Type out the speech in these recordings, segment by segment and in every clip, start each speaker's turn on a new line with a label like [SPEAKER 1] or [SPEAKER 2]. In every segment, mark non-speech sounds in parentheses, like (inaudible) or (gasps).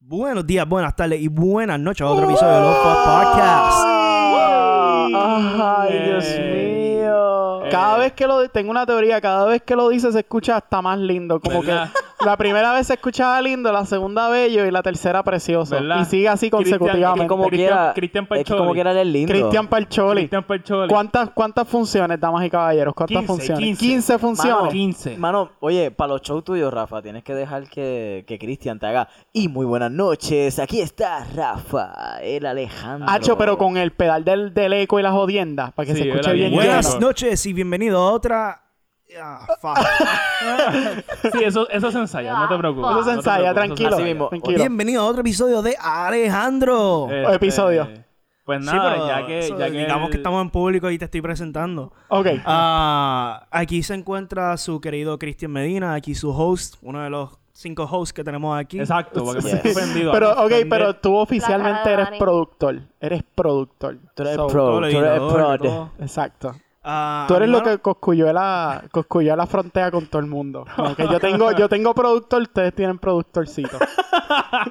[SPEAKER 1] Buenos días, buenas tardes y buenas noches a otro episodio de Los Pod Podcast.
[SPEAKER 2] Ay, Dios
[SPEAKER 3] Eh.
[SPEAKER 2] mío. Cada vez que lo tengo una teoría, cada vez que lo dices se escucha hasta más lindo, como
[SPEAKER 3] ¿Verdad?
[SPEAKER 2] que la primera vez se escuchaba lindo, la segunda bello y la tercera precioso
[SPEAKER 3] ¿Verdad?
[SPEAKER 2] y sigue así
[SPEAKER 3] Cristian,
[SPEAKER 2] consecutivamente.
[SPEAKER 3] que
[SPEAKER 4] como
[SPEAKER 3] Cristian-
[SPEAKER 4] quiera.
[SPEAKER 3] Cristian
[SPEAKER 4] es que
[SPEAKER 3] Parcholi.
[SPEAKER 4] como quiera él es lindo.
[SPEAKER 2] Cristian Parcholi.
[SPEAKER 3] Cristian Percholi.
[SPEAKER 2] ¿Cuántas cuántas funciones, damas y caballeros? ¿Cuántas
[SPEAKER 3] 15,
[SPEAKER 2] funciones?
[SPEAKER 3] 15.
[SPEAKER 2] 15
[SPEAKER 3] Mano,
[SPEAKER 2] funciones.
[SPEAKER 3] 15.
[SPEAKER 4] Mano, oye, para los shows tuyos, Rafa, tienes que dejar que, que Cristian te haga. Y muy buenas noches, aquí está Rafa, el Alejandro.
[SPEAKER 2] Hacho, pero con el pedal del, del eco y las jodiendas, para que
[SPEAKER 3] Sí,
[SPEAKER 2] se escuche
[SPEAKER 3] era
[SPEAKER 2] bien.
[SPEAKER 3] bien
[SPEAKER 2] lleno.
[SPEAKER 1] Buenas noches y bienvenido a otra. Ah,
[SPEAKER 3] (laughs)
[SPEAKER 1] fuck.
[SPEAKER 3] Sí, eso, eso se ensaya, no te preocupes.
[SPEAKER 2] Eso se
[SPEAKER 3] no te
[SPEAKER 2] ensaya,
[SPEAKER 3] preocupes,
[SPEAKER 2] tranquilo.
[SPEAKER 3] eso se
[SPEAKER 4] Así mismo.
[SPEAKER 2] Tranquilo.
[SPEAKER 1] bienvenido a otro episodio de Alejandro.
[SPEAKER 3] ensaya.
[SPEAKER 2] O episodio.
[SPEAKER 3] Pues
[SPEAKER 1] Sí,
[SPEAKER 3] Eh, nada,
[SPEAKER 1] pero
[SPEAKER 3] ya que,
[SPEAKER 1] eso,
[SPEAKER 3] ya que
[SPEAKER 1] digamos
[SPEAKER 3] el-
[SPEAKER 1] que estamos en público y te estoy presentando.
[SPEAKER 2] Ok.
[SPEAKER 1] Ah, aquí se encuentra su querido Cristian Medina, aquí su host, uno de los cinco hosts que tenemos aquí.
[SPEAKER 3] Exacto, porque me
[SPEAKER 4] Yes.
[SPEAKER 3] estoy ofendido.
[SPEAKER 2] Pero,
[SPEAKER 3] Aquí
[SPEAKER 2] ok,
[SPEAKER 3] ofendé.
[SPEAKER 2] pero tú oficialmente
[SPEAKER 5] cara de
[SPEAKER 2] eres
[SPEAKER 5] Dani.
[SPEAKER 2] productor. Eres productor.
[SPEAKER 4] Tú eres
[SPEAKER 2] So,
[SPEAKER 4] pro,
[SPEAKER 1] Todo el
[SPEAKER 4] tú eres
[SPEAKER 1] editor,
[SPEAKER 4] prod.
[SPEAKER 1] todo.
[SPEAKER 2] Exacto.
[SPEAKER 1] Ah,
[SPEAKER 2] Tú eres lo
[SPEAKER 1] hermano,
[SPEAKER 2] que coscuyuela, coscuyuela frontea con todo el mundo. Como que yo tengo, yo tengo productor, ustedes tienen productorcito.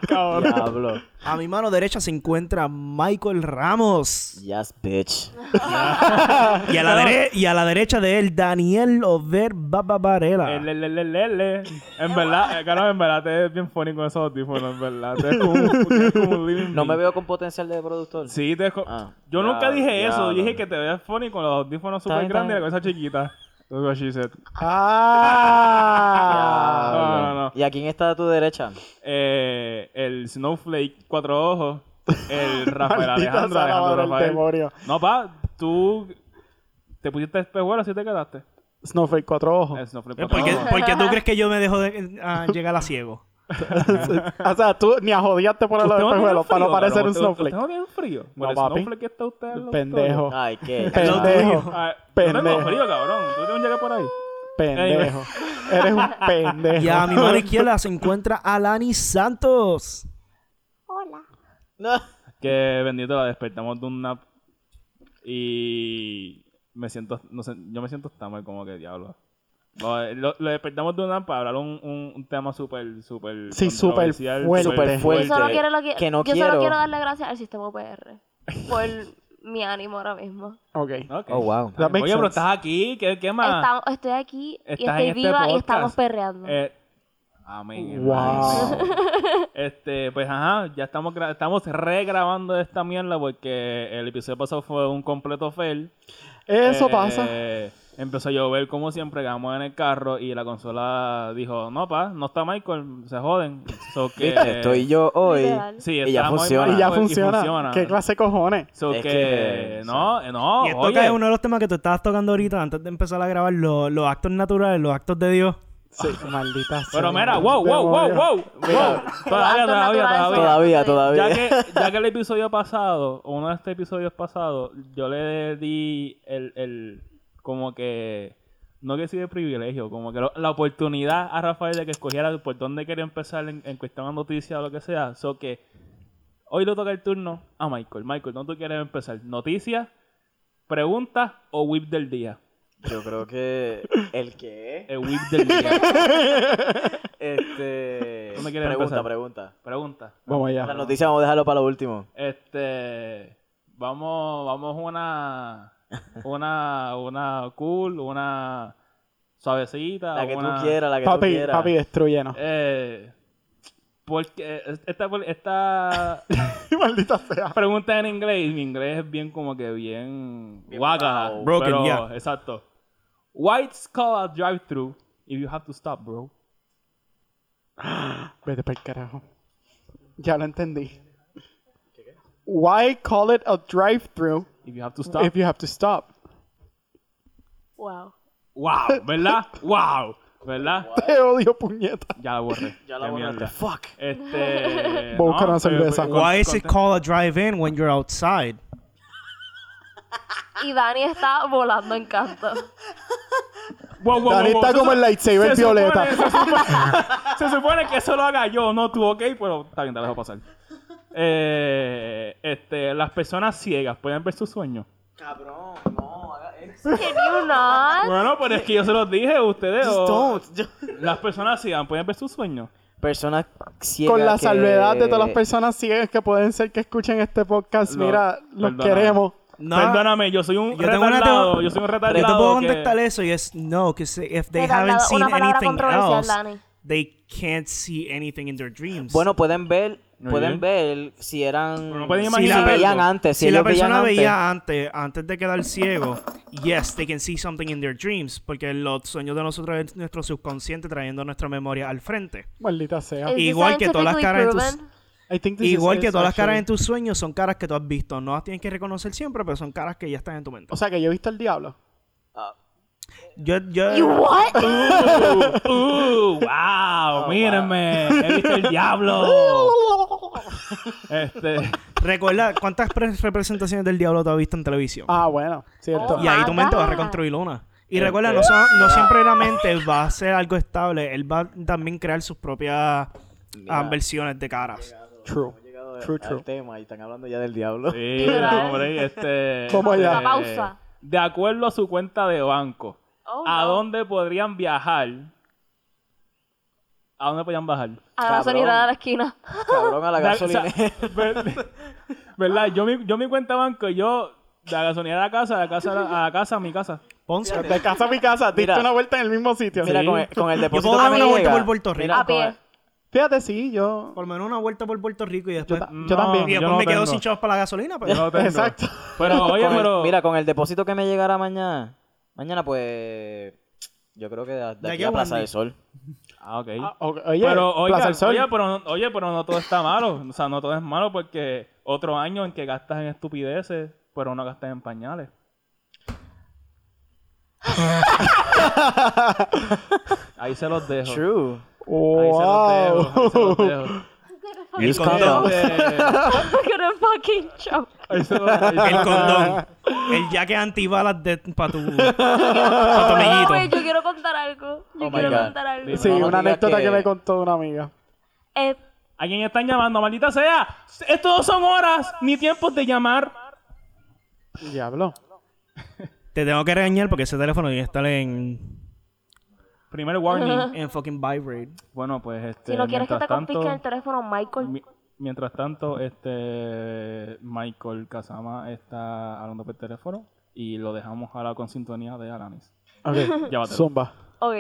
[SPEAKER 4] Diablo.
[SPEAKER 1] A mi mano derecha se encuentra Michael Ramos.
[SPEAKER 4] Yes, bitch.
[SPEAKER 1] Y a la, dere- y a la derecha de él, Daniel Over Bababarela.
[SPEAKER 3] El- el- el- el- el- el. En verdad, eh, carajo, en verdad, te ves bien funny con esos audífonos, en verdad. Te ves como, es como un living
[SPEAKER 4] No me
[SPEAKER 3] being.
[SPEAKER 4] veo con potencial de productor.
[SPEAKER 3] Sí, te ves co-
[SPEAKER 4] Ah,
[SPEAKER 3] Yo nunca
[SPEAKER 4] ya,
[SPEAKER 3] dije
[SPEAKER 4] ya,
[SPEAKER 3] eso.
[SPEAKER 4] no,
[SPEAKER 3] dije
[SPEAKER 4] no.
[SPEAKER 3] que te ves funny con los audífonos
[SPEAKER 4] Está
[SPEAKER 3] súper
[SPEAKER 4] bien,
[SPEAKER 3] grandes y la
[SPEAKER 4] está
[SPEAKER 3] cosa chiquita. That's what she said.
[SPEAKER 2] ¡Ah!
[SPEAKER 3] No,
[SPEAKER 4] Diablo.
[SPEAKER 3] no, no.
[SPEAKER 4] ¿Y a quién está a tu derecha?
[SPEAKER 3] Eh, el Snowflake Cuatro Ojos,
[SPEAKER 2] (laughs)
[SPEAKER 3] el Rafael
[SPEAKER 2] Maldita
[SPEAKER 3] Alejandro, Alejandro
[SPEAKER 2] Salvador, el
[SPEAKER 3] Rafael.
[SPEAKER 2] demonio.
[SPEAKER 3] No, pa, tú te pusiste espejuelo así te quedaste.
[SPEAKER 2] Snowflake cuatro ojos.
[SPEAKER 3] El Snowflake
[SPEAKER 1] Eh,
[SPEAKER 3] Cuatro
[SPEAKER 1] ¿Por qué,
[SPEAKER 3] Ojos.
[SPEAKER 1] por
[SPEAKER 5] (laughs)
[SPEAKER 1] qué tú crees que yo me dejo de, ah, llegar a ciego?
[SPEAKER 2] (laughs) o sea, tú ni a jodías te pones los
[SPEAKER 3] ¿Usted no tiene
[SPEAKER 2] espejuelos para no
[SPEAKER 3] frío,
[SPEAKER 2] parecer
[SPEAKER 3] cabrón?
[SPEAKER 2] un
[SPEAKER 3] ¿Usted-
[SPEAKER 2] snowflake.
[SPEAKER 3] ¿Usted no tiene frío?
[SPEAKER 2] No,
[SPEAKER 3] Por el
[SPEAKER 2] papi.
[SPEAKER 3] snowflake que está usted en la
[SPEAKER 2] Pendejo.
[SPEAKER 3] (laughs)
[SPEAKER 4] Ay, qué.
[SPEAKER 2] Pendejo.
[SPEAKER 3] Ah, yo
[SPEAKER 2] Pendejo.
[SPEAKER 3] tengo frío, cabrón. Tú tienes un llegue por ahí.
[SPEAKER 2] Pendejo. Eres un pendejo.
[SPEAKER 1] Y a mi mano izquierda se encuentra Alani Santos.
[SPEAKER 4] No.
[SPEAKER 3] Que bendito la despertamos de un nap. Y me siento, no sé, yo me siento tan mal como que diablo. Lo, lo- lo despertamos de un nap para hablar un, un, un tema súper, súper.
[SPEAKER 2] Sí, súper
[SPEAKER 3] controversial,
[SPEAKER 2] fuerte. Oh,
[SPEAKER 3] súper
[SPEAKER 4] Súper
[SPEAKER 5] Yo solo
[SPEAKER 4] fuerte.
[SPEAKER 5] quiero, lo que,
[SPEAKER 4] que no
[SPEAKER 5] yo
[SPEAKER 4] quiero.
[SPEAKER 5] solo quiero darle gracias al sistema UPR por mi ánimo ahora mismo.
[SPEAKER 2] Ok.
[SPEAKER 3] Ok.
[SPEAKER 4] Oh, wow.
[SPEAKER 2] That makes
[SPEAKER 3] Oye, pero
[SPEAKER 2] sense.
[SPEAKER 3] estás aquí, ¿qué, qué más?
[SPEAKER 5] Estamos- estoy aquí y
[SPEAKER 3] Estás en
[SPEAKER 5] estoy
[SPEAKER 3] este
[SPEAKER 5] viva y
[SPEAKER 3] podcast.
[SPEAKER 5] estamos perreando.
[SPEAKER 3] Eh, amén.
[SPEAKER 2] Wow.
[SPEAKER 3] hermano. (laughs) Este, pues ajá, ya estamos, gra- estamos regrabando esta mierda porque el episodio pasado fue un completo fail.
[SPEAKER 2] Eso
[SPEAKER 3] Eh,
[SPEAKER 2] pasa.
[SPEAKER 3] Empezó a llover como siempre, quedamos en el carro y la consola dijo, no pa, no está Michael, se joden. So
[SPEAKER 4] (laughs)
[SPEAKER 3] que-
[SPEAKER 4] Viste, Estoy yo hoy.
[SPEAKER 5] Literal.
[SPEAKER 3] Sí,
[SPEAKER 4] y ya
[SPEAKER 3] estamos en
[SPEAKER 4] funciona.
[SPEAKER 2] Y ya
[SPEAKER 3] Michael
[SPEAKER 2] funciona. ¿Qué clase de cojones?
[SPEAKER 3] So
[SPEAKER 4] Es
[SPEAKER 3] que,
[SPEAKER 4] que-
[SPEAKER 3] no, eh, no,
[SPEAKER 1] y esto
[SPEAKER 3] oye,
[SPEAKER 1] que es uno de los temas que tú estabas tocando ahorita antes de empezar a grabar, lo- los actos naturales, los actos de Dios.
[SPEAKER 2] Sí, maldita sea.
[SPEAKER 3] Pero mira, wow, wow, wow,
[SPEAKER 2] Demonio.
[SPEAKER 3] wow, wow. Todavía,
[SPEAKER 5] Actos
[SPEAKER 3] todavía,
[SPEAKER 5] naturales
[SPEAKER 3] todavía.
[SPEAKER 5] son-
[SPEAKER 4] Todavía, todavía.
[SPEAKER 3] Ya que, ya que el episodio pasado, uno de estos episodios pasados, yo le di el, el como que, no que sí de privilegio, como que lo- la oportunidad a Rafael de que escogiera por dónde quería empezar en, en cuestión de noticias o lo que sea. So que hoy le toca el turno a Michael. Michael, ¿dónde tú quieres empezar? ¿Noticias, preguntas o whip del día?
[SPEAKER 4] Yo creo que el que
[SPEAKER 3] (laughs) El whip del día.
[SPEAKER 4] este
[SPEAKER 3] ¿Dónde quieres
[SPEAKER 4] pregunta,
[SPEAKER 3] empezar?
[SPEAKER 4] pregunta.
[SPEAKER 3] Pregunta.
[SPEAKER 2] Vamos
[SPEAKER 4] La
[SPEAKER 2] allá.
[SPEAKER 4] noticia vamos a dejarlo para lo último.
[SPEAKER 3] Este, vamos, vamos una, una, una cool, una suavecita.
[SPEAKER 4] La que
[SPEAKER 3] una-
[SPEAKER 4] tú quieras, la que tú
[SPEAKER 2] Papi,
[SPEAKER 4] quieras.
[SPEAKER 2] papi, destruyenos.
[SPEAKER 3] Eh, porque esta, esta
[SPEAKER 2] (laughs) Maldita sea.
[SPEAKER 3] pregunta en inglés, mi inglés es bien como que bien,
[SPEAKER 4] Bien
[SPEAKER 3] guaca.
[SPEAKER 4] bravo.
[SPEAKER 1] Broken,
[SPEAKER 3] pero-
[SPEAKER 1] yeah.
[SPEAKER 3] Exacto. White's call a drive-thru if you have to stop, bro.
[SPEAKER 2] Vete para el carajo. Ya lo entendí. Why call it a drive-through
[SPEAKER 3] If you have to stop.
[SPEAKER 2] if you have to stop? (laughs)
[SPEAKER 5] wow.
[SPEAKER 3] Wow, ¿verdad? wow, ¿verdad?
[SPEAKER 2] Te odio, puñeta.
[SPEAKER 3] Ya la borré.
[SPEAKER 4] Ya la
[SPEAKER 3] Qué
[SPEAKER 4] borraste.
[SPEAKER 3] mierda.
[SPEAKER 4] Fuck.
[SPEAKER 3] Este.
[SPEAKER 2] Voy a buscar una
[SPEAKER 3] pero-
[SPEAKER 2] cerveza.
[SPEAKER 3] pero-
[SPEAKER 1] Why is it
[SPEAKER 3] conte-
[SPEAKER 1] called a drive-in when you're outside?
[SPEAKER 5] Y Dani está volando en canto.
[SPEAKER 3] Wow, wow,
[SPEAKER 2] Dani
[SPEAKER 3] wow, wow.
[SPEAKER 2] está
[SPEAKER 3] Se
[SPEAKER 2] como
[SPEAKER 3] su-
[SPEAKER 2] el lightsaber
[SPEAKER 3] se
[SPEAKER 2] violeta.
[SPEAKER 3] supone- se, supone, se supone que eso lo haga yo, no tú, ok, pero está bien, te la dejo pasar. Eh, este, las personas ciegas pueden ver sus sueños.
[SPEAKER 4] Cabrón, no, haga eso.
[SPEAKER 5] Can you not?
[SPEAKER 3] Bueno, pero es que yo se los dije a ustedes.
[SPEAKER 4] Just
[SPEAKER 3] o-
[SPEAKER 4] don't.
[SPEAKER 3] Las personas ciegas pueden ver sus sueños.
[SPEAKER 4] Personas ciegas
[SPEAKER 2] Con la
[SPEAKER 4] que-
[SPEAKER 2] salvedad de todas las personas ciegas que pueden ser que escuchen este podcast,
[SPEAKER 3] No,
[SPEAKER 2] mira, los
[SPEAKER 3] perdona.
[SPEAKER 2] queremos.
[SPEAKER 1] No,
[SPEAKER 3] Perdóname, yo soy un
[SPEAKER 1] Yo tengo una
[SPEAKER 3] retardado.
[SPEAKER 1] teo-
[SPEAKER 3] Yo soy un
[SPEAKER 1] yo
[SPEAKER 3] retardado.
[SPEAKER 1] te puedo
[SPEAKER 3] que-
[SPEAKER 1] contestar eso y es no, que if they
[SPEAKER 5] Mira,
[SPEAKER 1] haven't
[SPEAKER 5] la-
[SPEAKER 1] seen
[SPEAKER 5] una palabra
[SPEAKER 1] anything
[SPEAKER 5] controversial,
[SPEAKER 1] else,
[SPEAKER 5] Dani.
[SPEAKER 1] they can't see anything in their dreams.
[SPEAKER 4] Bueno, pueden ver,
[SPEAKER 3] Muy bien.
[SPEAKER 4] pueden ver si eran.
[SPEAKER 3] Pero no pueden
[SPEAKER 4] si
[SPEAKER 3] imaginar
[SPEAKER 4] veían
[SPEAKER 3] algo.
[SPEAKER 4] antes. Si,
[SPEAKER 1] si la
[SPEAKER 4] ellos veían
[SPEAKER 1] persona
[SPEAKER 4] antes.
[SPEAKER 1] veía antes, antes de quedar ciego, yes, they can see something in their dreams, porque los sueños de nosotros es nuestro subconsciente trayendo nuestra memoria al frente.
[SPEAKER 2] Maldita sea.
[SPEAKER 5] Is this
[SPEAKER 1] Igual que todas las
[SPEAKER 5] scientifically
[SPEAKER 1] caras en tus-
[SPEAKER 5] proven?
[SPEAKER 2] I think this is
[SPEAKER 1] Igual que
[SPEAKER 2] it,
[SPEAKER 1] todas las caras
[SPEAKER 2] actually.
[SPEAKER 1] en tus sueños son caras que tú has visto, no las tienes que reconocer siempre, pero son caras que ya están en tu mente.
[SPEAKER 2] O sea, que yo he visto el diablo.
[SPEAKER 1] Yo, yo,
[SPEAKER 5] You what?
[SPEAKER 1] (laughs)
[SPEAKER 3] Uh,
[SPEAKER 2] Oh,
[SPEAKER 3] wow, mírenme. He visto el diablo. este.
[SPEAKER 1] recuerda cuántas pre- representaciones del diablo te has visto en televisión.
[SPEAKER 2] Ah, bueno, cierto.
[SPEAKER 5] Oh,
[SPEAKER 1] Y ahí tu
[SPEAKER 5] my
[SPEAKER 1] mente va a
[SPEAKER 5] God.
[SPEAKER 1] reconstruir una. Y recuerda, no, so- no siempre la mente va a ser algo estable. Él va a también crear sus propias ah, versiones de caras.
[SPEAKER 2] True. True,
[SPEAKER 4] Al
[SPEAKER 2] true.
[SPEAKER 4] tema y están hablando ya del diablo.
[SPEAKER 3] Sí, no, hombre, este.
[SPEAKER 2] Vamos allá.
[SPEAKER 3] eh,
[SPEAKER 5] La pausa.
[SPEAKER 3] De acuerdo a su cuenta de banco,
[SPEAKER 5] Oh,
[SPEAKER 3] ¿a
[SPEAKER 5] no.
[SPEAKER 3] dónde podrían viajar? ¿A dónde podrían bajar?
[SPEAKER 5] A la
[SPEAKER 4] Cabrón.
[SPEAKER 5] gasolinera de la esquina.
[SPEAKER 2] (laughs)
[SPEAKER 4] Cabrón a la
[SPEAKER 3] De- o
[SPEAKER 4] gasolina.
[SPEAKER 3] sea, (laughs) ver- ¿Verdad? Yo mi, yo mi cuenta de banco, yo de la gasolinera a la casa, de la casa a la, a la casa, a mi casa.
[SPEAKER 1] Ponce.
[SPEAKER 2] De casa a mi casa, diste
[SPEAKER 4] Mira.
[SPEAKER 2] una vuelta en el mismo sitio.
[SPEAKER 4] (laughs) Mira,
[SPEAKER 2] Sí.
[SPEAKER 4] con, el, con el depósito.
[SPEAKER 1] puedo
[SPEAKER 4] que
[SPEAKER 1] dar
[SPEAKER 4] me
[SPEAKER 1] una vuelta
[SPEAKER 4] llega,
[SPEAKER 1] por Puerto Rico.
[SPEAKER 4] mira,
[SPEAKER 5] A
[SPEAKER 4] con
[SPEAKER 5] pie.
[SPEAKER 4] el-
[SPEAKER 2] Fíjate, sí, yo.
[SPEAKER 1] Por lo menos una vuelta por Puerto Rico y después,
[SPEAKER 2] Yo, ta- yo también.
[SPEAKER 1] y después
[SPEAKER 3] yo no
[SPEAKER 1] me quedo
[SPEAKER 3] tengo.
[SPEAKER 1] sin chavos para la gasolina. pues. Pero... (laughs)
[SPEAKER 3] Yo no tengo.
[SPEAKER 2] (laughs) Exacto.
[SPEAKER 3] Pero, oye,
[SPEAKER 4] con el-
[SPEAKER 3] pero.
[SPEAKER 4] Mira, con el depósito que me llegará mañana. Mañana, pues. Yo creo que de, de
[SPEAKER 1] aquí
[SPEAKER 4] aquí
[SPEAKER 1] a
[SPEAKER 4] a Plaza
[SPEAKER 1] Wandy.
[SPEAKER 4] del Sol.
[SPEAKER 3] Ah, ok.
[SPEAKER 2] Ah, o- Oye,
[SPEAKER 3] pero, oiga,
[SPEAKER 2] Plaza del Sol.
[SPEAKER 3] oye, pero, no- oye, pero no todo está malo. O sea, no todo es malo porque otro año en que gastas en estupideces, pero no gastas en pañales. Ahí se los dejo.
[SPEAKER 4] True.
[SPEAKER 3] Ahí se los
[SPEAKER 2] Wow. (laughs)
[SPEAKER 3] dejo. Ahí se los dejo.
[SPEAKER 1] El condón.
[SPEAKER 3] Este,
[SPEAKER 5] (laughs) I'm gonna fucking choke.
[SPEAKER 3] ahí se
[SPEAKER 2] (laughs)
[SPEAKER 3] los- ahí se
[SPEAKER 1] El
[SPEAKER 3] los-
[SPEAKER 1] condón. El jaque antibalas de, para tu, pa tu
[SPEAKER 5] Ah,
[SPEAKER 1] amiguito.
[SPEAKER 5] güey, yo quiero contar algo. Yo
[SPEAKER 4] Oh my
[SPEAKER 5] quiero
[SPEAKER 4] God.
[SPEAKER 5] contar algo.
[SPEAKER 2] Sí,
[SPEAKER 4] No, no
[SPEAKER 2] una
[SPEAKER 4] digas
[SPEAKER 2] anécdota que...
[SPEAKER 4] que
[SPEAKER 2] me contó una amiga.
[SPEAKER 5] Eh,
[SPEAKER 3] ¿A quién están llamando? Maldita sea. Estos no son horas ni tiempos de llamar.
[SPEAKER 2] Diablo.
[SPEAKER 1] Te tengo que regañar porque ese teléfono ya está en,
[SPEAKER 3] Primer
[SPEAKER 1] (laughs)
[SPEAKER 3] warning.
[SPEAKER 1] en fucking vibrate.
[SPEAKER 3] Bueno, pues este.
[SPEAKER 5] si no quieres que
[SPEAKER 3] mientras
[SPEAKER 5] te
[SPEAKER 3] tanto-
[SPEAKER 5] confisquen el teléfono, Michael.
[SPEAKER 3] Mi- mientras tanto, este Michael Kazama está hablando por teléfono y lo dejamos ahora con sintonía de Alanis. (laughs)
[SPEAKER 2] Ok,
[SPEAKER 3] Llévatelo.
[SPEAKER 2] zumba.
[SPEAKER 5] Ok.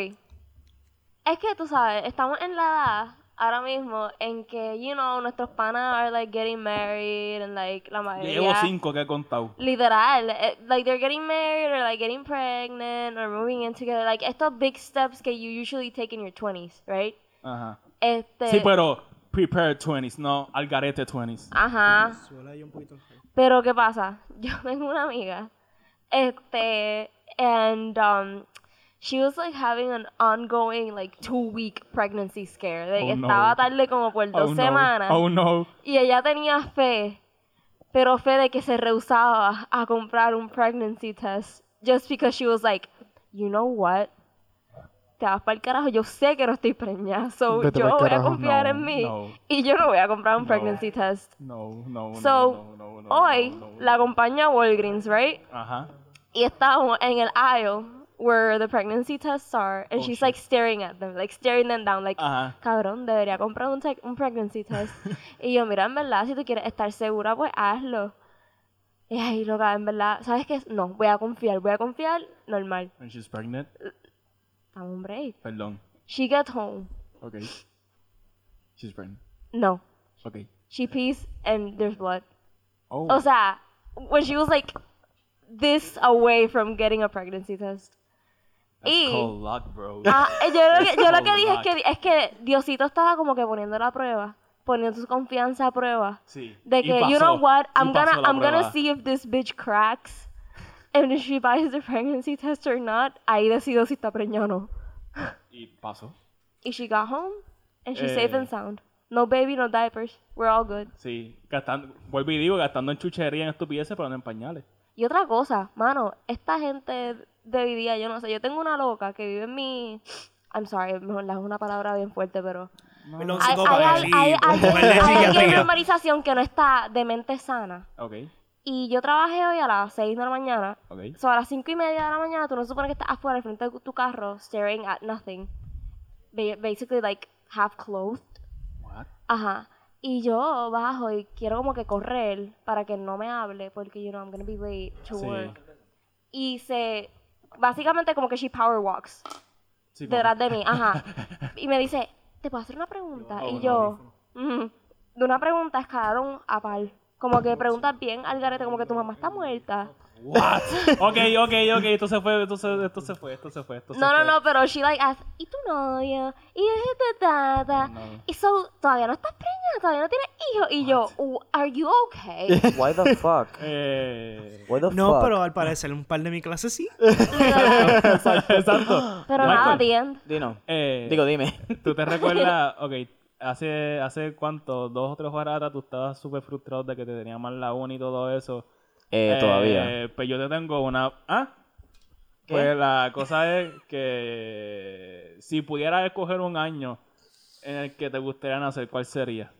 [SPEAKER 5] Es que tú sabes, estamos en la edad ahora mismo en que, you know, nuestros panas are like getting married and like la mayoría.
[SPEAKER 3] Llevo cinco que he contado.
[SPEAKER 5] Literal, eh, like they're getting married or like getting pregnant or moving in together, like estos big steps que you usually take in your 20s, right?
[SPEAKER 3] Ajá.
[SPEAKER 5] Este,
[SPEAKER 3] Sí, pero prepare 20s, no algarete 20s.
[SPEAKER 5] Ajá. Pero qué pasa, (laughs) yo tengo una amiga, este, and um, she was like having an ongoing like two week pregnancy scare, like
[SPEAKER 3] Oh, no.
[SPEAKER 5] estaba tarde como por dos
[SPEAKER 3] oh, no.
[SPEAKER 5] semanas.
[SPEAKER 3] Oh no.
[SPEAKER 5] Y ella tenía fe, pero fe de que se rehusaba a comprar un pregnancy test just because she was like, you know what? Te vas para el carajo, yo sé que no estoy preñada, so
[SPEAKER 2] Vete
[SPEAKER 5] yo
[SPEAKER 2] pa'l
[SPEAKER 5] voy
[SPEAKER 2] carajo.
[SPEAKER 5] a confiar
[SPEAKER 3] No,
[SPEAKER 5] en mí
[SPEAKER 3] no.
[SPEAKER 5] y yo no voy a comprar un
[SPEAKER 3] No.
[SPEAKER 5] pregnancy test.
[SPEAKER 3] No, no, no, no,
[SPEAKER 5] So,
[SPEAKER 3] no, no,
[SPEAKER 5] hoy
[SPEAKER 3] no, no.
[SPEAKER 5] la acompaña a Walgreens, right?
[SPEAKER 3] Ajá.
[SPEAKER 5] Y estábamos en el aisle where the pregnancy tests are, and she's like staring at them, like staring them down, like,
[SPEAKER 3] Oh, Ajá.
[SPEAKER 5] cabrón, debería comprar un, te- un
[SPEAKER 3] (laughs)
[SPEAKER 5] pregnancy test. y yo, mira, en verdad, si tú quieres estar segura, pues hazlo. Y ahí, loca, en verdad, ¿sabes qué? No, voy a confiar, voy a confiar, normal.
[SPEAKER 3] And she's pregnant.
[SPEAKER 5] Dame un break.
[SPEAKER 3] Perdón.
[SPEAKER 5] She gets home.
[SPEAKER 3] Okay. She's pregnant.
[SPEAKER 5] No.
[SPEAKER 3] Okay.
[SPEAKER 5] She pees and there's blood.
[SPEAKER 3] Oh.
[SPEAKER 5] O sea, when she was like this away from getting a pregnancy test.
[SPEAKER 3] that's
[SPEAKER 5] y-
[SPEAKER 3] called luck, bro.
[SPEAKER 5] Ah, eh, yo lo que, yo lo que
[SPEAKER 3] Oh,
[SPEAKER 5] dije es
[SPEAKER 3] my.
[SPEAKER 5] que, es que Diosito estaba como que poniendo la prueba, poniendo su confianza a prueba.
[SPEAKER 3] Sí.
[SPEAKER 5] De
[SPEAKER 3] Y
[SPEAKER 5] que,
[SPEAKER 3] pasó.
[SPEAKER 5] you know what,
[SPEAKER 3] Y
[SPEAKER 5] I'm
[SPEAKER 3] pasó
[SPEAKER 5] gonna,
[SPEAKER 3] la
[SPEAKER 5] I'm gonna
[SPEAKER 3] prueba.
[SPEAKER 5] see if this bitch cracks. And if she buys the pregnancy test or not, ahí decido si está preñada o no.
[SPEAKER 3] Y pasó.
[SPEAKER 5] Y she got home, and she's
[SPEAKER 3] Eh.
[SPEAKER 5] safe and sound. No baby, no diapers. We're all good.
[SPEAKER 3] Sí, gastando, vuelvo y digo, gastando en chuchería, en estupideces, pero no en pañales.
[SPEAKER 5] Y otra cosa, mano, esta gente de hoy día, yo no sé, yo tengo una loca que vive en mi... I'm sorry, mejor la- es una palabra bien fuerte, pero...
[SPEAKER 1] Perdón,
[SPEAKER 5] Hay,
[SPEAKER 1] psicópata,
[SPEAKER 5] hay-
[SPEAKER 1] sí,
[SPEAKER 5] hay- hay-
[SPEAKER 1] mujer de
[SPEAKER 5] hay alguien en
[SPEAKER 1] psiquiatría.
[SPEAKER 5] urbanización que no está de mente sana.
[SPEAKER 3] Ok,
[SPEAKER 5] Y yo trabajé hoy a las 6 de la mañana.
[SPEAKER 3] ok.
[SPEAKER 5] So, a las 5 y media de la mañana, tú no supones que estás afuera al frente de tu carro, staring at nothing. Ba- Basically, like, half clothed.
[SPEAKER 3] What?
[SPEAKER 5] Ajá. Y yo bajo y quiero como que correr para que no me hable porque, you know, I'm gonna be late to
[SPEAKER 3] Sí.
[SPEAKER 5] work. Y se... Básicamente como que she power walks
[SPEAKER 3] Sí, como-
[SPEAKER 5] detrás de mí, ajá. Y me dice, ¿te puedo hacer una pregunta?
[SPEAKER 3] Ah,
[SPEAKER 5] Y
[SPEAKER 3] un
[SPEAKER 5] yo, ujú, de una pregunta escalaron a pal. Como que preguntas bien al garete, como que tu mamá está muerta.
[SPEAKER 3] What? (laughs) Ok, ok, ok. Esto se fue, esto se, esto se fue, esto se fue. Esto se
[SPEAKER 5] No, no,
[SPEAKER 3] fue.
[SPEAKER 5] no, pero she like asked, ¿y tu novio? ¿Y es ta, ta, ta?
[SPEAKER 3] No.
[SPEAKER 5] Y so, todavía no estás preñada, todavía no tienes hijos. Y yo, "Oh, ¿are you
[SPEAKER 4] (laughs)
[SPEAKER 5] okay?
[SPEAKER 4] Why the fuck?
[SPEAKER 5] (laughs)
[SPEAKER 3] Eh,
[SPEAKER 4] Why the
[SPEAKER 1] No,
[SPEAKER 4] fuck?
[SPEAKER 1] pero al parecer un par de mi clase sí.
[SPEAKER 3] Exacto.
[SPEAKER 5] Pero
[SPEAKER 3] Michael,
[SPEAKER 5] nada, the end.
[SPEAKER 4] Dino.
[SPEAKER 3] eh,
[SPEAKER 4] Digo, dime.
[SPEAKER 3] ¿Tú te recuerdas? Ok, hace, hace cuánto, dos o tres horas atrás, tú estabas súper frustrado de que te tenía mal la uni y todo eso.
[SPEAKER 4] Eh, todavía.
[SPEAKER 3] Eh, Pues yo te tengo una. ¿Ah?
[SPEAKER 4] ¿Qué?
[SPEAKER 3] Pues la cosa es que si pudieras escoger un año en el que te gustaría nacer, ¿cuál sería?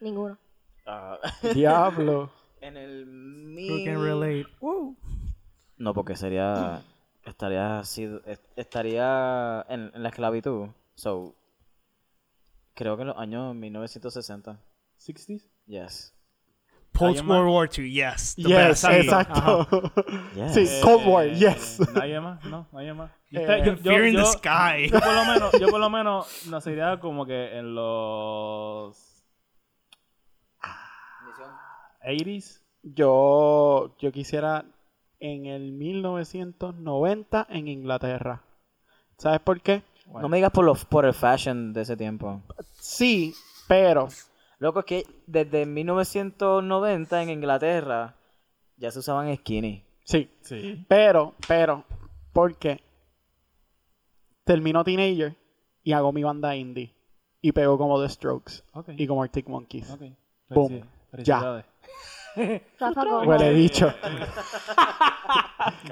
[SPEAKER 5] Ninguno.
[SPEAKER 4] Ah, (laughs)
[SPEAKER 2] Diablo.
[SPEAKER 4] en el
[SPEAKER 1] Who
[SPEAKER 4] mi...
[SPEAKER 1] can relate? Wow.
[SPEAKER 4] No, porque sería... Estaría así... est- Estaría en, en la esclavitud. So... Creo que en los años 1960.
[SPEAKER 3] ¿60s?
[SPEAKER 4] Yes.
[SPEAKER 1] Post
[SPEAKER 3] ¿Alguien más?
[SPEAKER 1] World War II, yes. The
[SPEAKER 2] Yes,
[SPEAKER 1] best, sí.
[SPEAKER 2] exacto.
[SPEAKER 4] Yes.
[SPEAKER 2] Sí, Cold War,
[SPEAKER 3] Eh, (laughs)
[SPEAKER 2] yes.
[SPEAKER 3] Nadie más, no, nadie más. Yo,
[SPEAKER 2] Eh,
[SPEAKER 3] te- yo- yo-
[SPEAKER 1] Fear in the
[SPEAKER 3] yo-
[SPEAKER 1] sky.
[SPEAKER 3] yo por lo menos, yo por lo menos nacería como que en los
[SPEAKER 2] Ah.
[SPEAKER 3] 80s.
[SPEAKER 2] (laughs) Yo, yo quisiera en el 1990 en Inglaterra. ¿Sabes por qué?
[SPEAKER 4] No me digas por, los por el fashion de ese tiempo.
[SPEAKER 2] Sí, pero
[SPEAKER 4] Loco, es que desde 1990 en Inglaterra ya se usaban skinny.
[SPEAKER 2] sí,
[SPEAKER 3] Sí.
[SPEAKER 2] pero, pero, porque terminó Teenager y hago mi banda indie y pego como The Strokes
[SPEAKER 3] Ok.
[SPEAKER 2] y como Arctic Monkeys.
[SPEAKER 3] Ok.
[SPEAKER 2] Boom.
[SPEAKER 3] Felici-
[SPEAKER 2] Ya.
[SPEAKER 3] Felicidades.
[SPEAKER 5] Rafa
[SPEAKER 2] Huele
[SPEAKER 5] Gómez.
[SPEAKER 2] Pues dicho.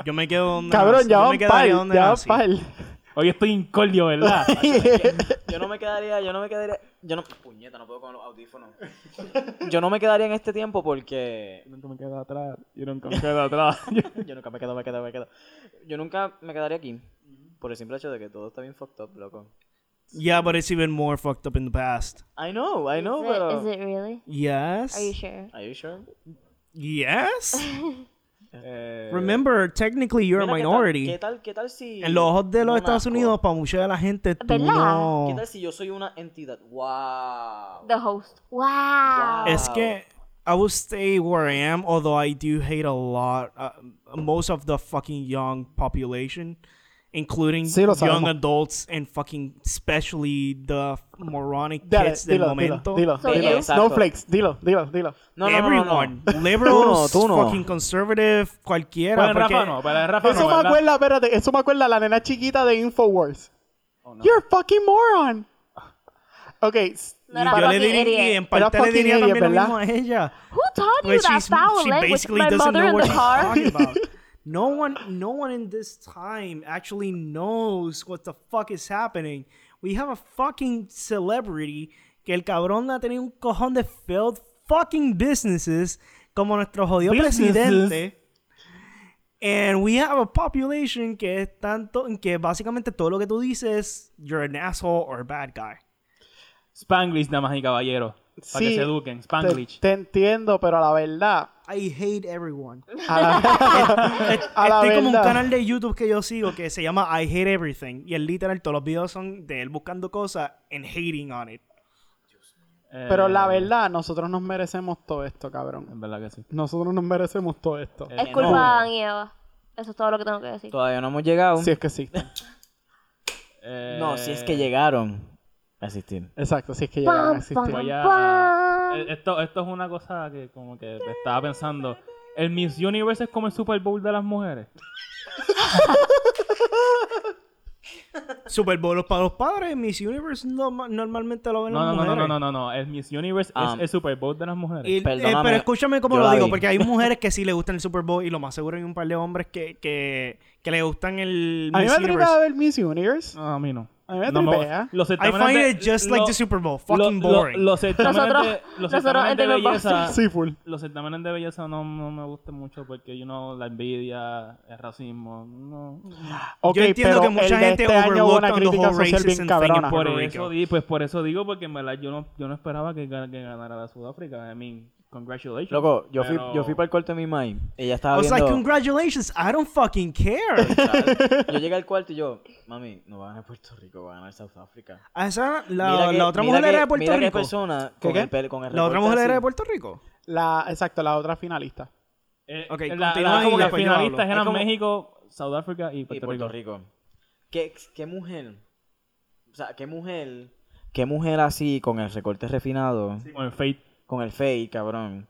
[SPEAKER 1] Yo me quedo donde
[SPEAKER 2] Cabrón,
[SPEAKER 1] nací.
[SPEAKER 2] ya
[SPEAKER 1] Yo
[SPEAKER 2] van
[SPEAKER 1] me quedaría
[SPEAKER 2] pal,
[SPEAKER 1] donde
[SPEAKER 2] ya van
[SPEAKER 1] nací.
[SPEAKER 2] pal.
[SPEAKER 3] Hoy estoy
[SPEAKER 2] (laughs)
[SPEAKER 3] incordio, ¿verdad?
[SPEAKER 4] Yo no me quedaría, yo no me quedaría, yo no, puñeta, no puedo con los audífonos. Yo no me quedaría en este tiempo porque
[SPEAKER 3] Yo nunca me quedo atrás. Yo nunca me quedo (laughs) atrás.
[SPEAKER 4] (laughs) yo nunca me quedo, me quedo, me quedo. Yo nunca me quedaría aquí por el simple hecho de que todo está bien fucked up, loco.
[SPEAKER 1] Yeah, but it's even more fucked up in the past.
[SPEAKER 4] I know, I know,
[SPEAKER 5] Is it-
[SPEAKER 4] pero
[SPEAKER 5] is it really? Are you
[SPEAKER 1] Yes.
[SPEAKER 5] sure?
[SPEAKER 4] Are you sure?
[SPEAKER 2] (laughs)
[SPEAKER 1] Yes.
[SPEAKER 3] Eh,
[SPEAKER 1] Remember, technically you're a
[SPEAKER 4] Mira, ¿qué tal-
[SPEAKER 1] minority.
[SPEAKER 4] ¿Qué tal, qué tal si
[SPEAKER 1] En los ojos de los
[SPEAKER 4] no
[SPEAKER 1] Estados
[SPEAKER 4] nazco?
[SPEAKER 1] Unidos, para mucha de la gente, tú
[SPEAKER 5] ¿Verdad?
[SPEAKER 1] no-
[SPEAKER 4] ¿Qué tal si yo soy una entidad? Wow.
[SPEAKER 5] The host. Wow.
[SPEAKER 4] Wow.
[SPEAKER 1] Es que I will stay where I am, although I do hate a lot, uh, most of the fucking young population, including
[SPEAKER 2] Sí, lo
[SPEAKER 1] young
[SPEAKER 2] sabemos.
[SPEAKER 1] adults and fucking especially the moronic
[SPEAKER 2] Dale,
[SPEAKER 1] kids del
[SPEAKER 2] dilo, dilo,
[SPEAKER 1] momento.
[SPEAKER 2] dilo,
[SPEAKER 5] Soy
[SPEAKER 2] dilo.
[SPEAKER 5] yo.
[SPEAKER 2] Snowflakes, dilo, dilo, dilo.
[SPEAKER 4] No, no, no, no, no.
[SPEAKER 1] Everyone, liberals,
[SPEAKER 4] Tú no, tú no.
[SPEAKER 1] fucking conservative, cualquiera.
[SPEAKER 3] Para
[SPEAKER 1] porque
[SPEAKER 3] Rafa no, para Rafa
[SPEAKER 2] Eso
[SPEAKER 3] no,
[SPEAKER 2] me
[SPEAKER 3] ¿verdad?
[SPEAKER 2] acuerda, espérate, eso me acuerda a la nena chiquita de Infowars. You're a fucking moron. Ok, s-
[SPEAKER 5] No era
[SPEAKER 1] yo le
[SPEAKER 5] fucking
[SPEAKER 1] diría, y
[SPEAKER 5] idiot.
[SPEAKER 1] en parte le
[SPEAKER 2] fucking
[SPEAKER 1] diría
[SPEAKER 2] idiot,
[SPEAKER 1] también lo
[SPEAKER 2] ¿verdad?
[SPEAKER 1] mismo a ella.
[SPEAKER 5] Who taught you
[SPEAKER 1] Like,
[SPEAKER 5] that
[SPEAKER 1] she's-
[SPEAKER 5] foul
[SPEAKER 1] she
[SPEAKER 5] language?
[SPEAKER 1] basically
[SPEAKER 5] My
[SPEAKER 1] doesn't
[SPEAKER 5] mother
[SPEAKER 1] know
[SPEAKER 5] in
[SPEAKER 1] what
[SPEAKER 5] the
[SPEAKER 1] she's
[SPEAKER 5] car.
[SPEAKER 1] talking
[SPEAKER 5] (laughs)
[SPEAKER 1] about. No one, no one in this time actually knows what the fuck is happening. We have a fucking celebrity que el cabrón ha tenido un cojón de failed fucking businesses como nuestro jodido
[SPEAKER 3] Businesses.
[SPEAKER 1] presidente. And we have a population que es tanto, que básicamente todo lo que tú dices, you're an asshole or a bad guy.
[SPEAKER 3] Spanglish, damas y caballeros. Para que
[SPEAKER 2] Sí.
[SPEAKER 3] se eduquen.
[SPEAKER 2] te,
[SPEAKER 3] Spanglish.
[SPEAKER 2] te entiendo, pero a la verdad.
[SPEAKER 1] I hate everyone. (laughs)
[SPEAKER 2] A la, a la
[SPEAKER 1] Estoy este como un
[SPEAKER 2] verdad.
[SPEAKER 1] canal de YouTube que yo sigo que se llama I Hate Everything. Y el literal, todos los videos son de él buscando cosas and hating on it.
[SPEAKER 3] Eh,
[SPEAKER 2] Pero la verdad, nosotros nos merecemos todo esto, cabrón.
[SPEAKER 3] En verdad que sí.
[SPEAKER 2] Nosotros nos merecemos todo esto.
[SPEAKER 5] Es
[SPEAKER 4] Eh,
[SPEAKER 5] culpa de
[SPEAKER 4] no.
[SPEAKER 5] Adán y Eva. Eso es todo lo que tengo que decir.
[SPEAKER 4] Todavía no hemos llegado.
[SPEAKER 2] Si es
[SPEAKER 1] (laughs)
[SPEAKER 2] que existe.
[SPEAKER 3] Eh,
[SPEAKER 4] No, si es que llegaron a asistir.
[SPEAKER 2] Exacto, si es que llegaron a
[SPEAKER 5] Pam,
[SPEAKER 2] existir.
[SPEAKER 5] pam,
[SPEAKER 3] Voy a-
[SPEAKER 5] pam.
[SPEAKER 3] Pues Eh, Esto, esto es una cosa que como que te estaba pensando. ¿El Miss Universe es como el Super Bowl de las mujeres?
[SPEAKER 1] Super Bowl para los padres, Miss Universe no- normalmente lo ven
[SPEAKER 3] No,
[SPEAKER 1] las
[SPEAKER 3] no, no,
[SPEAKER 1] mujeres. Um,
[SPEAKER 3] no, no, no, no. El Miss Universe es
[SPEAKER 4] Ah.
[SPEAKER 3] el Super Bowl de las mujeres.
[SPEAKER 1] Y- eh,
[SPEAKER 4] Perdóname,
[SPEAKER 1] pero escúchame cómo
[SPEAKER 4] yo
[SPEAKER 1] lo
[SPEAKER 4] la
[SPEAKER 1] digo,
[SPEAKER 4] vi.
[SPEAKER 1] porque
[SPEAKER 4] (laughs)
[SPEAKER 1] hay mujeres que sí le gustan el Super Bowl y lo más seguro hay un par de hombres que, que, que le gustan el
[SPEAKER 2] A mí
[SPEAKER 1] Miss
[SPEAKER 2] me
[SPEAKER 1] Universe.
[SPEAKER 2] tripea ver Miss Universe.
[SPEAKER 3] No, a mí no.
[SPEAKER 2] A mí me
[SPEAKER 3] No me-
[SPEAKER 2] tripea.
[SPEAKER 3] los
[SPEAKER 1] I
[SPEAKER 3] certámenes
[SPEAKER 1] find
[SPEAKER 3] de-
[SPEAKER 1] it just like
[SPEAKER 3] lo-
[SPEAKER 1] the Super Bowl.
[SPEAKER 3] lo-
[SPEAKER 1] Fucking
[SPEAKER 3] lo-
[SPEAKER 1] boring.
[SPEAKER 3] los certámenes
[SPEAKER 5] Nosotros-
[SPEAKER 3] de, los
[SPEAKER 5] nosotros
[SPEAKER 3] certámenes de
[SPEAKER 5] entendemos
[SPEAKER 3] belleza,
[SPEAKER 2] Sí, full.
[SPEAKER 3] los certámenes de belleza no, no me gustan mucho porque, you know, la envidia, el racismo, no.
[SPEAKER 2] Ok,
[SPEAKER 1] Yo entiendo
[SPEAKER 2] pero
[SPEAKER 1] que mucha
[SPEAKER 2] el de
[SPEAKER 1] gente
[SPEAKER 2] este año hubo
[SPEAKER 1] overlooked
[SPEAKER 2] una
[SPEAKER 1] on the
[SPEAKER 2] crítica
[SPEAKER 1] whole
[SPEAKER 2] social
[SPEAKER 1] racism
[SPEAKER 2] bien
[SPEAKER 1] thing
[SPEAKER 2] cabrona.
[SPEAKER 1] in
[SPEAKER 3] Por
[SPEAKER 1] Puerto
[SPEAKER 3] eso,
[SPEAKER 1] Rico.
[SPEAKER 3] di- pues por eso digo, porque en verdad yo no, yo no esperaba que, gan- que ganara la Sudáfrica. I mean, congratulations.
[SPEAKER 4] Loco, yo fui,
[SPEAKER 3] Pero-
[SPEAKER 4] yo fui para el cuarto de mi mai. Ella
[SPEAKER 1] I
[SPEAKER 4] estaba
[SPEAKER 1] was like,
[SPEAKER 4] viendo.
[SPEAKER 1] congratulations, I don't fucking
[SPEAKER 4] (laughs)
[SPEAKER 1] care.
[SPEAKER 4] yo llegué al cuarto y yo, mami, no va a ganar Puerto Rico, va a ganar South Africa.
[SPEAKER 1] Ah, esa- la,
[SPEAKER 4] Mira que-
[SPEAKER 1] la otra
[SPEAKER 4] mira
[SPEAKER 1] mujer
[SPEAKER 4] que-
[SPEAKER 1] era de Puerto
[SPEAKER 4] mira qué
[SPEAKER 1] Rico.
[SPEAKER 4] persona
[SPEAKER 2] ¿Qué,
[SPEAKER 4] con
[SPEAKER 2] qué?
[SPEAKER 4] el pel- con el
[SPEAKER 1] La otra
[SPEAKER 4] reporte
[SPEAKER 1] mujer
[SPEAKER 4] así.
[SPEAKER 1] era de Puerto Rico.
[SPEAKER 2] La, exacto, la otra finalista.
[SPEAKER 3] Eh,
[SPEAKER 1] Ok, continúa
[SPEAKER 3] la- la-
[SPEAKER 1] y
[SPEAKER 3] como que
[SPEAKER 1] después yo
[SPEAKER 3] finalistas
[SPEAKER 1] hablo.
[SPEAKER 3] eran
[SPEAKER 4] Es como-
[SPEAKER 3] México, Sudáfrica y Puerto,
[SPEAKER 4] y Puerto
[SPEAKER 3] Rico.
[SPEAKER 4] Rico. ¿Qué, ¿Qué mujer? O sea, ¿qué mujer? ¿Qué mujer así con el recorte refinado?
[SPEAKER 3] Sí, Con el Fate.
[SPEAKER 4] Con el fade, cabrón.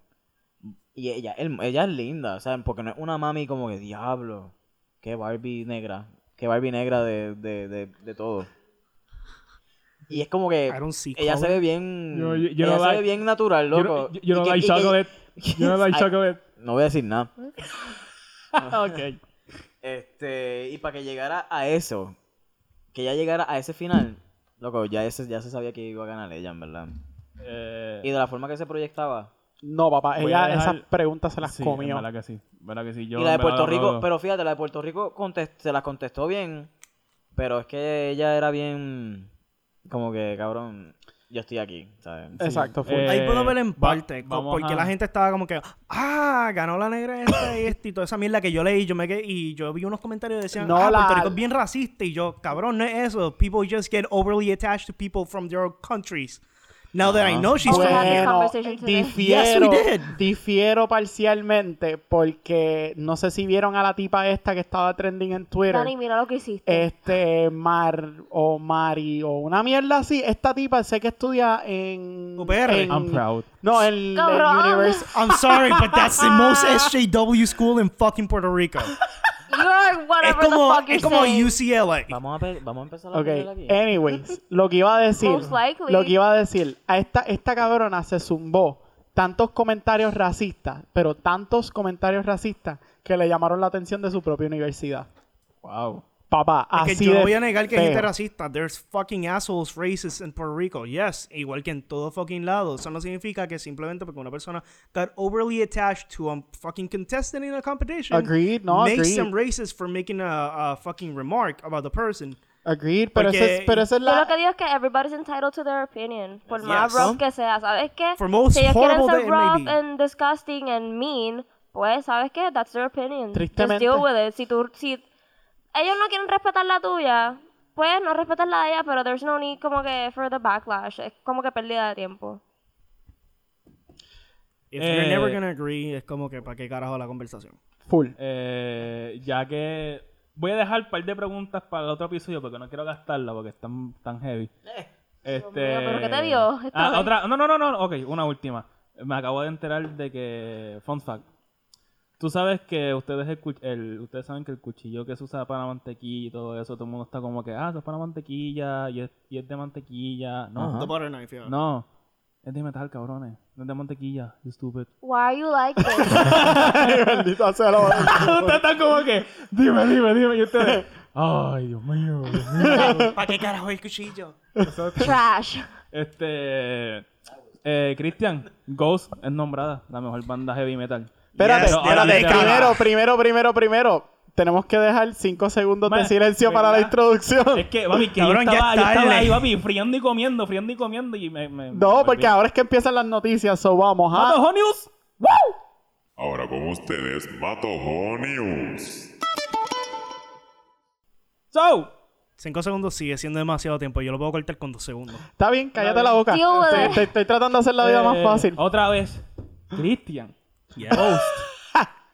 [SPEAKER 4] Y ella, el- ella es linda, ¿saben? Porque no es una mami como que diablo. Qué Barbie negra. Qué Barbie negra de, de, de, de todo. Y es como Eh, que
[SPEAKER 1] I don't see
[SPEAKER 4] ella se
[SPEAKER 1] color.
[SPEAKER 4] ve bien.
[SPEAKER 3] Yo- yo- yo
[SPEAKER 4] ella
[SPEAKER 3] no
[SPEAKER 4] se
[SPEAKER 3] like-
[SPEAKER 4] ve bien natural,
[SPEAKER 3] Yo
[SPEAKER 4] loco.
[SPEAKER 3] no- Yo yo no
[SPEAKER 4] Y que-
[SPEAKER 3] like
[SPEAKER 4] y que-
[SPEAKER 3] chocolate. Yo no like
[SPEAKER 4] (laughs) Ay, Ah.
[SPEAKER 3] chocolate.
[SPEAKER 4] No voy a decir nada.
[SPEAKER 3] Ok.
[SPEAKER 4] Este, y para que llegara a eso, que ya llegara a ese final, loco, ya, ese, ya se sabía que iba a ganar ella, en verdad.
[SPEAKER 3] Eh,
[SPEAKER 4] Y de la forma que se proyectaba.
[SPEAKER 2] No, papá,
[SPEAKER 3] Voy
[SPEAKER 2] ella
[SPEAKER 3] a dejar-
[SPEAKER 2] esas preguntas se las
[SPEAKER 3] sí, en
[SPEAKER 2] comió.
[SPEAKER 3] verdad que sí. en verdad que sí. Yo
[SPEAKER 4] y la de
[SPEAKER 3] en verdad
[SPEAKER 4] Puerto
[SPEAKER 3] lo
[SPEAKER 4] Rico,
[SPEAKER 3] aplaudo.
[SPEAKER 4] pero fíjate, la de Puerto Rico contest- se la contestó bien, pero es que ella era bien, como que, cabrón, yo estoy aquí, ¿sabes?
[SPEAKER 2] Exacto, full.
[SPEAKER 3] Eh,
[SPEAKER 1] Ahí puedo ver en
[SPEAKER 3] va-
[SPEAKER 1] parte, co-
[SPEAKER 3] vamos
[SPEAKER 1] porque
[SPEAKER 3] a-
[SPEAKER 1] la gente estaba como que, ah, ganó la negra esta y esta y toda esa mierda que yo leí, yo me quedé, y yo vi unos comentarios que decían,
[SPEAKER 2] No,
[SPEAKER 1] ah,
[SPEAKER 2] la-
[SPEAKER 1] Puerto Rico es bien racista, y yo, cabrón, no es eso, people just get overly attached to people from their own countries. Now that I know she's
[SPEAKER 5] Well,
[SPEAKER 1] from
[SPEAKER 5] had this
[SPEAKER 1] here.
[SPEAKER 2] Bueno,
[SPEAKER 5] conversation today.
[SPEAKER 2] difiero,
[SPEAKER 1] Yes, we did.
[SPEAKER 2] difiero parcialmente porque no sé si vieron a la tipa esta que estaba trending en Twitter.
[SPEAKER 5] Dani, mira lo que
[SPEAKER 2] Eh.
[SPEAKER 5] hiciste.
[SPEAKER 2] Este, Mar o Mari o una mierda así. Esta tipa sé que estudia en...
[SPEAKER 1] UPR.
[SPEAKER 2] en-
[SPEAKER 3] I'm proud.
[SPEAKER 2] No, en el
[SPEAKER 5] Cabrón.
[SPEAKER 2] Universe.
[SPEAKER 1] I'm sorry, but that's the most SJW school in fucking Puerto Rico.
[SPEAKER 5] You're
[SPEAKER 1] es
[SPEAKER 5] whatever
[SPEAKER 1] como,
[SPEAKER 5] the fuck
[SPEAKER 1] es
[SPEAKER 5] you're
[SPEAKER 1] como
[SPEAKER 5] saying.
[SPEAKER 1] UCLA.
[SPEAKER 4] Vamos a, pe- vamos a empezar la
[SPEAKER 2] Ok, eh,
[SPEAKER 4] pelea aquí.
[SPEAKER 2] anyways, lo que iba a decir,
[SPEAKER 5] Most likely.
[SPEAKER 2] lo que iba a decir, a esta, esta cabrona se zumbó tantos comentarios racistas, pero tantos comentarios racistas que le llamaron la atención de su propia universidad.
[SPEAKER 3] Wow.
[SPEAKER 2] Papá,
[SPEAKER 1] que
[SPEAKER 2] así
[SPEAKER 1] yo no
[SPEAKER 2] de
[SPEAKER 1] voy a negar que hay
[SPEAKER 2] feo.
[SPEAKER 1] gente racista. There's fucking assholes, racists in Puerto Rico. Yes, igual que en todo fucking lado. Eso no significa que simplemente porque una persona got overly attached to a fucking contestant in a competition
[SPEAKER 2] Agreed, no,
[SPEAKER 1] makes
[SPEAKER 2] agreed.
[SPEAKER 1] them racist for making a, a fucking remark about the person.
[SPEAKER 2] Agreed, pero,
[SPEAKER 1] Porque-
[SPEAKER 2] ese es- pero esa es
[SPEAKER 5] Yo lo que
[SPEAKER 2] la...
[SPEAKER 5] digo es que everybody's entitled to their opinion. Por más
[SPEAKER 1] Yes.
[SPEAKER 5] rough que sea, ¿sabes qué?
[SPEAKER 1] For most
[SPEAKER 5] si ellos quieren
[SPEAKER 1] horrible that
[SPEAKER 5] ser
[SPEAKER 1] it may
[SPEAKER 5] rough
[SPEAKER 1] be.
[SPEAKER 5] and disgusting and mean, pues, ¿sabes qué? That's their opinion.
[SPEAKER 2] Tristemente.
[SPEAKER 5] Just deal with it. Si, tú, si ellos no quieren respetar la tuya, pues no respetas la de ella, pero there's no need como que for the backlash. Es como que pérdida de tiempo.
[SPEAKER 1] If you're
[SPEAKER 3] Eh,
[SPEAKER 1] never gonna agree, es como que para qué carajo la conversación.
[SPEAKER 2] Full.
[SPEAKER 3] Eh, ya que voy a dejar un par de preguntas para el otro episodio porque no quiero gastarla porque están tan heavy.
[SPEAKER 5] Eh,
[SPEAKER 3] Este,
[SPEAKER 5] mío, ¿pero qué te dio esta
[SPEAKER 3] ah,
[SPEAKER 5] vez?
[SPEAKER 3] otra, no, no, no, no, ok, una última. Me acabo de enterar de que, fun fact, tú sabes que ustedes, el cu- el- ustedes saben que el cuchillo que se usa para mantequilla y todo eso, todo el mundo está como que, ah, eso es para mantequilla y es, y es de mantequilla. No,
[SPEAKER 2] Ah.
[SPEAKER 4] Ajá.
[SPEAKER 1] The butter knife, yeah. (laughs)
[SPEAKER 3] no, es de metal, cabrones, no es de mantequilla, you stupid.
[SPEAKER 5] Why are you like (laughs) this?
[SPEAKER 2] Ay, bendito sea la madre.
[SPEAKER 3] Ustedes están como que, dime, dime, dime, y ustedes, (laughs) ay, Dios mío, Dios mío.
[SPEAKER 1] ¿Para qué carajo el cuchillo?
[SPEAKER 5] Trash.
[SPEAKER 3] (laughs) Este. Eh, Cristian, Ghost es nombrada la mejor banda heavy (laughs) metal.
[SPEAKER 2] Espérate,
[SPEAKER 1] Yes,
[SPEAKER 2] espérate,
[SPEAKER 1] de la década.
[SPEAKER 2] primero, primero, primero, primero. Tenemos que dejar cinco segundos de
[SPEAKER 3] Man,
[SPEAKER 2] silencio para la
[SPEAKER 3] ¿verdad?
[SPEAKER 2] introducción.
[SPEAKER 3] Es que, papi, que
[SPEAKER 1] Cabrón,
[SPEAKER 3] yo
[SPEAKER 1] ya
[SPEAKER 3] estaba,
[SPEAKER 1] es
[SPEAKER 3] yo estaba
[SPEAKER 1] tarde.
[SPEAKER 3] ahí, papi, friando y comiendo, friando y comiendo y me... me-
[SPEAKER 2] No,
[SPEAKER 3] me
[SPEAKER 2] porque ahora es que empiezan las noticias, so vamos ah, a...
[SPEAKER 3] ¡Matojo News!
[SPEAKER 6] Ahora con ustedes, Matojo News.
[SPEAKER 3] ¡So!
[SPEAKER 1] Cinco segundos sigue siendo demasiado tiempo. Yo lo puedo cortar con dos segundos.
[SPEAKER 2] Está bien, cállate la boca.
[SPEAKER 5] Sí, hubo de-
[SPEAKER 2] Estoy, estoy tratando de hacer la vida más
[SPEAKER 3] eh,
[SPEAKER 2] fácil.
[SPEAKER 3] Otra vez, Cristian,
[SPEAKER 2] (laughs)
[SPEAKER 3] Ghost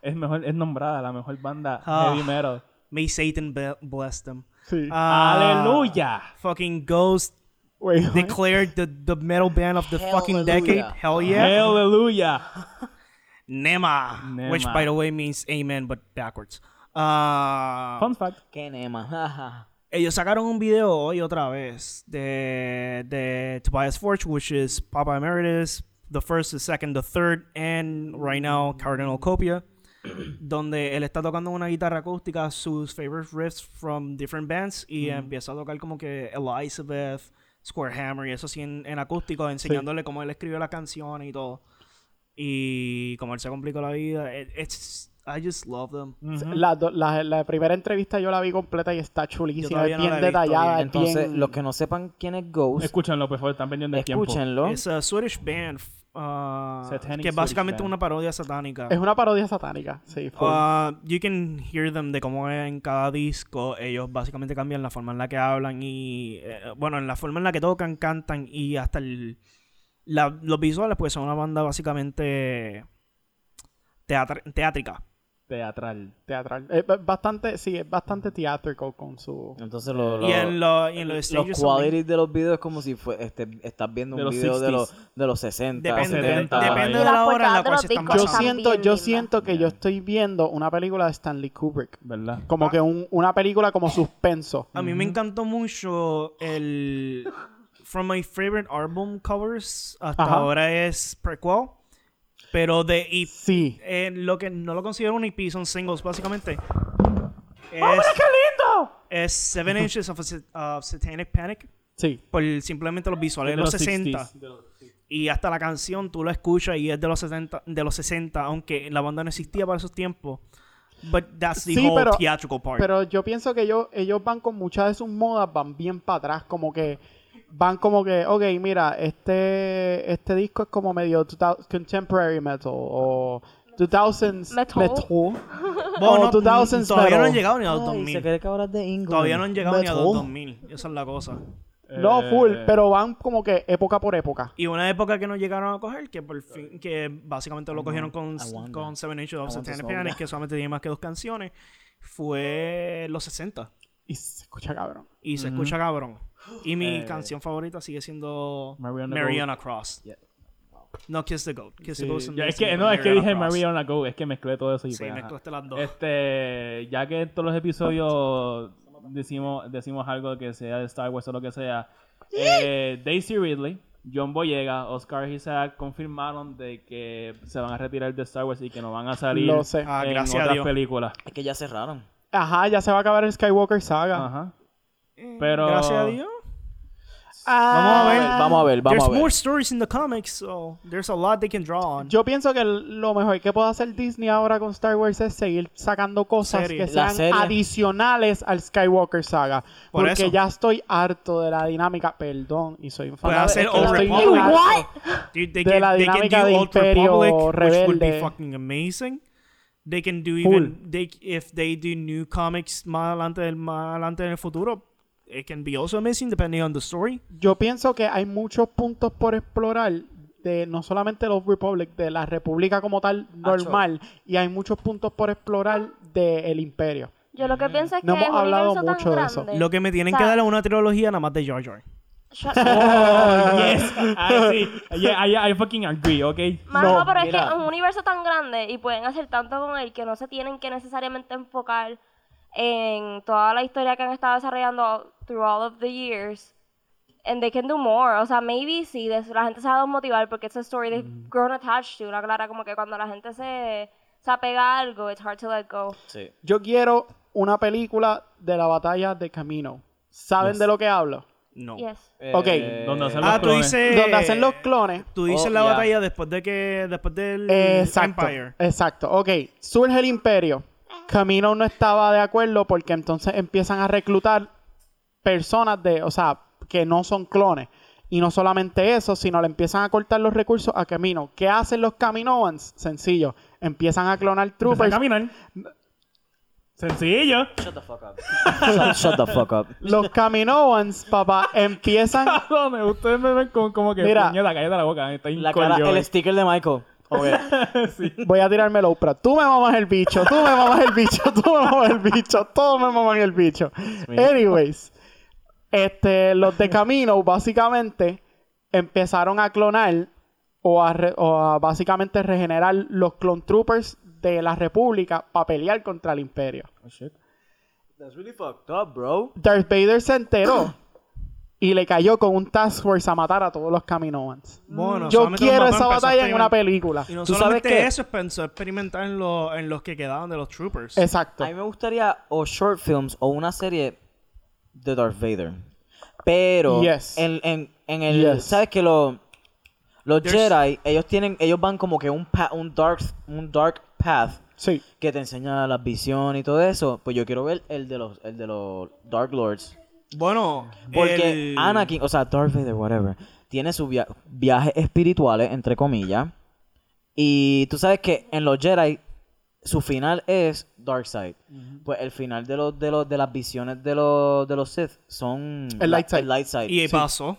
[SPEAKER 3] es, mejor, es nombrada la mejor banda
[SPEAKER 1] Ah.
[SPEAKER 3] heavy metal.
[SPEAKER 1] May Satan be- bless them.
[SPEAKER 2] Sí.
[SPEAKER 1] Ah,
[SPEAKER 3] ¡Aleluya!
[SPEAKER 1] Fucking Ghost
[SPEAKER 2] Wait, wait.
[SPEAKER 1] declared the, the metal band of the fucking decade.
[SPEAKER 4] Hallelujah.
[SPEAKER 1] Hell yeah.
[SPEAKER 3] ¡Aleluya!
[SPEAKER 1] Nema,
[SPEAKER 3] Nema.
[SPEAKER 1] Which, by the way, means amen, but backwards. Uh,
[SPEAKER 3] Fun fact.
[SPEAKER 4] Qué nema. (laughs) jaja.
[SPEAKER 1] ellos sacaron un video hoy otra vez de, de Tobias Forge, which is Papa Emeritus, the first, the second, the third, and right now Cardinal Copia, donde él está tocando una guitarra acústica, sus favorite riffs from different bands, y empieza a tocar como que Elizabeth, Square Hammer, y eso sí en, en acústico, enseñándole cómo él escribió la canción y todo. Y cómo él se complicó la vida. It- it's- I just love them.
[SPEAKER 2] La, do- la- la primera entrevista yo la vi completa y está chulísima,
[SPEAKER 1] todavía
[SPEAKER 2] es
[SPEAKER 1] no
[SPEAKER 2] bien
[SPEAKER 1] la he visto
[SPEAKER 2] detallada.
[SPEAKER 1] bien.
[SPEAKER 2] es bien-
[SPEAKER 4] Entonces, los que no sepan quién es Ghost,
[SPEAKER 3] Escúchenlo, por favor, están perdiendo el tiempo.
[SPEAKER 4] escúchenlo.
[SPEAKER 1] Es a Swedish band. f- uh,
[SPEAKER 3] Satanic
[SPEAKER 1] que
[SPEAKER 3] Swedish
[SPEAKER 1] básicamente es
[SPEAKER 3] band.
[SPEAKER 1] una parodia satánica.
[SPEAKER 2] es una parodia satánica, sí. full.
[SPEAKER 1] Uh, you can hear them de cómo en cada disco ellos básicamente cambian la forma en la que hablan y eh, bueno, en la forma en la que tocan, cantan y hasta el, la- los visuales pues son una banda básicamente teatra- teátrica.
[SPEAKER 3] Teatral.
[SPEAKER 2] teatral. Es ba- bastante, sí, es bastante theatrical con su...
[SPEAKER 4] Entonces, lo- lo-
[SPEAKER 1] y en, lo- y en los
[SPEAKER 4] los
[SPEAKER 1] stages son-
[SPEAKER 4] qualities de los videos es como si fue, este, estás viendo un
[SPEAKER 3] De los
[SPEAKER 4] video de
[SPEAKER 3] 60s.
[SPEAKER 4] los, de los 60,
[SPEAKER 1] depende,
[SPEAKER 4] 70.
[SPEAKER 1] depende de
[SPEAKER 5] Y
[SPEAKER 1] la
[SPEAKER 5] las
[SPEAKER 1] hora en la
[SPEAKER 5] portadas de
[SPEAKER 1] cual
[SPEAKER 5] los
[SPEAKER 1] se están
[SPEAKER 5] discos
[SPEAKER 2] Yo
[SPEAKER 5] Cosa
[SPEAKER 1] pasando.
[SPEAKER 5] también,
[SPEAKER 2] siento, yo
[SPEAKER 5] linda.
[SPEAKER 2] siento que yo estoy viendo una película de Stanley Kubrick.
[SPEAKER 3] ¿Verdad?
[SPEAKER 2] Como que un- una película como suspenso.
[SPEAKER 1] A mí me encantó mucho el. From my favorite album covers hasta
[SPEAKER 2] Ajá.
[SPEAKER 1] ahora es Prequel. Pero de EP.
[SPEAKER 2] Sí.
[SPEAKER 1] eh, lo que no lo considero un EP son singles, básicamente. Es, es Seven Inches of, a Sa- of Satanic Panic.
[SPEAKER 2] Sí.
[SPEAKER 1] Por simplemente los visuales de
[SPEAKER 3] De
[SPEAKER 1] los
[SPEAKER 3] los
[SPEAKER 1] 60. Y hasta la canción tú la escuchas y es de los 60, de los 60 aunque la banda no existía para esos tiempos. But that's the
[SPEAKER 2] Sí,
[SPEAKER 1] whole
[SPEAKER 2] pero-
[SPEAKER 1] theatrical part.
[SPEAKER 2] Pero yo pienso que ellos, ellos van con muchas de sus modas, van bien para atrás, como que van como que, ok, mira, este, este disco es como medio 2000 contemporary metal o 2000s
[SPEAKER 5] Metal.
[SPEAKER 4] (laughs)
[SPEAKER 1] Bueno,
[SPEAKER 2] o 2000s
[SPEAKER 1] todavía no han
[SPEAKER 2] metal.
[SPEAKER 1] llegado ni a los
[SPEAKER 4] Ay, se
[SPEAKER 1] 2000.
[SPEAKER 4] cree que ahora es de England.
[SPEAKER 1] Todavía no han llegado ni a
[SPEAKER 2] Metal.
[SPEAKER 1] los 2000. Esa es la cosa.
[SPEAKER 2] No,
[SPEAKER 3] Eh,
[SPEAKER 2] full, pero van como que época por época.
[SPEAKER 1] Y una época que no llegaron a coger, que por fin, que básicamente lo cogieron con, con Seven Inches of
[SPEAKER 4] I want to
[SPEAKER 1] Satanic
[SPEAKER 4] smoke
[SPEAKER 1] Panic,
[SPEAKER 4] that.
[SPEAKER 1] que solamente tiene más que dos canciones, fue los 60.
[SPEAKER 2] Y se escucha cabrón.
[SPEAKER 1] Y
[SPEAKER 3] Mm-hmm.
[SPEAKER 1] se escucha cabrón. Y mi canción favorita sigue siendo
[SPEAKER 3] Eh, Mariana
[SPEAKER 1] Mariana, Cross.
[SPEAKER 4] Yeah.
[SPEAKER 1] No Kiss the Goat. Kiss
[SPEAKER 3] Sí.
[SPEAKER 1] the Goat.
[SPEAKER 3] Yo- es que, no, es que dije Mariana Go, es que mezclé todo eso y
[SPEAKER 1] Sí,
[SPEAKER 3] pues, ajá.
[SPEAKER 1] mezclaste las dos.
[SPEAKER 3] Este, ya que en todos los episodios decimos, decimos algo que sea de Star Wars o lo que sea, eh, Daisy Ridley, John Boyega, Oscar Isaac confirmaron de que se van a retirar de Star Wars y que no van a salir
[SPEAKER 2] Lo sé.
[SPEAKER 1] Ah,
[SPEAKER 3] en
[SPEAKER 1] gracias a
[SPEAKER 3] otras
[SPEAKER 1] Dios.
[SPEAKER 3] películas.
[SPEAKER 4] Es que ya cerraron.
[SPEAKER 2] Ajá, ya se va a acabar el Skywalker saga.
[SPEAKER 3] Ajá. Pero
[SPEAKER 1] Eh, Gracias a
[SPEAKER 3] (laughs)
[SPEAKER 1] Dios.
[SPEAKER 2] Ah.
[SPEAKER 4] Vamos a ver, vamos a ver, vamos
[SPEAKER 1] There's
[SPEAKER 4] a ver.
[SPEAKER 1] more stories in the comics, so there's a lot they can draw on.
[SPEAKER 2] Yo pienso que lo mejor que puede hacer Disney ahora con Star Wars es seguir sacando cosas
[SPEAKER 1] Serie.
[SPEAKER 2] que sean
[SPEAKER 4] La serie.
[SPEAKER 2] adicionales al Skywalker saga.
[SPEAKER 1] Por
[SPEAKER 2] porque
[SPEAKER 1] eso.
[SPEAKER 2] ya estoy harto de la dinámica, perdón, y soy un fan.
[SPEAKER 1] Puede hacer
[SPEAKER 2] Es que
[SPEAKER 1] Old
[SPEAKER 2] estoy
[SPEAKER 1] Republic.
[SPEAKER 2] harto.
[SPEAKER 5] What?
[SPEAKER 1] Dude, they
[SPEAKER 2] de
[SPEAKER 1] can,
[SPEAKER 2] la
[SPEAKER 1] they can
[SPEAKER 2] dinámica
[SPEAKER 1] do
[SPEAKER 2] de
[SPEAKER 1] Old
[SPEAKER 2] Imperio
[SPEAKER 1] Republic, which would be
[SPEAKER 2] rebelde.
[SPEAKER 1] fucking amazing. They can do even
[SPEAKER 2] Full.
[SPEAKER 1] they if they do new comics más adelante del más adelante en el futuro. It can be also amazing depending on the story.
[SPEAKER 2] Yo pienso que hay muchos puntos por explorar de no solamente los Republic, de la República como tal normal, y hay muchos puntos por explorar del Imperio.
[SPEAKER 5] Yo lo que pienso es
[SPEAKER 2] No
[SPEAKER 5] que
[SPEAKER 2] hemos
[SPEAKER 5] es un
[SPEAKER 2] hablado
[SPEAKER 5] universo tan
[SPEAKER 2] mucho de eso.
[SPEAKER 5] grande.
[SPEAKER 1] Lo que me tienen
[SPEAKER 5] O
[SPEAKER 1] que
[SPEAKER 5] sea,
[SPEAKER 1] dar es una trilogía nada más de Jar Jar.
[SPEAKER 5] shut up.
[SPEAKER 3] Oh, yes, I see. Yeah, I, I fucking agree, okay?
[SPEAKER 1] Ah,
[SPEAKER 5] Mano,
[SPEAKER 2] No,
[SPEAKER 5] pero es
[SPEAKER 4] mira.
[SPEAKER 5] que es un universo tan grande y pueden hacer tanto con él que no se tienen que necesariamente enfocar en toda la historia que han estado desarrollando through all of the years. And they can do more. O sea, maybe sí, des- la gente se va a desmotivar porque es a story
[SPEAKER 1] Mm.
[SPEAKER 5] they've grown attached to. La clara, como que cuando la gente se, se apega a algo, it's hard to let go.
[SPEAKER 4] Sí.
[SPEAKER 2] Yo quiero una película de la batalla de Camino. ¿Saben de lo que hablo?
[SPEAKER 1] No.
[SPEAKER 5] Yes.
[SPEAKER 2] Ok.
[SPEAKER 4] Eh,
[SPEAKER 3] Donde hacen
[SPEAKER 1] Ah,
[SPEAKER 3] los
[SPEAKER 1] tú
[SPEAKER 3] clones.
[SPEAKER 1] dices
[SPEAKER 2] Donde hacen los clones.
[SPEAKER 1] Tú dices
[SPEAKER 4] Oh,
[SPEAKER 1] la
[SPEAKER 4] yeah.
[SPEAKER 1] batalla después de que después del
[SPEAKER 2] Exacto.
[SPEAKER 1] Empire.
[SPEAKER 2] Exacto. Ok. Surge el imperio. Camino no estaba de acuerdo porque entonces empiezan a reclutar personas de, o sea, que no son clones. Y no solamente eso, sino le empiezan a cortar los recursos a Camino. ¿Qué hacen los Caminoans? Sencillo. Empiezan a clonar
[SPEAKER 3] Empiezan a
[SPEAKER 2] troopers.
[SPEAKER 3] caminar. Sencillo. (laughs)
[SPEAKER 4] Shut the fuck up. shut, shut the fuck up.
[SPEAKER 2] Los Caminoans, papá, empiezan...
[SPEAKER 3] Cabrones, ustedes me ven con, como que
[SPEAKER 2] Mira.
[SPEAKER 3] puñeta, cállate la boca. Está
[SPEAKER 4] La cara,
[SPEAKER 3] incordio,
[SPEAKER 4] el sticker de Michael. (laughs) Ok.
[SPEAKER 2] Voy a tirarme el Oprah. Tú me mamas el bicho, tú me mamas el bicho, tú me mamas el bicho, todos me maman el bicho. Anyways, este, los de camino básicamente empezaron a clonar o a, re- o a básicamente regenerar los clone troopers de la República para pelear contra el Imperio.
[SPEAKER 3] Oh, shit.
[SPEAKER 4] That's really fucked up, bro.
[SPEAKER 2] Darth Vader se
[SPEAKER 1] (clears throat)
[SPEAKER 2] enteró y le cayó con un Task Force a matar a todos los Kaminoans.
[SPEAKER 1] Bueno,
[SPEAKER 2] Yo
[SPEAKER 1] solamente
[SPEAKER 2] quiero
[SPEAKER 1] los
[SPEAKER 2] esa
[SPEAKER 1] mataron para
[SPEAKER 2] batalla en
[SPEAKER 1] experimentar.
[SPEAKER 2] una película.
[SPEAKER 1] Y no
[SPEAKER 4] ¿Tú sabes
[SPEAKER 1] solamente
[SPEAKER 4] qué?
[SPEAKER 1] eso, pensó experimentar en, lo- en los que quedaban de los troopers.
[SPEAKER 2] Exacto.
[SPEAKER 4] A mí me gustaría o short films o una serie de Darth Vader. Pero
[SPEAKER 2] Yes.
[SPEAKER 4] en, en, en el
[SPEAKER 2] Yes.
[SPEAKER 4] sabes que los los
[SPEAKER 1] There's-
[SPEAKER 4] Jedi, ellos tienen ellos van como que un pa- un dark un dark path
[SPEAKER 2] Sí.
[SPEAKER 4] que te enseña las visiones y todo eso, pues yo quiero ver el de los el de los Dark Lords.
[SPEAKER 1] Bueno,
[SPEAKER 4] Porque
[SPEAKER 1] el-
[SPEAKER 4] Anakin, o sea, Darth Vader, whatever, tiene sus via- viajes espirituales, entre comillas. Y tú sabes que en los Jedi, su final es Darkseid. Pues el final de los, de los de las visiones de los de los Sith son
[SPEAKER 2] El light side.
[SPEAKER 4] El light side.
[SPEAKER 1] Y
[SPEAKER 4] Sí,
[SPEAKER 1] pasó.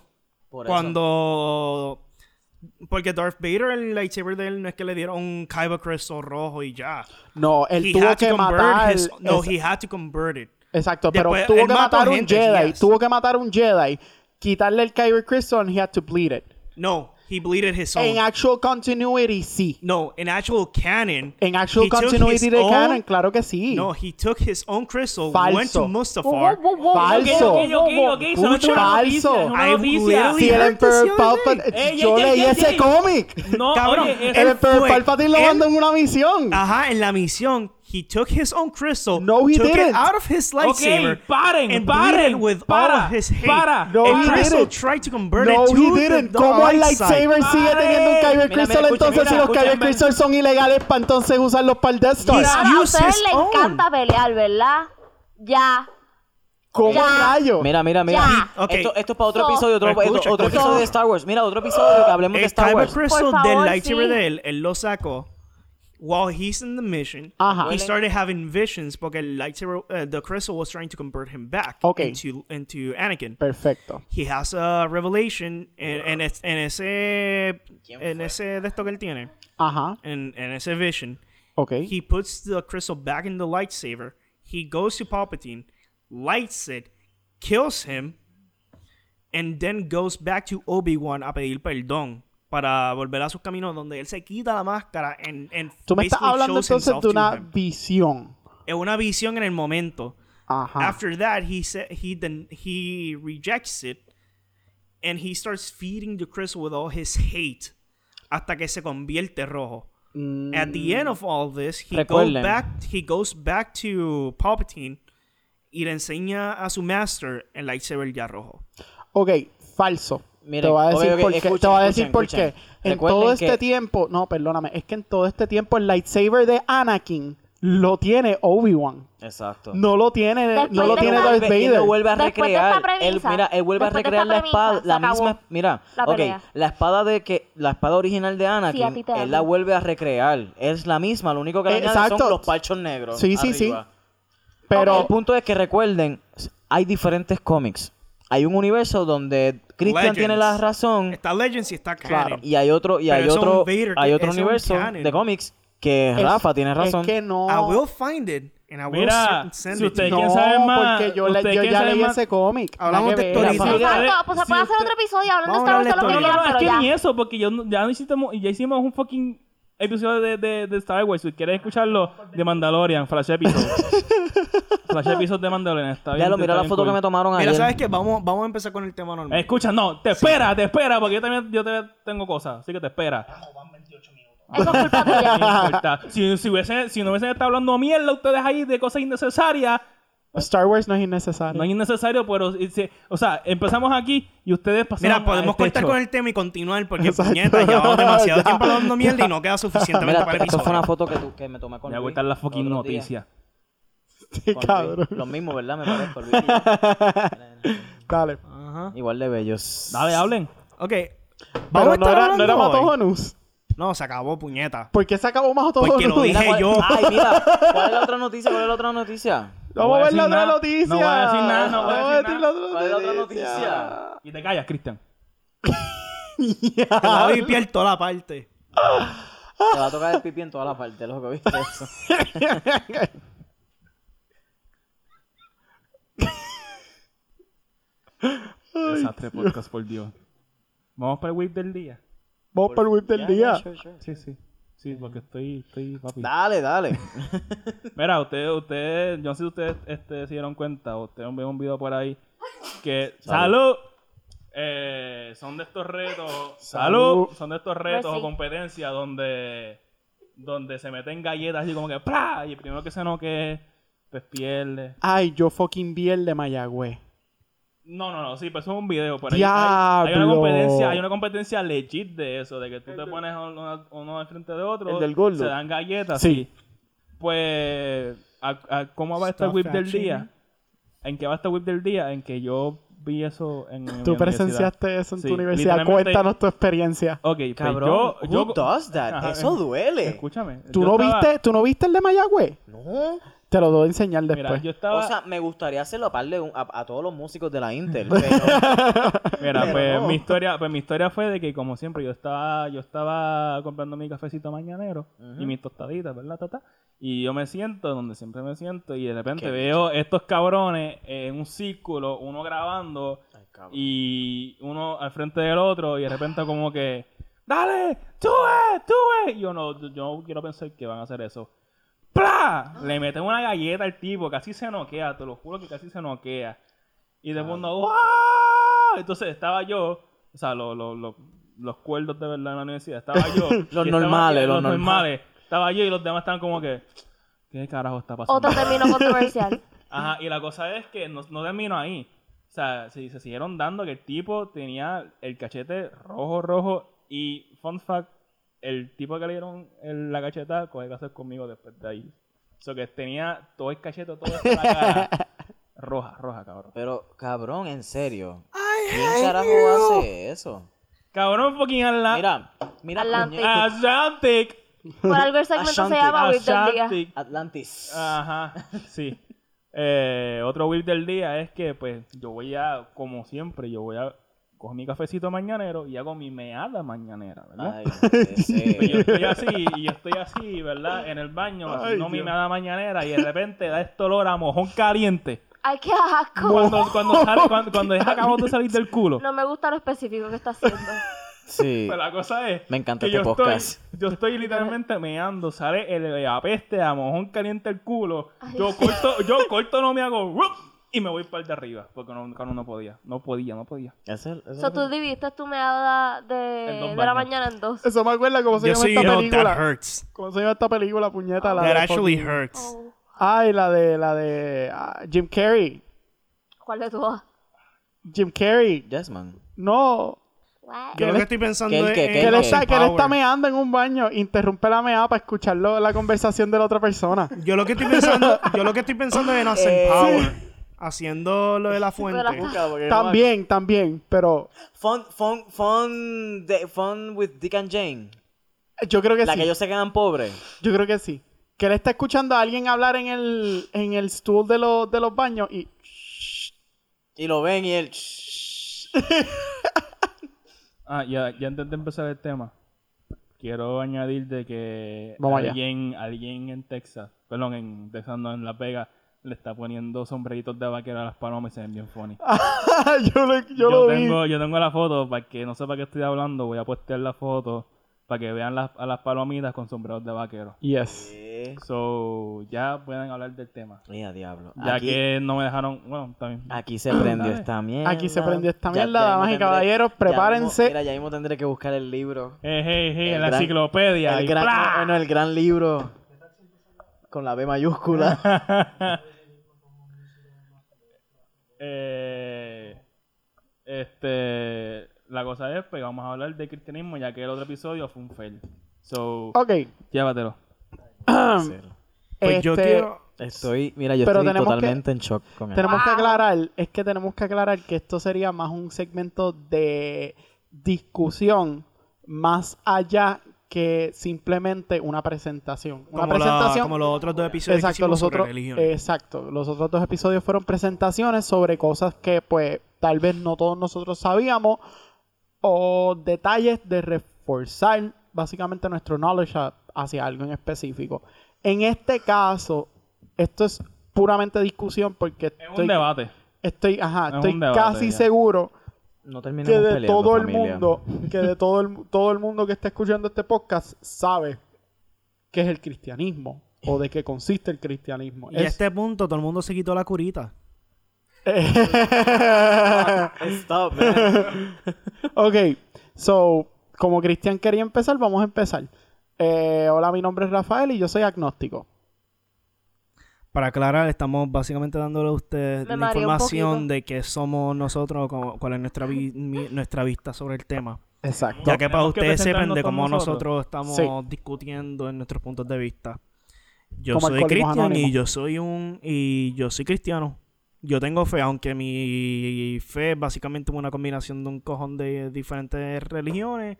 [SPEAKER 4] por eso.
[SPEAKER 1] Cuando. Porque Darth Vader, el lightsaber de él, no es que le dieron un Kyber Crystal rojo y ya.
[SPEAKER 2] No, él
[SPEAKER 1] He
[SPEAKER 2] tuvo
[SPEAKER 1] had to
[SPEAKER 2] que
[SPEAKER 1] convert
[SPEAKER 2] matar.
[SPEAKER 1] his- no,
[SPEAKER 2] Esa-
[SPEAKER 1] he had to convert it.
[SPEAKER 2] Exacto, pero
[SPEAKER 1] Después,
[SPEAKER 2] tuvo
[SPEAKER 1] él
[SPEAKER 2] que
[SPEAKER 1] mató
[SPEAKER 2] matar un
[SPEAKER 1] gente,
[SPEAKER 2] Jedi.
[SPEAKER 1] yes.
[SPEAKER 2] Tuvo que matar un Jedi, quitarle el Kyber Crystal, and he had to bleed it.
[SPEAKER 1] No, he bleeded his
[SPEAKER 2] En
[SPEAKER 1] own.
[SPEAKER 2] actual continuity, sí.
[SPEAKER 1] No, in actual canon.
[SPEAKER 2] En actual
[SPEAKER 1] he took
[SPEAKER 2] continuity
[SPEAKER 1] his
[SPEAKER 2] de
[SPEAKER 1] own-
[SPEAKER 2] canon, claro que sí.
[SPEAKER 1] No, he took his own crystal, went to
[SPEAKER 2] Falso.
[SPEAKER 5] Oh,
[SPEAKER 1] Mustafar.
[SPEAKER 2] Falso.
[SPEAKER 3] Ok, ok, ok, ok, solamente
[SPEAKER 2] Falso.
[SPEAKER 3] una noticia, es una
[SPEAKER 1] I
[SPEAKER 3] noticia.
[SPEAKER 1] literally-
[SPEAKER 2] Si el
[SPEAKER 1] Heard this
[SPEAKER 2] Emperor
[SPEAKER 1] the other
[SPEAKER 2] Palpatine.
[SPEAKER 3] day. Ey,
[SPEAKER 2] Yo
[SPEAKER 3] ey, ey,
[SPEAKER 2] leí
[SPEAKER 3] ey,
[SPEAKER 2] ese
[SPEAKER 3] ey.
[SPEAKER 2] cómic.
[SPEAKER 3] No,
[SPEAKER 1] Cabrón,
[SPEAKER 3] oye,
[SPEAKER 1] él
[SPEAKER 2] El
[SPEAKER 3] eso-
[SPEAKER 2] Emperor
[SPEAKER 1] fue-
[SPEAKER 2] Palpatine lo
[SPEAKER 1] él-
[SPEAKER 2] mandó en una misión.
[SPEAKER 1] Ajá, en la misión, he took his own crystal,
[SPEAKER 2] No, he
[SPEAKER 1] took it
[SPEAKER 2] didn't.
[SPEAKER 1] out of his lightsaber,
[SPEAKER 3] Ok, paren,
[SPEAKER 1] and bleed
[SPEAKER 3] paren,
[SPEAKER 1] it with all
[SPEAKER 3] para,
[SPEAKER 1] of his hate.
[SPEAKER 3] para,
[SPEAKER 2] No,
[SPEAKER 1] and
[SPEAKER 2] he
[SPEAKER 1] Crystal
[SPEAKER 2] didn't.
[SPEAKER 1] tried to convert
[SPEAKER 2] No,
[SPEAKER 1] it to
[SPEAKER 2] he
[SPEAKER 1] the-
[SPEAKER 2] didn't.
[SPEAKER 1] the
[SPEAKER 2] ¿Cómo el
[SPEAKER 1] light side.
[SPEAKER 2] lightsaber sigue
[SPEAKER 3] Pare.
[SPEAKER 2] teniendo un Kyber
[SPEAKER 4] Mira, mira,
[SPEAKER 2] Crystal?
[SPEAKER 4] escucha,
[SPEAKER 2] Entonces,
[SPEAKER 4] mira,
[SPEAKER 2] si los
[SPEAKER 4] escucha,
[SPEAKER 2] Kyber
[SPEAKER 4] mira.
[SPEAKER 2] Crystal son ilegales, para entonces usarlos para el Death Star.
[SPEAKER 1] Yes.
[SPEAKER 5] Ahora, a
[SPEAKER 1] Use
[SPEAKER 5] ustedes
[SPEAKER 1] his
[SPEAKER 5] les
[SPEAKER 1] own.
[SPEAKER 5] encanta pelear, ¿verdad? Ya.
[SPEAKER 2] ¿Cómo
[SPEAKER 5] Ya.
[SPEAKER 2] rayo?
[SPEAKER 4] Mira, mira, mira.
[SPEAKER 5] Ya.
[SPEAKER 1] Ok.
[SPEAKER 4] Esto, esto es para otro
[SPEAKER 5] So-
[SPEAKER 4] episodio, otro,
[SPEAKER 1] Escucha,
[SPEAKER 4] otro- otro
[SPEAKER 1] escucha.
[SPEAKER 4] episodio de Star Wars. Mira, otro episodio que hablemos de
[SPEAKER 1] El
[SPEAKER 4] Star
[SPEAKER 1] Kyber
[SPEAKER 4] Wars.
[SPEAKER 1] Crystal
[SPEAKER 5] Por
[SPEAKER 1] del
[SPEAKER 5] favor,
[SPEAKER 1] lightsaber
[SPEAKER 5] sí.
[SPEAKER 1] de él, él lo sacó. While he's in the mission,
[SPEAKER 2] Ajá.
[SPEAKER 1] he started having visions porque el lightsaber, uh, the crystal was trying to convert him back
[SPEAKER 2] Okay.
[SPEAKER 1] into, into Anakin.
[SPEAKER 2] Perfecto.
[SPEAKER 1] He has a revelation en, en, es- en ese, en ese de esto que él tiene,
[SPEAKER 2] Ajá.
[SPEAKER 1] en, en ese vision.
[SPEAKER 2] Ok.
[SPEAKER 1] He puts the crystal back in the lightsaber. He goes to Palpatine, lights it, kills him, and then goes back to Obi-Wan a pedir perdón para volver a sus caminos donde él se quita la máscara and, and
[SPEAKER 2] Tú me estás
[SPEAKER 1] basically
[SPEAKER 2] hablando
[SPEAKER 1] shows
[SPEAKER 2] entonces
[SPEAKER 1] himself
[SPEAKER 2] de
[SPEAKER 1] to
[SPEAKER 2] una
[SPEAKER 1] him.
[SPEAKER 2] visión.
[SPEAKER 1] Es una visión en el momento.
[SPEAKER 2] Ajá.
[SPEAKER 1] After that, he said he then he rejects it, and he starts feeding the crystal with all his hate, hasta que se convierte rojo. At the end of all this, he goes
[SPEAKER 4] Mm. Recuerden.
[SPEAKER 1] back. He goes back to Palpatine y le enseña a su master el lightsaber ya rojo.
[SPEAKER 2] Ok, falso.
[SPEAKER 4] Miren,
[SPEAKER 2] te voy a decir
[SPEAKER 4] ok, ok,
[SPEAKER 2] por qué. te
[SPEAKER 4] escuchen,
[SPEAKER 2] voy a decir
[SPEAKER 4] escuchen,
[SPEAKER 2] por
[SPEAKER 4] escuchen.
[SPEAKER 2] qué. En
[SPEAKER 4] Recuerden
[SPEAKER 2] todo este
[SPEAKER 4] que-
[SPEAKER 2] tiempo, no, perdóname, es que en todo este tiempo el lightsaber de Anakin lo tiene Obi-Wan.
[SPEAKER 4] Exacto.
[SPEAKER 2] No lo tiene, no
[SPEAKER 5] Después
[SPEAKER 4] Pues,
[SPEAKER 2] lo
[SPEAKER 5] de
[SPEAKER 2] tiene
[SPEAKER 5] esta-
[SPEAKER 2] Darth
[SPEAKER 4] Y
[SPEAKER 2] Vader.
[SPEAKER 4] lo vuelve a
[SPEAKER 5] Después de
[SPEAKER 4] recrear.
[SPEAKER 5] esta
[SPEAKER 4] él,
[SPEAKER 5] premisa,
[SPEAKER 4] mira, él vuelve a
[SPEAKER 5] después de
[SPEAKER 4] recrear
[SPEAKER 5] esta
[SPEAKER 4] la
[SPEAKER 5] premisa,
[SPEAKER 4] espada.
[SPEAKER 5] se
[SPEAKER 4] La
[SPEAKER 5] acabó
[SPEAKER 4] misma. Mira,
[SPEAKER 5] la
[SPEAKER 4] ok,
[SPEAKER 5] pelea.
[SPEAKER 4] la espada de que. La espada original de
[SPEAKER 5] Sí, a ti
[SPEAKER 4] Anakin,
[SPEAKER 5] te
[SPEAKER 4] él la
[SPEAKER 5] hablo.
[SPEAKER 4] vuelve a recrear. Es la misma, lo único que le añade
[SPEAKER 2] Eh, Exacto.
[SPEAKER 4] son los parchos negros.
[SPEAKER 2] Sí, sí, sí.
[SPEAKER 4] arriba.
[SPEAKER 2] pero pues,
[SPEAKER 4] El punto es que recuerden, hay diferentes cómics. Hay un universo donde Christian
[SPEAKER 1] Legends.
[SPEAKER 4] tiene la razón.
[SPEAKER 1] Está Legends y está
[SPEAKER 4] Claro.
[SPEAKER 1] canon.
[SPEAKER 4] Y hay otro, y
[SPEAKER 1] Pero
[SPEAKER 4] hay
[SPEAKER 1] eso es
[SPEAKER 4] otro,
[SPEAKER 1] un Vader,
[SPEAKER 4] hay
[SPEAKER 1] que-
[SPEAKER 4] otro
[SPEAKER 1] eso es un
[SPEAKER 4] universo
[SPEAKER 1] canon.
[SPEAKER 4] de cómics que
[SPEAKER 2] es-
[SPEAKER 4] Rafa tiene razón.
[SPEAKER 2] Es que no.
[SPEAKER 1] I Ah, will find it and I will
[SPEAKER 3] Mira,
[SPEAKER 1] cer- send
[SPEAKER 3] si
[SPEAKER 1] it. to
[SPEAKER 3] usted
[SPEAKER 1] you.
[SPEAKER 2] no,
[SPEAKER 3] quiere saber más,
[SPEAKER 2] porque yo, le-
[SPEAKER 3] usted
[SPEAKER 2] yo
[SPEAKER 3] quiere
[SPEAKER 2] ya
[SPEAKER 3] saber
[SPEAKER 2] leí
[SPEAKER 3] más.
[SPEAKER 2] ese cómic.
[SPEAKER 1] Hablamos
[SPEAKER 2] Nada
[SPEAKER 1] de
[SPEAKER 2] que ver.
[SPEAKER 1] actualización.
[SPEAKER 2] Rafa.
[SPEAKER 3] ustedes-
[SPEAKER 5] Exacto, pues se
[SPEAKER 3] si
[SPEAKER 5] puede hacer
[SPEAKER 3] usted-
[SPEAKER 5] otro episodio hablando
[SPEAKER 1] Vamos a
[SPEAKER 5] de Star Wars
[SPEAKER 1] hablar
[SPEAKER 5] todo lo
[SPEAKER 3] No,
[SPEAKER 5] que
[SPEAKER 1] de
[SPEAKER 3] no,
[SPEAKER 5] quieran,
[SPEAKER 3] no, es
[SPEAKER 5] pero
[SPEAKER 3] que
[SPEAKER 5] ya.
[SPEAKER 3] ni eso, porque yo, no- ya, no hicimos, ya hicimos un fucking episodio de, de, de Star Wars. Si quieres escucharlo, de Mandalorian,
[SPEAKER 2] (laughs)
[SPEAKER 3] Flash Episode. Flash Episode de Mandalorian, está bien.
[SPEAKER 4] Ya lo
[SPEAKER 3] está
[SPEAKER 4] mira la
[SPEAKER 3] bien
[SPEAKER 4] foto que
[SPEAKER 3] cool.
[SPEAKER 4] me tomaron ayer.
[SPEAKER 1] Mira, sabes que vamos, vamos a empezar con el tema normal.
[SPEAKER 3] Escucha, no, te espera, te espera, porque yo también yo te- tengo cosas, así que te espera.
[SPEAKER 5] Eso es culpa tuya.
[SPEAKER 1] (laughs)
[SPEAKER 3] No importa. Si, si, hubiesen- si no hubiesen estado hablando mierda ustedes ahí de cosas innecesarias,
[SPEAKER 2] Star Wars no es
[SPEAKER 1] Ah,
[SPEAKER 2] innecesario.
[SPEAKER 3] no es innecesario, pero. y se- O sea, empezamos aquí y ustedes pasaron. este
[SPEAKER 1] Mira, podemos
[SPEAKER 3] al techo.
[SPEAKER 1] cortar con el tema y continuar porque
[SPEAKER 2] Exacto.
[SPEAKER 1] puñeta, llevamos demasiado
[SPEAKER 2] (laughs) Ya.
[SPEAKER 1] tiempo hablando mierda y no queda suficientemente
[SPEAKER 4] Mira,
[SPEAKER 1] para el
[SPEAKER 4] esto fue
[SPEAKER 1] episodio.
[SPEAKER 4] una foto que, tú- que me tomé con
[SPEAKER 3] Me voy a
[SPEAKER 4] Luis
[SPEAKER 3] cortar la
[SPEAKER 4] los
[SPEAKER 3] fucking
[SPEAKER 4] otros días.
[SPEAKER 3] noticia.
[SPEAKER 2] (laughs) Sí,
[SPEAKER 4] Con Luis.
[SPEAKER 2] cabrón.
[SPEAKER 4] Lo mismo, ¿verdad? Me parezco Luis.
[SPEAKER 2] (laughs) Dale.
[SPEAKER 1] Ajá.
[SPEAKER 4] Igual de bellos.
[SPEAKER 3] Dale, hablen.
[SPEAKER 1] Ok.
[SPEAKER 2] Pero
[SPEAKER 1] Vamos a
[SPEAKER 2] no
[SPEAKER 1] estar
[SPEAKER 2] era, no
[SPEAKER 1] hablando
[SPEAKER 2] era
[SPEAKER 1] hoy.
[SPEAKER 2] Matojonus.
[SPEAKER 1] No, se acabó,
[SPEAKER 2] (laughs)
[SPEAKER 1] puñeta.
[SPEAKER 2] ¿Por qué se acabó más
[SPEAKER 1] Porque lo
[SPEAKER 2] Matojonus?
[SPEAKER 1] dije
[SPEAKER 4] ¿cuál-
[SPEAKER 1] yo.
[SPEAKER 4] Ay, mira, ¿cuál
[SPEAKER 2] (laughs)
[SPEAKER 4] es la otra noticia? ¿Cuál es la otra noticia?
[SPEAKER 2] Vamos a
[SPEAKER 3] voy
[SPEAKER 2] ver
[SPEAKER 3] a
[SPEAKER 2] la
[SPEAKER 3] decir
[SPEAKER 2] otra
[SPEAKER 3] nada.
[SPEAKER 2] noticia.
[SPEAKER 3] No voy a decir nada, no voy a
[SPEAKER 2] Vamos
[SPEAKER 3] decir
[SPEAKER 2] decir
[SPEAKER 3] nada.
[SPEAKER 2] la otra
[SPEAKER 4] ¿Cuál es la otra
[SPEAKER 2] noticia.
[SPEAKER 4] noticia?
[SPEAKER 3] Y te callas, Cristian.
[SPEAKER 2] (laughs)
[SPEAKER 1] Te la doy piel toda la parte.
[SPEAKER 4] Te va a tocar el pipi en todas las partes, loco,
[SPEAKER 2] (laughs)
[SPEAKER 4] ¿viste eso?
[SPEAKER 1] (laughs)
[SPEAKER 3] Desastre podcast, por Dios. Vamos para el whip del día.
[SPEAKER 2] Vamos para el whip del
[SPEAKER 4] Ya,
[SPEAKER 2] día.
[SPEAKER 4] ya, sure, sure.
[SPEAKER 3] Sí, sí. Sí, porque estoy, estoy papi.
[SPEAKER 4] Dale, dale.
[SPEAKER 3] Mira, ustedes, ustedes, yo no sé si ustedes este, se dieron cuenta, o ustedes ven un video por ahí, que ¡Salud! Eh, son de estos retos, ¡Salud! Son de estos retos
[SPEAKER 5] Mercy.
[SPEAKER 3] o competencias donde, donde se meten galletas y como que ¡plá! Y el primero que se noque, pues pierde.
[SPEAKER 2] Ay, yo fucking vi el de Mayagüez.
[SPEAKER 3] No, no, no, sí, pues eso es un video. Pero hay, hay- hay una
[SPEAKER 2] ¡Diablo!
[SPEAKER 3] competencia, hay una competencia legit de eso, de que tú te pones uno, uno al frente de otro,
[SPEAKER 2] ¿El del gordo?
[SPEAKER 3] se dan galletas.
[SPEAKER 2] Sí.
[SPEAKER 3] Pues, a- a- ¿cómo va este
[SPEAKER 1] Stuff
[SPEAKER 3] whip del
[SPEAKER 1] action.
[SPEAKER 3] día? ¿En qué va este whip del día? En que yo vi eso en en
[SPEAKER 2] Tú
[SPEAKER 3] mi universidad.
[SPEAKER 2] presenciaste eso en
[SPEAKER 3] Sí,
[SPEAKER 2] tu universidad.
[SPEAKER 3] literalmente-
[SPEAKER 2] Cuéntanos tu experiencia.
[SPEAKER 3] Ok, pues
[SPEAKER 4] Cabrón,
[SPEAKER 3] yo...
[SPEAKER 4] who
[SPEAKER 3] yo-
[SPEAKER 4] does that?
[SPEAKER 3] Ajá,
[SPEAKER 4] Eso
[SPEAKER 3] eh,
[SPEAKER 4] duele.
[SPEAKER 3] Escúchame.
[SPEAKER 2] ¿Tú
[SPEAKER 3] yo
[SPEAKER 2] no,
[SPEAKER 3] estaba-
[SPEAKER 2] viste, ¿Tú no viste el de Mayagüez?
[SPEAKER 4] No.
[SPEAKER 2] Te lo doy a enseñar después.
[SPEAKER 3] Mira, yo estaba...
[SPEAKER 4] O sea, me gustaría hacerlo a, par de un- a, a todos los músicos de
[SPEAKER 3] (laughs)
[SPEAKER 4] la Inter, pero
[SPEAKER 3] Mira,
[SPEAKER 4] Pero
[SPEAKER 3] pues
[SPEAKER 4] no.
[SPEAKER 3] mi historia, pues mi historia fue de que como siempre yo estaba, yo estaba comprando mi cafecito mañanero y mis tostaditas, ¿verdad? Ta, ta. y yo me siento donde siempre me siento y de repente
[SPEAKER 4] Qué
[SPEAKER 3] veo estos cabrones en un círculo, uno grabando y uno al frente del otro y de repente como que dale, tú es, tú es. Y yo no, yo no quiero pensar que van a hacer eso. ¡Pla! Le meten una galleta al tipo, casi se noquea, te lo juro que casi se noquea. Y de mundo, ¡guau! Entonces estaba yo, o sea, lo- lo- lo- los cuerdos de verdad en la universidad, estaba
[SPEAKER 4] (laughs)
[SPEAKER 3] yo. y estaba-
[SPEAKER 4] normales, los
[SPEAKER 3] los normales. Estaba yo y los demás estaban como que, ¿qué carajo está pasando?
[SPEAKER 5] Otro término controversial.
[SPEAKER 3] Ajá, y la cosa es que no, no terminó ahí. O sea, se, se siguieron dando que el tipo tenía el cachete rojo, rojo. Y, fun fact, el tipo que le dieron el- la cacheta coge hacer conmigo después de ahí. O sea, que tenía todo el cachete, toda la cara (laughs) roja, roja, cabrón.
[SPEAKER 4] pero cabrón, en serio. ¿Quién carajo hace eso?
[SPEAKER 3] Cabrón fucking ala-
[SPEAKER 4] Mira, mira
[SPEAKER 5] Adelante.
[SPEAKER 4] puñe-
[SPEAKER 3] Atlantic.
[SPEAKER 5] Por algo el segmento se
[SPEAKER 4] Ashanti,
[SPEAKER 5] llama Whip del Día.
[SPEAKER 3] Atlantic.
[SPEAKER 4] Atlantis.
[SPEAKER 2] Ah,
[SPEAKER 3] Ajá, sí. Eh, otro whip del día es que, pues, yo voy a, como siempre, yo voy a coger mi cafecito mañanero y hago mi meada mañanera, ¿verdad?
[SPEAKER 2] (laughs)
[SPEAKER 4] Ay, no puede ser.
[SPEAKER 3] Pues yo estoy así, y yo estoy así, ¿verdad? En el baño,
[SPEAKER 2] Ay,
[SPEAKER 3] haciendo mi
[SPEAKER 2] Dios.
[SPEAKER 3] meada mañanera y de repente da este olor a mojón caliente.
[SPEAKER 5] Ay, qué asco.
[SPEAKER 3] Cuando, cuando, sale, cuando, cuando es acabado de salir del culo.
[SPEAKER 5] No me gusta lo específico que está haciendo.
[SPEAKER 4] Sí.
[SPEAKER 3] Pero la cosa es
[SPEAKER 4] Me encanta
[SPEAKER 3] que
[SPEAKER 4] este
[SPEAKER 3] yo
[SPEAKER 4] podcast.
[SPEAKER 3] estoy, yo estoy literalmente meando, sale el el apeste a mojón caliente el culo. Yo corto, yo corto no me hago ¡rup! y me voy para el de arriba, porque no, no, no podía, no podía, no podía.
[SPEAKER 4] Eso es- eso es
[SPEAKER 5] so, tú
[SPEAKER 4] lo que-
[SPEAKER 5] dividiste tu meada
[SPEAKER 3] En dos
[SPEAKER 5] de, de
[SPEAKER 3] baños.
[SPEAKER 5] la mañana en dos.
[SPEAKER 2] Eso me acuerda cómo se
[SPEAKER 1] Yo
[SPEAKER 2] llama
[SPEAKER 1] soy you
[SPEAKER 2] esta
[SPEAKER 1] know, that
[SPEAKER 2] película.
[SPEAKER 1] hurts.
[SPEAKER 2] ¿Cómo se llama esta película, puñeta? La
[SPEAKER 1] That
[SPEAKER 2] de
[SPEAKER 1] actually
[SPEAKER 2] fucking-
[SPEAKER 1] hurts.
[SPEAKER 5] Oh,
[SPEAKER 2] Ay, la de, la de ah, Jim Carrey.
[SPEAKER 5] ¿Cuál de todas?
[SPEAKER 2] Jim Carrey.
[SPEAKER 4] Yes, man.
[SPEAKER 2] No.
[SPEAKER 5] What?
[SPEAKER 1] Yo lo que estoy pensando
[SPEAKER 4] ¿Qué,
[SPEAKER 1] es
[SPEAKER 4] qué,
[SPEAKER 1] en
[SPEAKER 4] qué,
[SPEAKER 2] Que él,
[SPEAKER 4] no.
[SPEAKER 2] está, que él está
[SPEAKER 1] Power.
[SPEAKER 2] meando en un baño, interrumpe la meada para escucharlo la conversación de la otra
[SPEAKER 4] (laughs)
[SPEAKER 2] persona.
[SPEAKER 1] Yo lo que estoy
[SPEAKER 2] (laughs)
[SPEAKER 1] pensando, yo lo que estoy pensando es en Austin
[SPEAKER 4] Eh.
[SPEAKER 1] Power haciendo lo de la fuente.
[SPEAKER 2] También, también, pero
[SPEAKER 4] Fun, fun, fun, de- fun with Dick and Jane.
[SPEAKER 2] yo creo que
[SPEAKER 4] La
[SPEAKER 2] sí.
[SPEAKER 4] que ellos se quedan pobres.
[SPEAKER 2] Yo creo que sí. Que él está escuchando a alguien hablar en el, en el stool de, los de los baños y... (laughs)
[SPEAKER 4] Y lo ven y él.
[SPEAKER 3] Ah, ya, ya antes de empezar el tema, quiero añadir de que
[SPEAKER 2] Vamos allá.
[SPEAKER 3] alguien, alguien en Texas, perdón, en Texas no, en Las Vegas, le está poniendo sombreritos de vaquero a las palomas y se ven bien funny.
[SPEAKER 2] yo lo, yo lo vi.
[SPEAKER 3] tengo, yo tengo la foto, para que no sepa qué estoy hablando, voy a postear la foto para que vean las, a las palomitas con sombreros de vaquero.
[SPEAKER 2] Yes.
[SPEAKER 4] Eh,
[SPEAKER 3] So, ya pueden hablar del tema.
[SPEAKER 4] Mira, diablo.
[SPEAKER 3] Ya
[SPEAKER 4] Aquí-
[SPEAKER 3] que no me dejaron. Bueno, también.
[SPEAKER 4] Aquí se prendió esta mierda.
[SPEAKER 2] Aquí se prendió esta
[SPEAKER 4] Ya-
[SPEAKER 2] mierda,
[SPEAKER 4] ya
[SPEAKER 2] damas y
[SPEAKER 4] mismo tendré-
[SPEAKER 2] caballeros,
[SPEAKER 4] ya
[SPEAKER 2] prepárense.
[SPEAKER 4] mismo- mira, ya mismo tendré que buscar el libro.
[SPEAKER 3] Hey, Eh, hey, hey,
[SPEAKER 4] El
[SPEAKER 3] la
[SPEAKER 4] gran-
[SPEAKER 3] enciclopedia.
[SPEAKER 4] El
[SPEAKER 3] y
[SPEAKER 4] gran,
[SPEAKER 3] ¡plá!
[SPEAKER 4] bueno, el gran libro. Con la B mayúscula.
[SPEAKER 3] (laughs) Eh, este. La cosa es, pues vamos a hablar de cristianismo, ya que el otro episodio fue un fail. So,
[SPEAKER 2] Ok.
[SPEAKER 3] llévatelo.
[SPEAKER 1] Pues yo
[SPEAKER 2] este,
[SPEAKER 1] quiero
[SPEAKER 4] Estoy, mira, yo
[SPEAKER 2] Pero
[SPEAKER 4] estoy
[SPEAKER 2] tenemos que-
[SPEAKER 4] totalmente en shock con él.
[SPEAKER 2] Tenemos que aclarar, es que tenemos que aclarar que esto sería más un segmento de discusión más allá que simplemente una presentación.
[SPEAKER 1] como,
[SPEAKER 2] Una
[SPEAKER 1] la-
[SPEAKER 2] presentación
[SPEAKER 1] como los otros dos episodios que
[SPEAKER 2] Exacto,
[SPEAKER 1] hicimos
[SPEAKER 2] los
[SPEAKER 1] sobre
[SPEAKER 2] otros,
[SPEAKER 1] religión.
[SPEAKER 2] exacto, los otros dos episodios fueron presentaciones sobre cosas que pues tal vez no todos nosotros sabíamos o detalles de reforzar básicamente nuestro knowledge a- hacia algo en específico. En este caso, esto es puramente discusión porque
[SPEAKER 3] Es un
[SPEAKER 2] estoy,
[SPEAKER 3] debate.
[SPEAKER 2] estoy, ajá,
[SPEAKER 3] Es un
[SPEAKER 2] estoy
[SPEAKER 3] debate,
[SPEAKER 2] casi
[SPEAKER 3] ya.
[SPEAKER 2] seguro
[SPEAKER 4] No
[SPEAKER 2] que
[SPEAKER 4] terminemos
[SPEAKER 2] de
[SPEAKER 4] peleando,
[SPEAKER 2] todo el
[SPEAKER 4] (laughs) familia.
[SPEAKER 2] mundo, que de todo el, todo el mundo que está escuchando este podcast sabe qué es el cristianismo o de qué consiste el cristianismo.
[SPEAKER 1] Y a
[SPEAKER 2] Es-
[SPEAKER 1] este punto todo el mundo se quitó la curita.
[SPEAKER 4] Ah, Stop, man.
[SPEAKER 2] ok, so, como Cristian quería empezar, vamos a empezar. Eh, hola, mi nombre es Rafael y yo soy agnóstico.
[SPEAKER 1] Para aclarar, estamos básicamente dándole a ustedes
[SPEAKER 5] Me
[SPEAKER 1] la
[SPEAKER 5] mareé un
[SPEAKER 1] información
[SPEAKER 5] poquito.
[SPEAKER 1] de que somos nosotros, como- cuál es nuestra, vi- mi- nuestra vista sobre el tema.
[SPEAKER 2] Exacto.
[SPEAKER 1] Ya que para
[SPEAKER 3] Tenemos que
[SPEAKER 1] ustedes sepan
[SPEAKER 3] presentarnos
[SPEAKER 1] de cómo
[SPEAKER 3] con
[SPEAKER 1] nosotros
[SPEAKER 3] nosotros.
[SPEAKER 1] estamos
[SPEAKER 2] Sí.
[SPEAKER 1] discutiendo en nuestros puntos de vista. Yo
[SPEAKER 2] Como
[SPEAKER 1] soy
[SPEAKER 2] Alcohólicos
[SPEAKER 1] cristiano y
[SPEAKER 2] Anónimos.
[SPEAKER 1] yo soy un y yo soy cristiano. Yo tengo fe, aunque mi fe es básicamente una combinación de un cojón de diferentes religiones.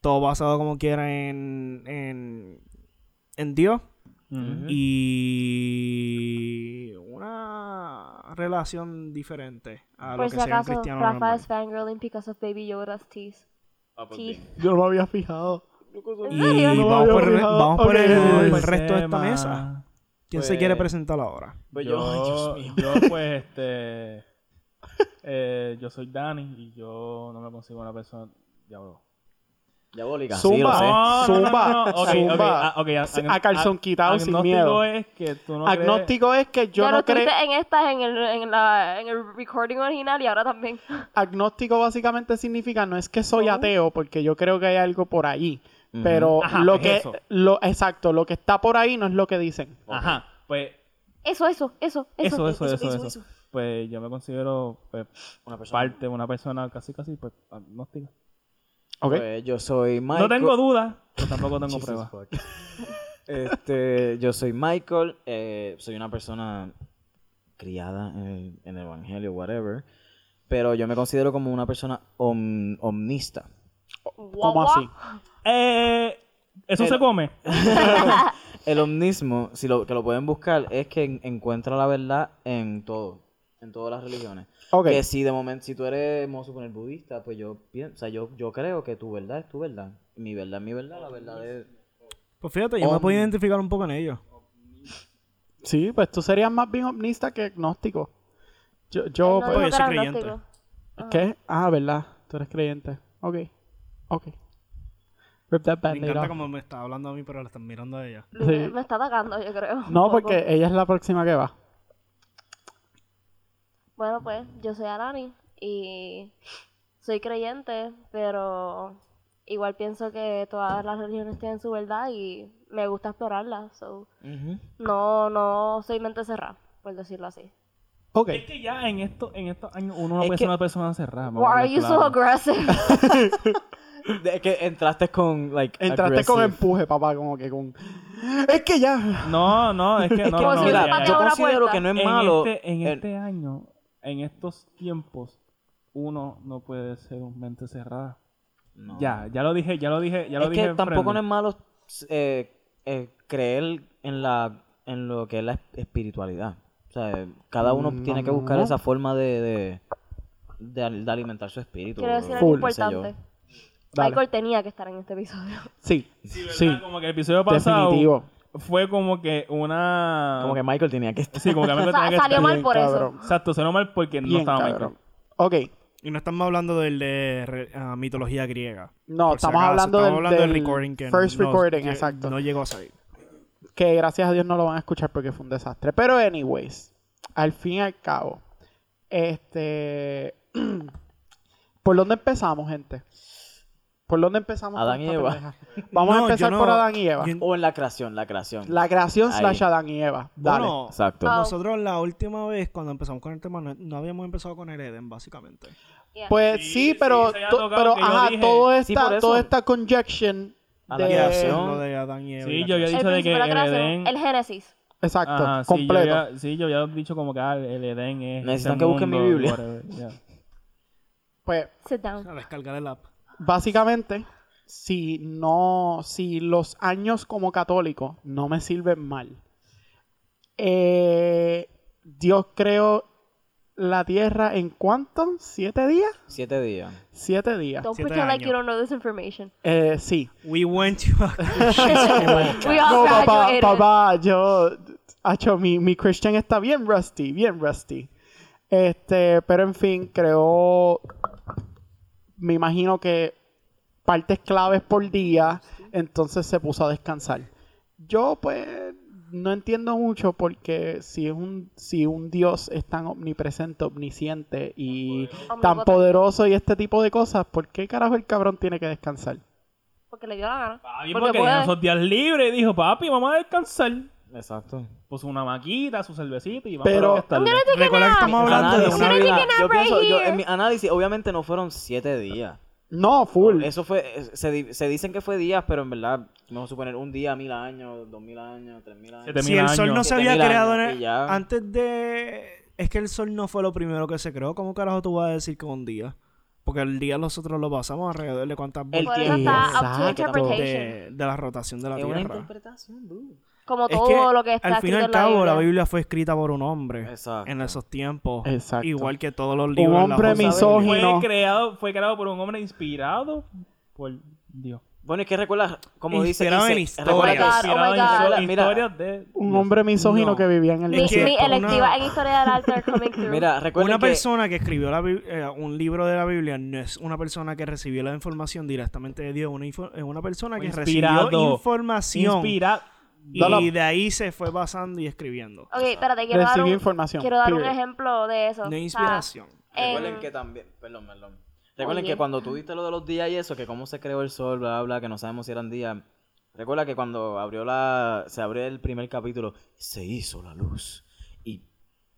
[SPEAKER 1] Todo basado como quiera en, en, en Dios.
[SPEAKER 3] Ujú.
[SPEAKER 1] Y una relación diferente a Ah,
[SPEAKER 5] Por
[SPEAKER 1] lo que
[SPEAKER 5] si
[SPEAKER 1] sea un
[SPEAKER 5] acaso,
[SPEAKER 1] cristiano. normal.
[SPEAKER 5] Rafa's fangirling because of Baby Yoda's teeth. Teeth.
[SPEAKER 2] Yo no me había fijado.
[SPEAKER 1] Y
[SPEAKER 5] No, yo-
[SPEAKER 1] vamos
[SPEAKER 2] no
[SPEAKER 1] por, el-
[SPEAKER 2] había fijado.
[SPEAKER 1] vamos por
[SPEAKER 2] Ok,
[SPEAKER 1] el,
[SPEAKER 2] no,
[SPEAKER 1] el
[SPEAKER 3] Pues,
[SPEAKER 1] resto de esta
[SPEAKER 3] Emma,
[SPEAKER 1] mesa. ¿Quién se
[SPEAKER 3] pues,
[SPEAKER 1] quiere presentar ahora?
[SPEAKER 4] Pues yo, ay, Dios
[SPEAKER 3] Yo,
[SPEAKER 4] mío.
[SPEAKER 3] yo, pues, este. eh, yo soy Dani y yo no me consigo una persona. Diablo.
[SPEAKER 4] Diabólica, sí, lo
[SPEAKER 2] Zumba, Ah,
[SPEAKER 4] sé.
[SPEAKER 3] Ah, No, no, no,
[SPEAKER 2] zumba,
[SPEAKER 3] no, no. Ok, ok,
[SPEAKER 2] zumba.
[SPEAKER 3] ah, ok, ah,
[SPEAKER 2] Se-
[SPEAKER 3] ag-
[SPEAKER 2] a calzón
[SPEAKER 3] ag-
[SPEAKER 2] quitado sin
[SPEAKER 3] agnóstico
[SPEAKER 2] miedo.
[SPEAKER 3] es que tú no
[SPEAKER 2] Agnóstico es que yo
[SPEAKER 5] ya
[SPEAKER 2] no
[SPEAKER 5] lo
[SPEAKER 2] creo.
[SPEAKER 5] tuviste en esta, en el, en, la, en el recording original y ahora también. (laughs)
[SPEAKER 2] Agnóstico básicamente significa no es que soy ateo, porque yo creo que hay algo por ahí.
[SPEAKER 4] Ujú.
[SPEAKER 2] Pero
[SPEAKER 3] Ajá,
[SPEAKER 2] lo
[SPEAKER 3] pues
[SPEAKER 2] que.
[SPEAKER 3] eso.
[SPEAKER 2] Lo, exacto, lo que está por ahí no es lo que dicen.
[SPEAKER 3] crees. Ajá, pues.
[SPEAKER 5] Eso, eso, eso,
[SPEAKER 3] Eso,
[SPEAKER 5] eso.
[SPEAKER 3] eso, eso, eso. Pues yo me considero pues,
[SPEAKER 4] Una persona.
[SPEAKER 3] parte, una persona casi, casi, pues, agnóstica.
[SPEAKER 2] ¿Ok?
[SPEAKER 4] Pues yo soy Michael.
[SPEAKER 3] No tengo dudas, pero tampoco tengo
[SPEAKER 4] Jesus
[SPEAKER 3] pruebas.
[SPEAKER 4] fuck. Este, yo soy Michael, eh, soy una persona criada en el, en el evangelio, whatever. Pero yo me considero como una persona om- omnista.
[SPEAKER 2] ¿Cómo así?
[SPEAKER 3] Eh, ¿Eso se come?
[SPEAKER 4] El omnismo, si lo que lo pueden buscar, es que en- encuentra la verdad en todo, en todas las religiones.
[SPEAKER 2] Ok.
[SPEAKER 4] Que si de momento, si tú eres, vamos a suponer, budista, pues yo pienso, o sea, yo, yo creo que tu verdad es tu verdad. Mi verdad es mi verdad, la verdad es...
[SPEAKER 1] Pues fíjate, yo me puedo identificar un poco en ello.
[SPEAKER 2] Sí, pues tú serías más bien omnista que agnóstico. Yo, yo
[SPEAKER 5] No,
[SPEAKER 2] pues,
[SPEAKER 1] Pues, yo soy
[SPEAKER 5] no, no, no, no,
[SPEAKER 1] creyente.
[SPEAKER 5] no.
[SPEAKER 2] ¿Qué? Ah, ¿verdad? Tú eres creyente. Ok. Ok. Rip that
[SPEAKER 1] Me
[SPEAKER 2] band
[SPEAKER 1] encanta como me está hablando a mí, pero la están mirando a ella.
[SPEAKER 2] Sí.
[SPEAKER 5] Me está atacando, yo creo. un
[SPEAKER 2] No,
[SPEAKER 5] poco.
[SPEAKER 2] porque ella es la próxima que va.
[SPEAKER 5] Bueno, pues yo soy Arani y soy creyente, pero igual pienso que todas las religiones tienen su verdad y me gusta explorarla. So.
[SPEAKER 4] Ujú.
[SPEAKER 5] No, no soy mente cerrada, por decirlo así.
[SPEAKER 2] Ok.
[SPEAKER 3] Es que ya en esto, en estos años uno no
[SPEAKER 4] Es
[SPEAKER 3] puede
[SPEAKER 4] que-
[SPEAKER 3] ser una persona cerrada. vamos
[SPEAKER 5] Why
[SPEAKER 3] a
[SPEAKER 5] are
[SPEAKER 3] hablar
[SPEAKER 5] you so
[SPEAKER 3] claro.
[SPEAKER 2] (laughs)
[SPEAKER 5] aggressive?
[SPEAKER 4] (laughs) De que entraste con, like,
[SPEAKER 2] Entraste con
[SPEAKER 4] aggressive.
[SPEAKER 2] empuje, papá, como que con... Es que ya...
[SPEAKER 3] No, no, es que no,
[SPEAKER 4] (laughs) Es que
[SPEAKER 3] no,
[SPEAKER 5] como
[SPEAKER 3] no,
[SPEAKER 5] si
[SPEAKER 3] ya,
[SPEAKER 5] hubiera
[SPEAKER 3] ya, ya.
[SPEAKER 4] yo
[SPEAKER 5] pateado una
[SPEAKER 4] considero
[SPEAKER 5] puerta.
[SPEAKER 4] que no es
[SPEAKER 3] en
[SPEAKER 4] malo.
[SPEAKER 3] Este, en
[SPEAKER 4] el-
[SPEAKER 3] este año, en estos tiempos, uno no puede ser un mente cerrada.
[SPEAKER 4] No.
[SPEAKER 3] Ya, ya lo dije, ya lo dije, ya lo
[SPEAKER 4] es
[SPEAKER 3] dije.
[SPEAKER 4] que tampoco no
[SPEAKER 3] Freddy.
[SPEAKER 4] es malo eh, eh, creer en la en lo que es la es- espiritualidad. O sea, cada uno
[SPEAKER 2] Mm,
[SPEAKER 4] tiene que
[SPEAKER 2] no.
[SPEAKER 4] buscar esa forma de, de, de al- de alimentar su espíritu.
[SPEAKER 5] Quiero decir algo
[SPEAKER 2] Full,
[SPEAKER 4] qué sé yo.
[SPEAKER 5] importante.
[SPEAKER 2] Dale.
[SPEAKER 5] Michael tenía que estar en este episodio.
[SPEAKER 2] Sí.
[SPEAKER 3] Sí, ¿verdad?
[SPEAKER 2] Sí.
[SPEAKER 3] Como que el episodio pasado
[SPEAKER 2] Definitivo.
[SPEAKER 3] fue como que una.
[SPEAKER 4] Como que Michael tenía que estar.
[SPEAKER 3] Sí, como que a mí me
[SPEAKER 5] (laughs) Sa-
[SPEAKER 3] tenía que
[SPEAKER 5] salió
[SPEAKER 3] estar-
[SPEAKER 5] mal
[SPEAKER 2] Bien,
[SPEAKER 5] por
[SPEAKER 2] cabrón.
[SPEAKER 5] eso.
[SPEAKER 3] Exacto, salió mal porque no
[SPEAKER 2] Bien,
[SPEAKER 3] estaba
[SPEAKER 2] cabrón.
[SPEAKER 3] Michael.
[SPEAKER 2] Ok.
[SPEAKER 1] Y no estamos hablando del de re- ah, mitología griega.
[SPEAKER 2] No,
[SPEAKER 1] Por si
[SPEAKER 2] estamos
[SPEAKER 1] acaso,
[SPEAKER 2] hablando del,
[SPEAKER 1] estamos hablando del
[SPEAKER 2] del
[SPEAKER 1] recording que
[SPEAKER 2] first
[SPEAKER 1] no-
[SPEAKER 2] recording,
[SPEAKER 1] que
[SPEAKER 2] exacto.
[SPEAKER 1] No llegó a salir.
[SPEAKER 2] que gracias a Dios no lo van a escuchar porque fue un desastre. Pero anyways, al fin y al cabo, este... (clears throat) ¿Por dónde empezamos, gente? ¿Por dónde empezamos? con
[SPEAKER 4] Adán y
[SPEAKER 2] esta
[SPEAKER 4] Eva.
[SPEAKER 2] pendeja? Vamos a
[SPEAKER 1] No, yo
[SPEAKER 2] empezar
[SPEAKER 1] no-
[SPEAKER 2] por Adán y Eva.
[SPEAKER 1] yo-
[SPEAKER 4] O en la creación, la creación.
[SPEAKER 2] La creación
[SPEAKER 4] Ahí.
[SPEAKER 2] slash Adán y Eva. Dale.
[SPEAKER 1] Bueno,
[SPEAKER 4] Exacto.
[SPEAKER 5] Ah.
[SPEAKER 1] nosotros la última vez cuando empezamos con el tema no, no habíamos empezado con el Edén, básicamente.
[SPEAKER 5] Yeah.
[SPEAKER 2] Pues
[SPEAKER 3] Sí,
[SPEAKER 2] sí,
[SPEAKER 3] sí,
[SPEAKER 2] pero,
[SPEAKER 3] se había
[SPEAKER 2] to-
[SPEAKER 3] tocado
[SPEAKER 2] pero
[SPEAKER 3] que yo
[SPEAKER 2] ajá,
[SPEAKER 3] dije.
[SPEAKER 2] todo esta,
[SPEAKER 4] Sí, por eso.
[SPEAKER 2] toda esta conjection
[SPEAKER 4] A la
[SPEAKER 2] de...
[SPEAKER 4] creación.
[SPEAKER 1] Lo de Adán y Eva y
[SPEAKER 3] Sí,
[SPEAKER 1] la
[SPEAKER 3] yo había
[SPEAKER 5] el
[SPEAKER 3] dicho de que
[SPEAKER 5] principio de la
[SPEAKER 3] el
[SPEAKER 5] creación,
[SPEAKER 3] Edén.
[SPEAKER 5] el Génesis.
[SPEAKER 2] Exacto,
[SPEAKER 3] Ajá, sí,
[SPEAKER 2] completo.
[SPEAKER 3] Yo había, sí, yo había dicho como que ah, el Edén es.
[SPEAKER 4] Necesitan
[SPEAKER 3] este
[SPEAKER 4] que busquen mi
[SPEAKER 3] mundo,
[SPEAKER 4] Biblia.
[SPEAKER 2] (laughs)
[SPEAKER 3] whatever, ya.
[SPEAKER 2] Pues
[SPEAKER 5] Sit
[SPEAKER 1] creación.
[SPEAKER 5] down.
[SPEAKER 1] A descargar el app.
[SPEAKER 2] básicamente, si no, si los años como católico no me sirven mal, eh, Dios creó la tierra en cuánto? ¿Siete días?
[SPEAKER 4] Siete días.
[SPEAKER 2] Siete días.
[SPEAKER 5] Don't
[SPEAKER 1] Siete
[SPEAKER 5] pretend like
[SPEAKER 1] años.
[SPEAKER 5] you don't know
[SPEAKER 2] (laughs)
[SPEAKER 5] this information.
[SPEAKER 2] Eh, sí.
[SPEAKER 1] We went to a
[SPEAKER 5] (laughs) We all
[SPEAKER 2] No, papá,
[SPEAKER 5] graduated.
[SPEAKER 2] papá, yo. Hacho, mi, mi Christian está bien rusty, bien rusty. Este, pero en fin, creo. Me imagino que partes claves por día, entonces se puso a descansar. Yo pues no entiendo mucho porque si es un, si un Dios es tan omnipresente, omnisciente y tan
[SPEAKER 5] Omnipotente.
[SPEAKER 2] poderoso y este tipo de cosas, ¿por qué carajo el cabrón tiene que descansar?
[SPEAKER 5] Porque le dio la gana.
[SPEAKER 3] Papi,
[SPEAKER 5] Porque
[SPEAKER 3] porque
[SPEAKER 5] puede.
[SPEAKER 3] tenía esos días libres. Dijo, papi, vamos a descansar.
[SPEAKER 4] Exacto.
[SPEAKER 3] Puso una maquita, su cervecita y vamos
[SPEAKER 2] Pero-
[SPEAKER 3] a estar.
[SPEAKER 1] Recuerda que estamos hablando de
[SPEAKER 4] Análisis.
[SPEAKER 1] una
[SPEAKER 5] Pero
[SPEAKER 1] vida.
[SPEAKER 5] digan-
[SPEAKER 4] Yo
[SPEAKER 5] Right
[SPEAKER 4] pienso, yo,
[SPEAKER 5] here.
[SPEAKER 4] en mi análisis, obviamente no fueron siete días.
[SPEAKER 2] No, full.
[SPEAKER 4] Eso fue, eh, se, di- se dicen que fue días, pero en verdad, vamos a suponer un día, mil años, dos mil años, tres mil años.
[SPEAKER 3] Siete
[SPEAKER 1] Si el sol no
[SPEAKER 3] años.
[SPEAKER 1] se había
[SPEAKER 4] 7.000
[SPEAKER 1] creado
[SPEAKER 4] años,
[SPEAKER 1] en el-
[SPEAKER 4] y ya.
[SPEAKER 1] antes de... Es que el sol no fue lo primero que se creó. ¿Cómo carajo tú vas a decir que un día? Porque el día nosotros lo pasamos alrededor de cuántas
[SPEAKER 4] El
[SPEAKER 5] Por
[SPEAKER 1] vueltas
[SPEAKER 5] eso está up to
[SPEAKER 2] Exacto.
[SPEAKER 5] interpretation.
[SPEAKER 1] de, de la rotación de la
[SPEAKER 4] Es una
[SPEAKER 1] Tierra.
[SPEAKER 4] interpretación, dude.
[SPEAKER 5] Como
[SPEAKER 1] Es
[SPEAKER 5] todo
[SPEAKER 1] que,
[SPEAKER 5] lo que está
[SPEAKER 1] al fin y
[SPEAKER 5] escrito
[SPEAKER 1] al
[SPEAKER 5] en la
[SPEAKER 1] cabo, la
[SPEAKER 5] Biblia.
[SPEAKER 1] Biblia fue escrita por un hombre
[SPEAKER 4] Exacto.
[SPEAKER 1] en esos tiempos.
[SPEAKER 2] Exacto.
[SPEAKER 1] Igual que todos los libros.
[SPEAKER 2] Un
[SPEAKER 1] la
[SPEAKER 2] hombre
[SPEAKER 1] cosa-
[SPEAKER 4] misógino.
[SPEAKER 2] misógino.
[SPEAKER 3] Fue creado, fue creado por un hombre inspirado por Dios.
[SPEAKER 4] Bueno, es que recuerda, como dice,
[SPEAKER 1] Inspirado
[SPEAKER 4] dice-
[SPEAKER 1] en
[SPEAKER 4] recuerda
[SPEAKER 1] historia.
[SPEAKER 4] que-
[SPEAKER 5] Oh my
[SPEAKER 3] Inspirado
[SPEAKER 5] God, oh my
[SPEAKER 3] en
[SPEAKER 5] God.
[SPEAKER 3] histo-
[SPEAKER 4] Mira,
[SPEAKER 3] historias de...
[SPEAKER 2] Un hombre misógino
[SPEAKER 1] No.
[SPEAKER 2] que vivía en el
[SPEAKER 5] Mi,
[SPEAKER 1] que
[SPEAKER 2] desierto.
[SPEAKER 5] mi
[SPEAKER 1] una-
[SPEAKER 5] electiva en historia del arte
[SPEAKER 1] (laughs)
[SPEAKER 5] are coming through.
[SPEAKER 4] Mira, recuerda
[SPEAKER 1] Una
[SPEAKER 4] que
[SPEAKER 1] persona que escribió la Bib- eh, un libro de la Biblia no es una persona que recibió la información directamente de Dios, una info- es una persona que recibió
[SPEAKER 3] Inspirado.
[SPEAKER 1] información
[SPEAKER 3] Inspirado.
[SPEAKER 1] y de ahí se fue basando y escribiendo.
[SPEAKER 5] ok, espérate, quiero dar,
[SPEAKER 2] Recibió
[SPEAKER 5] un,
[SPEAKER 2] información.
[SPEAKER 5] quiero dar un
[SPEAKER 2] period.
[SPEAKER 5] ejemplo de eso. O
[SPEAKER 1] No
[SPEAKER 5] sea,
[SPEAKER 1] inspiración.
[SPEAKER 4] Recuerden
[SPEAKER 5] en-
[SPEAKER 4] que también, perdón, perdón. Recuerden
[SPEAKER 5] Em, Oye.
[SPEAKER 4] que cuando tú diste lo de los días y eso, que cómo se creó el sol, bla, bla, bla, que no sabemos si eran días. Recuerda que cuando abrió la, se abrió el primer capítulo, se hizo la luz. Y,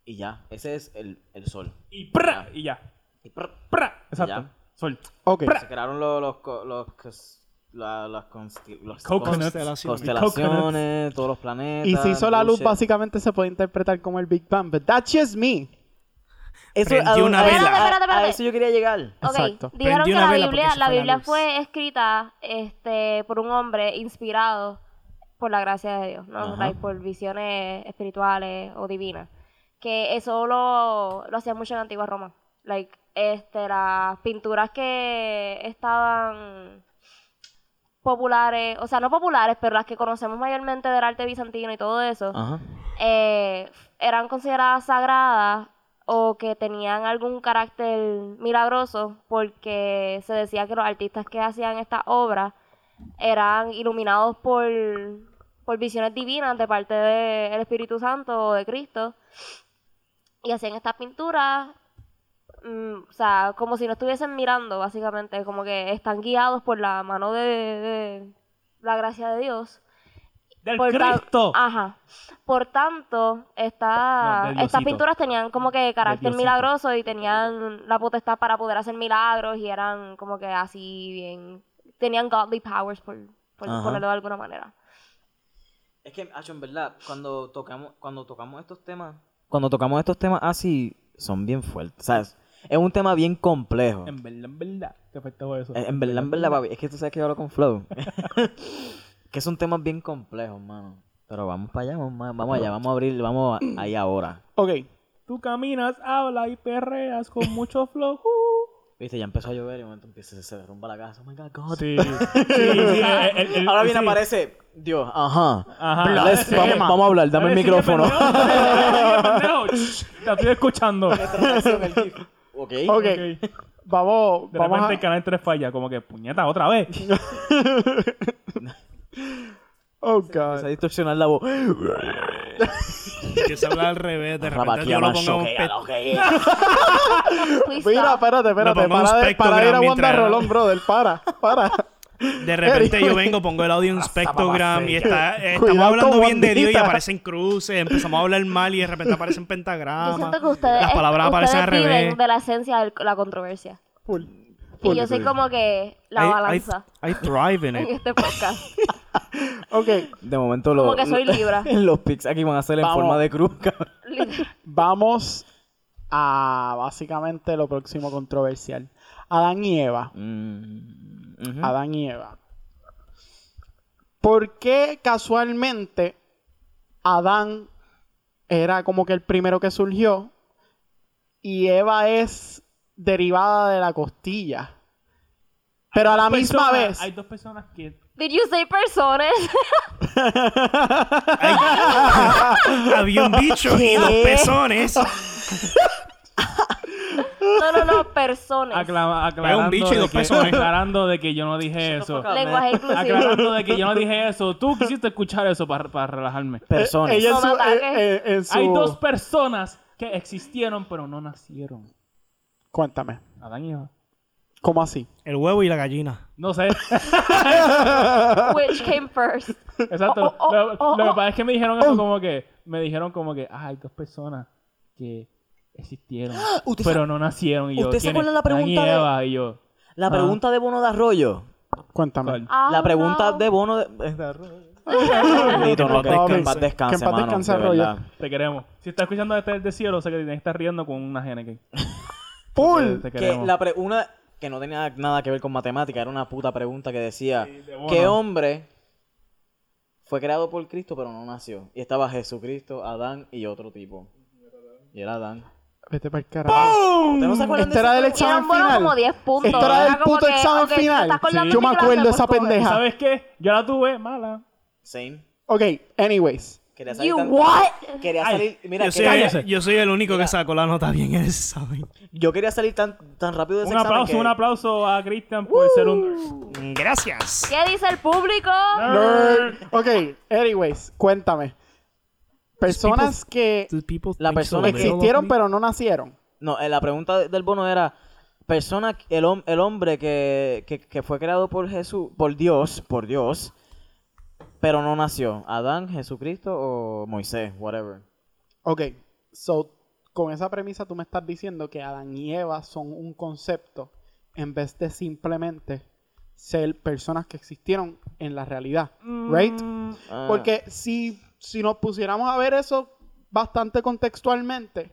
[SPEAKER 4] y ya, ese es el, el sol.
[SPEAKER 3] Y pra, y ya.
[SPEAKER 4] Y prr,
[SPEAKER 3] Pra. Exacto.
[SPEAKER 4] Ya.
[SPEAKER 3] Sol.
[SPEAKER 2] Ok.
[SPEAKER 4] se crearon los, los, co- los, cos- la- las, consti- los
[SPEAKER 3] Coconuts.
[SPEAKER 1] Constelaciones.
[SPEAKER 4] constelaciones, todos los planetas.
[SPEAKER 2] Y si hizo la luz,
[SPEAKER 4] bullshit.
[SPEAKER 2] básicamente se puede interpretar como el Big Bang. But that's just me.
[SPEAKER 4] Eso,
[SPEAKER 1] Prendió
[SPEAKER 4] a-
[SPEAKER 1] una
[SPEAKER 4] a-
[SPEAKER 1] vela.
[SPEAKER 5] Espérate, espérate,
[SPEAKER 4] A
[SPEAKER 5] espérate.
[SPEAKER 4] eso yo quería llegar.
[SPEAKER 5] Ok,
[SPEAKER 2] Exacto.
[SPEAKER 5] dijeron
[SPEAKER 1] Prendí
[SPEAKER 5] que
[SPEAKER 1] una
[SPEAKER 5] la
[SPEAKER 1] vela porque
[SPEAKER 5] Biblia,
[SPEAKER 1] se
[SPEAKER 5] la
[SPEAKER 1] fue la
[SPEAKER 5] Biblia
[SPEAKER 1] luz.
[SPEAKER 5] fue escrita este, por un hombre inspirado por la gracia de Dios, ¿no?
[SPEAKER 4] Ajá.
[SPEAKER 5] Like, por visiones espirituales o divinas. Que eso lo, lo hacía mucho en la antigua Roma. Like, este, las pinturas que estaban populares, o sea, no populares, pero las que conocemos mayormente del arte bizantino y todo eso,
[SPEAKER 4] Ajá.
[SPEAKER 5] eh, eran consideradas sagradas o que tenían algún carácter milagroso porque se decía que los artistas que hacían estas obras eran iluminados por, por visiones divinas de parte del Espíritu Santo o de Cristo y hacían estas pinturas mm, o sea, como si no estuviesen mirando, básicamente, como que están guiados por la mano de, de la gracia de Dios.
[SPEAKER 3] Del
[SPEAKER 5] Por tan-
[SPEAKER 3] Cristo.
[SPEAKER 4] Ah.
[SPEAKER 5] Ajá. Por tanto, esta-
[SPEAKER 3] No, del
[SPEAKER 5] estas
[SPEAKER 3] Diosito.
[SPEAKER 5] pinturas tenían como que carácter
[SPEAKER 3] Diosito.
[SPEAKER 5] milagroso y tenían la potestad para poder hacer milagros y eran como que así bien... Tenían godly powers, por, por
[SPEAKER 4] Ajá.
[SPEAKER 5] ponerlo de alguna manera.
[SPEAKER 4] Es que, Acho, en verdad, cuando tocamos, cuando tocamos estos temas, cuando tocamos estos temas así, son bien fuertes. ¿Sabes? Es un tema bien complejo. En,
[SPEAKER 3] En verdad, en verdad. Te faltó eso.
[SPEAKER 4] en verdad, en verdad, papi. Es que tú sabes que yo hablo con Flow. (laughs) que son temas bien complejos, mano. Pero vamos para allá, vamos, vamos allá, vamos a abrir, vamos a- ahí ahora.
[SPEAKER 2] Ok.
[SPEAKER 3] Tú caminas, hablas y perreas con mucho (laughs) flow.
[SPEAKER 4] Viste, ya empezó a llover y de momento empieza, se derrumba la casa. Oh my god, God.
[SPEAKER 3] Sí, sí, sí, el- el- el-
[SPEAKER 4] Ahora bien
[SPEAKER 3] sí.
[SPEAKER 4] aparece Dios, ajá.
[SPEAKER 3] Ajá.
[SPEAKER 4] Let's- vamos, vamos a hablar, dame el
[SPEAKER 3] Dale, sigue,
[SPEAKER 4] micrófono.
[SPEAKER 3] pendejo, dale, pendejo. Shh, La estoy escuchando.
[SPEAKER 4] (laughs) ok.
[SPEAKER 2] Ok.
[SPEAKER 3] Ok.
[SPEAKER 2] Vamos,
[SPEAKER 3] De
[SPEAKER 2] vamos
[SPEAKER 3] repente
[SPEAKER 2] a-
[SPEAKER 3] el canal 3 falla, como que puñeta otra vez.
[SPEAKER 2] Oh,
[SPEAKER 4] Empieza a
[SPEAKER 2] God.
[SPEAKER 4] distorsionar la voz.
[SPEAKER 1] Que se habla al revés, de repente yo lo
[SPEAKER 4] Rabaquiana,
[SPEAKER 1] pongo en un pe-
[SPEAKER 4] choquea, loquea.
[SPEAKER 5] Please
[SPEAKER 2] Mira,
[SPEAKER 5] stop.
[SPEAKER 2] espérate,
[SPEAKER 1] Me
[SPEAKER 2] espérate.
[SPEAKER 1] pongo un
[SPEAKER 2] Para de, para de ir a
[SPEAKER 1] spectrogram
[SPEAKER 2] Wanda
[SPEAKER 1] mientras-
[SPEAKER 2] Rolón, brother. Para, para. (laughs)
[SPEAKER 1] De repente yo vengo, pongo el audio en un spectrogram y está, eh, estamos
[SPEAKER 2] Cuidado
[SPEAKER 1] hablando
[SPEAKER 2] con
[SPEAKER 1] bien de Dios y
[SPEAKER 2] Wandita.
[SPEAKER 1] aparecen cruces, empezamos a hablar mal y de repente aparecen
[SPEAKER 5] Yo
[SPEAKER 1] pentagramas.
[SPEAKER 5] siento que ustedes,
[SPEAKER 1] Las palabras
[SPEAKER 5] ustedes
[SPEAKER 1] aparecen al
[SPEAKER 5] viven
[SPEAKER 1] revés.
[SPEAKER 5] de la esencia de la controversia.
[SPEAKER 2] Full.
[SPEAKER 5] Y yo soy como que la
[SPEAKER 1] I- I-
[SPEAKER 5] balanza
[SPEAKER 1] I thrive in
[SPEAKER 5] en
[SPEAKER 1] it.
[SPEAKER 5] este podcast.
[SPEAKER 2] Ok.
[SPEAKER 4] De momento lo,
[SPEAKER 5] Como que soy libra.
[SPEAKER 4] (laughs) los pics aquí van a ser en
[SPEAKER 2] Vamos.
[SPEAKER 4] forma de cruz, (laughs) cabrón.
[SPEAKER 2] Vamos a básicamente lo próximo controversial. Adán y Eva.
[SPEAKER 4] Mm,
[SPEAKER 2] Adán y Eva. ¿Por qué casualmente Adán era como que el primero que surgió y Eva es derivada de la costilla? Pero a la misma
[SPEAKER 3] Personas-
[SPEAKER 2] vez, eh,
[SPEAKER 3] Hay dos personas que.
[SPEAKER 5] Did you say
[SPEAKER 4] (laughs)
[SPEAKER 5] personas?
[SPEAKER 1] Había un bicho y dos pezones.
[SPEAKER 5] No, no, no, personas.
[SPEAKER 3] Aclama- aclarando,
[SPEAKER 1] un bicho y
[SPEAKER 3] de
[SPEAKER 1] dos
[SPEAKER 3] que-
[SPEAKER 1] pezones.
[SPEAKER 3] aclarando de que yo no dije eso.
[SPEAKER 5] Lenguaje inclusivo.
[SPEAKER 3] Aclarando de que yo no dije eso. Tú quisiste escuchar eso para relajarme.
[SPEAKER 4] Personas.
[SPEAKER 2] Ella en
[SPEAKER 5] No me
[SPEAKER 2] su-
[SPEAKER 5] ataque.
[SPEAKER 2] eh, eh, en su-
[SPEAKER 3] Hay dos personas que existieron pero no nacieron.
[SPEAKER 2] Cuéntame,
[SPEAKER 3] Adán y Eva.
[SPEAKER 2] ¿cómo así?
[SPEAKER 1] El huevo y la gallina.
[SPEAKER 3] No sé.
[SPEAKER 5] Which came first.
[SPEAKER 3] Exacto.
[SPEAKER 5] Oh, oh,
[SPEAKER 3] lo,
[SPEAKER 5] oh,
[SPEAKER 3] lo que
[SPEAKER 5] oh.
[SPEAKER 3] pasa es que me dijeron eso como que me dijeron como que ah, hay dos personas que existieron
[SPEAKER 4] (gasps) Usted
[SPEAKER 3] pero no nacieron y yo
[SPEAKER 4] ¿Usted se
[SPEAKER 3] ¿quiénes?
[SPEAKER 4] acuerda la pregunta
[SPEAKER 3] Adán y
[SPEAKER 4] de-
[SPEAKER 3] Eva y yo.
[SPEAKER 4] La
[SPEAKER 3] Ah.
[SPEAKER 4] pregunta de Bono de Arroyo.
[SPEAKER 2] Cuéntame.
[SPEAKER 3] ¿cuál?
[SPEAKER 5] Ah,
[SPEAKER 4] la pregunta
[SPEAKER 5] no.
[SPEAKER 4] de Bono de, de Arroyo.
[SPEAKER 1] Ah,
[SPEAKER 4] Bendito, no, que, que en paz
[SPEAKER 2] Que
[SPEAKER 4] descanse,
[SPEAKER 2] en paz
[SPEAKER 4] mano,
[SPEAKER 2] descanse,
[SPEAKER 4] de
[SPEAKER 2] Arroyo.
[SPEAKER 4] verdad.
[SPEAKER 3] Te queremos. Si estás escuchando este desde el cielo, sé que tienes que estar riendo con una Henneken.
[SPEAKER 2] ¡Pul!
[SPEAKER 3] Te
[SPEAKER 4] Que
[SPEAKER 3] queremos.
[SPEAKER 4] la pre- una que no tenía nada que ver con matemática, era una puta pregunta que decía,
[SPEAKER 3] de Bono.
[SPEAKER 4] ¿qué hombre fue creado por Cristo pero no nació? Y estaba Jesucristo, Adán y otro tipo. Y era Adán.
[SPEAKER 2] Vete para el carajo.
[SPEAKER 4] ¿Ustedes no se acuerdan
[SPEAKER 2] Este
[SPEAKER 4] de
[SPEAKER 2] era del
[SPEAKER 4] ese-
[SPEAKER 5] Y eran
[SPEAKER 2] examen
[SPEAKER 5] buenos
[SPEAKER 2] final.
[SPEAKER 5] como 10 puntos.
[SPEAKER 2] Esto era del
[SPEAKER 5] Era como
[SPEAKER 2] puto
[SPEAKER 5] que,
[SPEAKER 2] examen
[SPEAKER 5] ok, ¿te
[SPEAKER 2] final.
[SPEAKER 5] estás acordando
[SPEAKER 3] Sí.
[SPEAKER 5] de
[SPEAKER 2] Yo
[SPEAKER 5] mi
[SPEAKER 2] me
[SPEAKER 5] clase?
[SPEAKER 2] acuerdo
[SPEAKER 5] Pues
[SPEAKER 2] esa
[SPEAKER 5] coge.
[SPEAKER 2] pendeja.
[SPEAKER 3] ¿Sabes qué? Yo la tuve mala.
[SPEAKER 4] Same.
[SPEAKER 2] Ok, anyways.
[SPEAKER 4] Quería salir
[SPEAKER 5] You
[SPEAKER 4] tan-
[SPEAKER 5] what?
[SPEAKER 4] Quería
[SPEAKER 3] Ay,
[SPEAKER 4] salir, mira,
[SPEAKER 1] yo,
[SPEAKER 4] yo
[SPEAKER 1] soy,
[SPEAKER 3] cállese.
[SPEAKER 1] yo soy el único que sacó la nota bien en ese examen.
[SPEAKER 4] yo quería salir tan tan rápido de ese
[SPEAKER 3] Un
[SPEAKER 4] examen
[SPEAKER 3] aplauso,
[SPEAKER 4] que-
[SPEAKER 3] un aplauso a Christian por ser un nerd.
[SPEAKER 1] Gracias.
[SPEAKER 5] ¿Qué dice el público?
[SPEAKER 2] Nerd. Ok, anyways, cuéntame. Personas que
[SPEAKER 1] Do people
[SPEAKER 4] La
[SPEAKER 1] think
[SPEAKER 4] persona
[SPEAKER 1] so?
[SPEAKER 4] que-
[SPEAKER 2] existieron pero no nacieron.
[SPEAKER 4] No, eh, la pregunta de- del bono era, persona, el, hom- el hombre que, que- que fue creado por Jesús, por Dios, por Dios, pero no nació, Adán, Jesucristo o Moisés, whatever.
[SPEAKER 2] Ok, so con esa premisa tú me estás diciendo que Adán y Eva son un concepto en vez de simplemente ser personas que existieron en la realidad,
[SPEAKER 5] Mm.
[SPEAKER 2] right?
[SPEAKER 4] Ah,
[SPEAKER 2] Porque si, si nos pusiéramos a ver eso bastante contextualmente,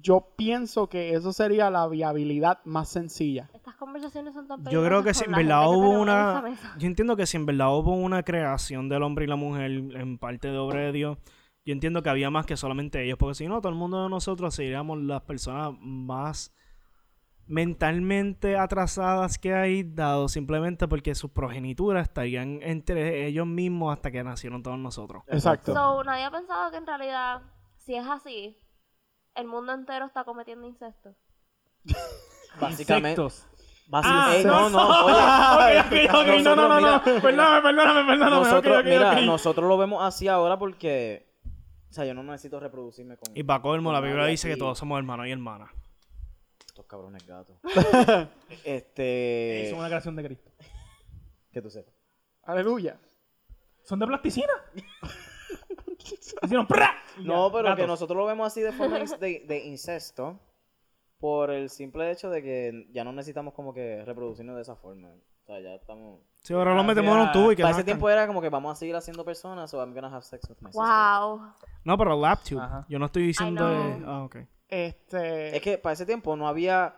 [SPEAKER 2] yo pienso que eso sería la viabilidad más sencilla.
[SPEAKER 5] Estas conversaciones son tan
[SPEAKER 1] Yo creo que
[SPEAKER 5] peligrosas
[SPEAKER 1] si en
[SPEAKER 5] por la
[SPEAKER 1] verdad
[SPEAKER 5] gente que
[SPEAKER 1] hubo
[SPEAKER 5] tenemos en
[SPEAKER 1] una.
[SPEAKER 5] esa mesa.
[SPEAKER 1] Yo entiendo que si en verdad hubo una creación del hombre y la mujer en parte de obra de Dios, yo entiendo que había más que solamente ellos, porque si no, todo el mundo de nosotros seríamos las personas más mentalmente atrasadas que hay, dado simplemente porque sus progenituras estarían entre ellos mismos hasta que nacieron todos nosotros.
[SPEAKER 2] Exacto.
[SPEAKER 5] So, nadie ha pensado que en realidad, si es así, el mundo entero está cometiendo incesto.
[SPEAKER 4] básicamente,
[SPEAKER 3] Insectos. Ah,
[SPEAKER 4] básicamente- eh, no, no,
[SPEAKER 3] (laughs)
[SPEAKER 4] oye,
[SPEAKER 3] Ok, ok, ok, no, no, no, no.
[SPEAKER 4] Nosotros,
[SPEAKER 3] Perdóname, perdóname, perdóname. ok,
[SPEAKER 4] nosotros,
[SPEAKER 3] ok,
[SPEAKER 4] mira,
[SPEAKER 3] ok.
[SPEAKER 4] nosotros lo vemos así ahora porque, o sea, yo no necesito reproducirme con
[SPEAKER 1] Y para colmo, la Biblia
[SPEAKER 4] Nadie
[SPEAKER 1] dice que
[SPEAKER 4] aquí.
[SPEAKER 1] todos somos hermanos y hermanas.
[SPEAKER 4] estos cabrones
[SPEAKER 5] (laughs)
[SPEAKER 4] gatos.
[SPEAKER 3] Hizo
[SPEAKER 4] este,
[SPEAKER 3] una creación de Cristo.
[SPEAKER 4] que tú sepas.
[SPEAKER 2] Aleluya.
[SPEAKER 3] ¿Son de (laughs) plasticina? Hicieron ¡prá! Y ya,
[SPEAKER 4] No, pero que
[SPEAKER 3] gatos.
[SPEAKER 4] nosotros lo vemos así de
[SPEAKER 5] (laughs)
[SPEAKER 4] forma inc- de, de incesto por el simple hecho de que ya no necesitamos como que reproducirnos de esa forma. O sea, ya estamos...
[SPEAKER 1] Si ahora lo
[SPEAKER 3] Ah,
[SPEAKER 1] metemos en
[SPEAKER 3] mira,
[SPEAKER 1] un tubo y que
[SPEAKER 4] Para ese
[SPEAKER 1] nazcan.
[SPEAKER 4] tiempo era como que vamos a seguir haciendo personas o I'm gonna have sex with my sister.
[SPEAKER 5] Wow.
[SPEAKER 1] No, pero laptop.
[SPEAKER 3] Ajá.
[SPEAKER 1] Yo no estoy diciendo...
[SPEAKER 5] know.
[SPEAKER 1] eh, ah, ok.
[SPEAKER 2] Este.
[SPEAKER 4] Es que para ese tiempo no había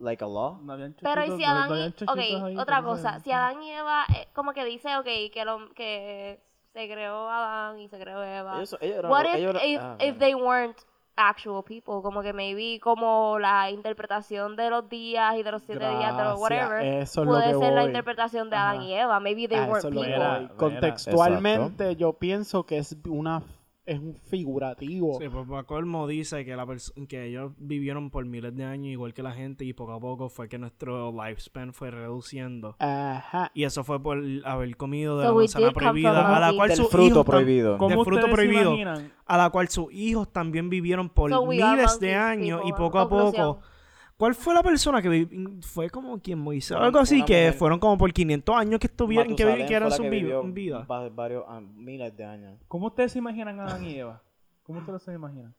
[SPEAKER 4] like a law.
[SPEAKER 3] No habían
[SPEAKER 5] Pero y
[SPEAKER 3] chochitos,
[SPEAKER 5] si
[SPEAKER 3] no
[SPEAKER 5] Adán
[SPEAKER 3] habían
[SPEAKER 5] y...
[SPEAKER 3] chochitos ahí,
[SPEAKER 5] Ok, otra
[SPEAKER 3] pero no
[SPEAKER 5] cosa.
[SPEAKER 3] sé.
[SPEAKER 5] Si Adán y Eva, eh, como que dice, ok, que, lo- que se creó Adán y se creó Eva.
[SPEAKER 4] Ellos, ellos eran...
[SPEAKER 5] What if,
[SPEAKER 4] ellos eran-
[SPEAKER 5] if,
[SPEAKER 4] ah,
[SPEAKER 5] if
[SPEAKER 4] bueno.
[SPEAKER 5] they weren't actual people? Como que maybe como la interpretación de los días y de los siete días de los
[SPEAKER 2] Gracias,
[SPEAKER 5] whatever
[SPEAKER 2] Ah, eso es lo
[SPEAKER 5] puede
[SPEAKER 2] que
[SPEAKER 5] ser la
[SPEAKER 2] voy.
[SPEAKER 5] interpretación de
[SPEAKER 2] Ajá.
[SPEAKER 5] Adán y Eva. Maybe they
[SPEAKER 2] Ah, eso es
[SPEAKER 5] weren't
[SPEAKER 2] lo que
[SPEAKER 5] people.
[SPEAKER 3] era.
[SPEAKER 2] voy. Contextualmente, yo pienso que es una es un figurativo.
[SPEAKER 1] Sí, pues para colmo dice que, la perso- que ellos vivieron por miles de años igual que la gente y poco a poco fue que nuestro lifespan fue reduciendo.
[SPEAKER 2] Ajá.
[SPEAKER 1] Y eso fue por haber comido de
[SPEAKER 5] So
[SPEAKER 1] la
[SPEAKER 5] we
[SPEAKER 1] manzana
[SPEAKER 5] did come
[SPEAKER 1] prohibida,
[SPEAKER 5] from
[SPEAKER 1] a la
[SPEAKER 5] monkeys.
[SPEAKER 1] cual
[SPEAKER 4] Del
[SPEAKER 1] sus
[SPEAKER 4] fruto
[SPEAKER 1] hijos tam-
[SPEAKER 4] prohibido.
[SPEAKER 1] de
[SPEAKER 3] ¿Cómo
[SPEAKER 1] fruto
[SPEAKER 3] ustedes se
[SPEAKER 1] prohibido.
[SPEAKER 3] imaginan?
[SPEAKER 1] a la cual sus hijos también vivieron por
[SPEAKER 5] So we are
[SPEAKER 1] miles de
[SPEAKER 5] monkeys,
[SPEAKER 1] años y
[SPEAKER 5] people.
[SPEAKER 1] poco a
[SPEAKER 5] Conclusión.
[SPEAKER 1] poco. ¿Cuál fue la persona que vi- fue como quien Moisés? Algo así
[SPEAKER 4] Una
[SPEAKER 1] que
[SPEAKER 4] mujer.
[SPEAKER 1] fueron como por 500 años que estuvieron que, vi-
[SPEAKER 4] Matusalén
[SPEAKER 1] que eran
[SPEAKER 4] fue la
[SPEAKER 1] sus
[SPEAKER 4] que
[SPEAKER 1] vi-
[SPEAKER 4] vivió
[SPEAKER 1] en vida.
[SPEAKER 4] va- varios ah, miles de años.
[SPEAKER 3] ¿Cómo ustedes se imaginan a Adán y Eva? ¿Cómo ustedes se imaginan?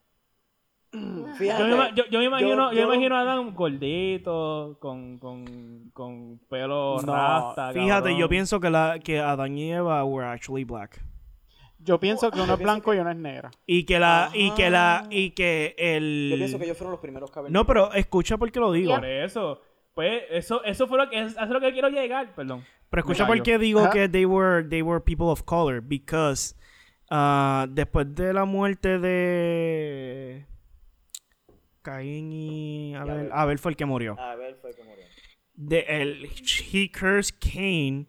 [SPEAKER 4] Fíjate,
[SPEAKER 3] Yo me, ima- yo, yo me imagino, yo,
[SPEAKER 4] yo-
[SPEAKER 3] imagino a Adán gordito, con, con, con pelo
[SPEAKER 2] No,
[SPEAKER 3] rasta.
[SPEAKER 1] Fíjate,
[SPEAKER 3] cabrón.
[SPEAKER 1] yo pienso que la que Adán y Eva were actually black.
[SPEAKER 2] Yo pienso que uno es blanco y uno es negro.
[SPEAKER 1] Y que la, y que la,
[SPEAKER 4] Ajá.
[SPEAKER 1] y que el...
[SPEAKER 4] yo pienso que ellos fueron los primeros
[SPEAKER 1] No,
[SPEAKER 4] cavernícolas.
[SPEAKER 1] pero escucha por qué lo digo.
[SPEAKER 3] Por eso. Pues eso, eso fue lo que, eso es lo que quiero llegar, perdón.
[SPEAKER 1] Pero escucha
[SPEAKER 3] Me
[SPEAKER 1] por
[SPEAKER 3] callo.
[SPEAKER 1] qué digo
[SPEAKER 2] Ajá.
[SPEAKER 1] que they were, they were people of color. Because ah, después de la muerte de Caín y Abel, Abel fue el que murió.
[SPEAKER 4] A ver, fue que murió.
[SPEAKER 1] de el, he cursed Cain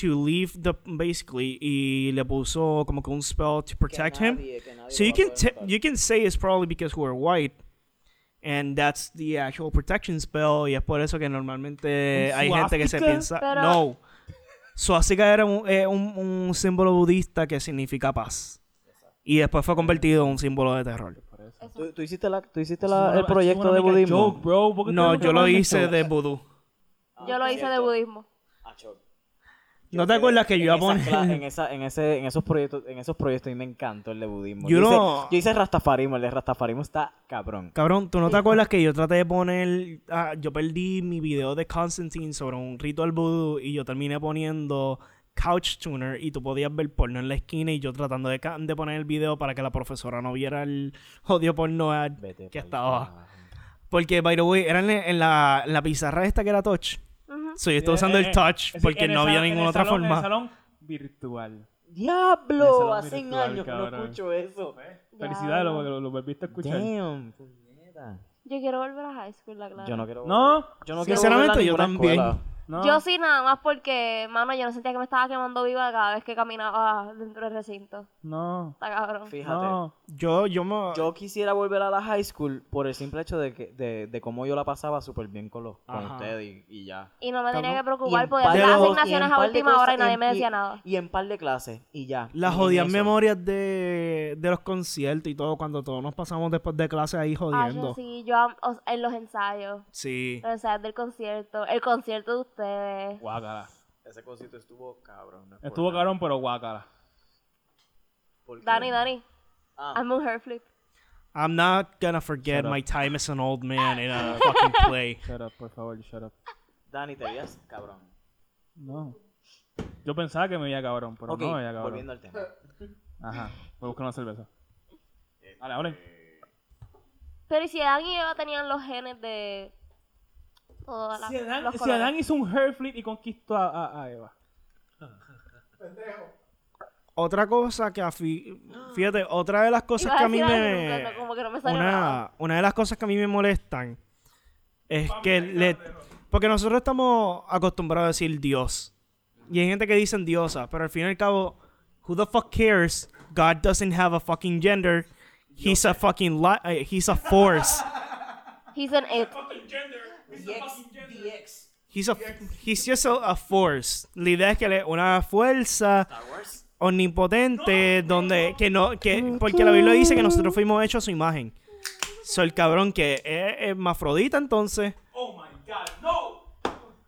[SPEAKER 1] to leave the basically y le puso como que un spell to protect him.
[SPEAKER 4] nadie- que nadie
[SPEAKER 1] so
[SPEAKER 4] lo
[SPEAKER 1] you
[SPEAKER 4] va a
[SPEAKER 1] can
[SPEAKER 4] poder
[SPEAKER 1] te-
[SPEAKER 4] matar.
[SPEAKER 1] you can say it's probably because we're white And that's the actual protection spell. Y es por eso que normalmente
[SPEAKER 2] ¿Un
[SPEAKER 1] hay gente que se
[SPEAKER 2] swastika?
[SPEAKER 1] piensa.
[SPEAKER 5] Pero-
[SPEAKER 1] No. Swastika era un, eh, un- un símbolo budista que significa paz. Y después fue convertido en un símbolo de terror.
[SPEAKER 4] ¿Tú, tú hiciste, la, tú hiciste
[SPEAKER 3] Es
[SPEAKER 4] la-
[SPEAKER 3] una-
[SPEAKER 4] el
[SPEAKER 3] es
[SPEAKER 4] proyecto
[SPEAKER 3] una
[SPEAKER 4] de
[SPEAKER 3] mega
[SPEAKER 4] budismo?
[SPEAKER 3] joke, bro. ¿Por qué
[SPEAKER 1] No,
[SPEAKER 3] tenemos que
[SPEAKER 1] yo lo
[SPEAKER 3] hablar de
[SPEAKER 1] hice
[SPEAKER 3] esto?
[SPEAKER 1] de vudú.
[SPEAKER 3] Ah,
[SPEAKER 5] Yo lo hice de budismo.
[SPEAKER 4] Ah,
[SPEAKER 1] ¿No te acuerdas que yo iba a
[SPEAKER 4] En esa cla-
[SPEAKER 1] poner?
[SPEAKER 4] en, esa- en ese, en, esos proyectos, en esos proyectos y me encantó el de budismo.
[SPEAKER 1] You
[SPEAKER 4] Yo, hice,
[SPEAKER 1] know-
[SPEAKER 4] yo hice rastafarismo, el de rastafarismo está cabrón.
[SPEAKER 1] Cabrón, ¿tú no te acuerdas que yo traté de poner... ah, yo perdí mi video de Constantine sobre un ritual vudú y yo terminé poniendo Couch Tuner y tú podías ver porno en la esquina y yo tratando de, ca- de poner el video para que la profesora no viera el odio porno ad
[SPEAKER 4] Vete
[SPEAKER 1] que
[SPEAKER 4] pa'l
[SPEAKER 1] estaba. Porque, by the way, eran en la, en la pizarra esta que era touch. So, yo estaba usando
[SPEAKER 3] Eh,
[SPEAKER 1] el
[SPEAKER 3] eh,
[SPEAKER 1] touch
[SPEAKER 3] es
[SPEAKER 1] porque
[SPEAKER 3] en el
[SPEAKER 1] no había
[SPEAKER 3] salón- en
[SPEAKER 1] ninguna
[SPEAKER 3] el
[SPEAKER 1] otra
[SPEAKER 3] salón- en el
[SPEAKER 1] forma.
[SPEAKER 3] salón virtual. Ese
[SPEAKER 4] ¡Diablo!
[SPEAKER 3] lo
[SPEAKER 4] Hace
[SPEAKER 3] miro actual,
[SPEAKER 4] años que no
[SPEAKER 3] cabrón.
[SPEAKER 4] escucho eso.
[SPEAKER 3] Felicidades, lo, lo, lo volviste a escuchar.
[SPEAKER 4] Damn, puñeta.
[SPEAKER 5] Yo quiero volver a high school, la clave.
[SPEAKER 4] Yo no quiero...
[SPEAKER 3] No,
[SPEAKER 4] yo no quiero
[SPEAKER 1] Sinceramente,
[SPEAKER 4] volver a
[SPEAKER 1] yo
[SPEAKER 4] ninguna
[SPEAKER 1] también.
[SPEAKER 4] escuela.
[SPEAKER 3] no.
[SPEAKER 5] Yo sí, nada más porque, mano, yo no sentía que me estaba quemando viva cada vez que caminaba dentro del recinto.
[SPEAKER 3] No,
[SPEAKER 5] Está cabrón.
[SPEAKER 4] Fíjate.
[SPEAKER 3] no.
[SPEAKER 1] Yo, yo me...
[SPEAKER 4] Yo quisiera volver a la high school por el simple hecho de que de, de cómo yo la pasaba súper bien con, los, con
[SPEAKER 1] Ajá.
[SPEAKER 4] ustedes y, y ya.
[SPEAKER 5] Y no me tenía
[SPEAKER 1] Cabrón.
[SPEAKER 5] que
[SPEAKER 4] Y
[SPEAKER 5] preocupar,
[SPEAKER 4] en
[SPEAKER 5] podía
[SPEAKER 4] par de
[SPEAKER 5] hacer
[SPEAKER 1] cosas-
[SPEAKER 5] asignaciones
[SPEAKER 4] y en
[SPEAKER 5] a
[SPEAKER 4] par de
[SPEAKER 5] última
[SPEAKER 4] cosas-
[SPEAKER 5] hora y nadie
[SPEAKER 4] en-
[SPEAKER 5] me decía
[SPEAKER 4] y-
[SPEAKER 5] nada.
[SPEAKER 4] Y en par de clases y ya.
[SPEAKER 1] Las
[SPEAKER 4] Y en
[SPEAKER 1] jodidas
[SPEAKER 4] eso.
[SPEAKER 1] memorias de, de los conciertos y todo, cuando todos nos pasamos después de clase ahí
[SPEAKER 5] Ah, yo
[SPEAKER 1] jodiendo.
[SPEAKER 5] sí, yo am- o sea, en los ensayos,
[SPEAKER 1] Sí.
[SPEAKER 5] los ensayos del concierto, el concierto de ustedes.
[SPEAKER 3] Guácala.
[SPEAKER 4] Ese concierto estuvo cabrón. no es por
[SPEAKER 3] Estuvo
[SPEAKER 4] nada.
[SPEAKER 3] cabrón, pero guácala.
[SPEAKER 4] ¿Por qué?
[SPEAKER 5] Dani, Dani,
[SPEAKER 4] Ah.
[SPEAKER 5] I'm on her flip.
[SPEAKER 1] I'm not gonna forget
[SPEAKER 3] Shut up.
[SPEAKER 1] my time as an old man in a fucking play.
[SPEAKER 3] Shut up, por favor, shut up.
[SPEAKER 4] Dani, te veías cabrón.
[SPEAKER 3] No. Yo pensaba que me veía cabrón, pero
[SPEAKER 4] ok,
[SPEAKER 3] no me veía cabrón.
[SPEAKER 4] volviendo al tema.
[SPEAKER 3] Ajá. Voy a buscar una cerveza.
[SPEAKER 4] Eh,
[SPEAKER 3] Vale, vale.
[SPEAKER 5] Pero ¿y si Adán y Eva tenían los genes de todas las
[SPEAKER 3] Si Adán,
[SPEAKER 5] los
[SPEAKER 3] si
[SPEAKER 5] colores?
[SPEAKER 3] Adán hizo un hairflip y conquistó a, a- a Eva.
[SPEAKER 1] (laughs) Otra cosa que a fi- fíjate, otra de las cosas
[SPEAKER 5] Iba
[SPEAKER 1] que
[SPEAKER 5] a
[SPEAKER 1] a mí
[SPEAKER 5] decir algo,
[SPEAKER 1] me
[SPEAKER 5] pero como que no me salió nada.
[SPEAKER 1] una, una de las cosas que a mí me molestan es que le porque nosotros estamos acostumbrados a decir Dios. Y hay gente que dicen diosa, pero al fin y al cabo, who the fuck cares? God doesn't have a fucking gender. He's a fucking li- eh, he's a force.
[SPEAKER 5] He's an it.
[SPEAKER 1] He's a, he's just a, a force. La idea es que le una fuerza omnipotente donde que no que porque la Biblia dice que nosotros fuimos hechos a su imagen. So el cabrón que es hermafrodita entonces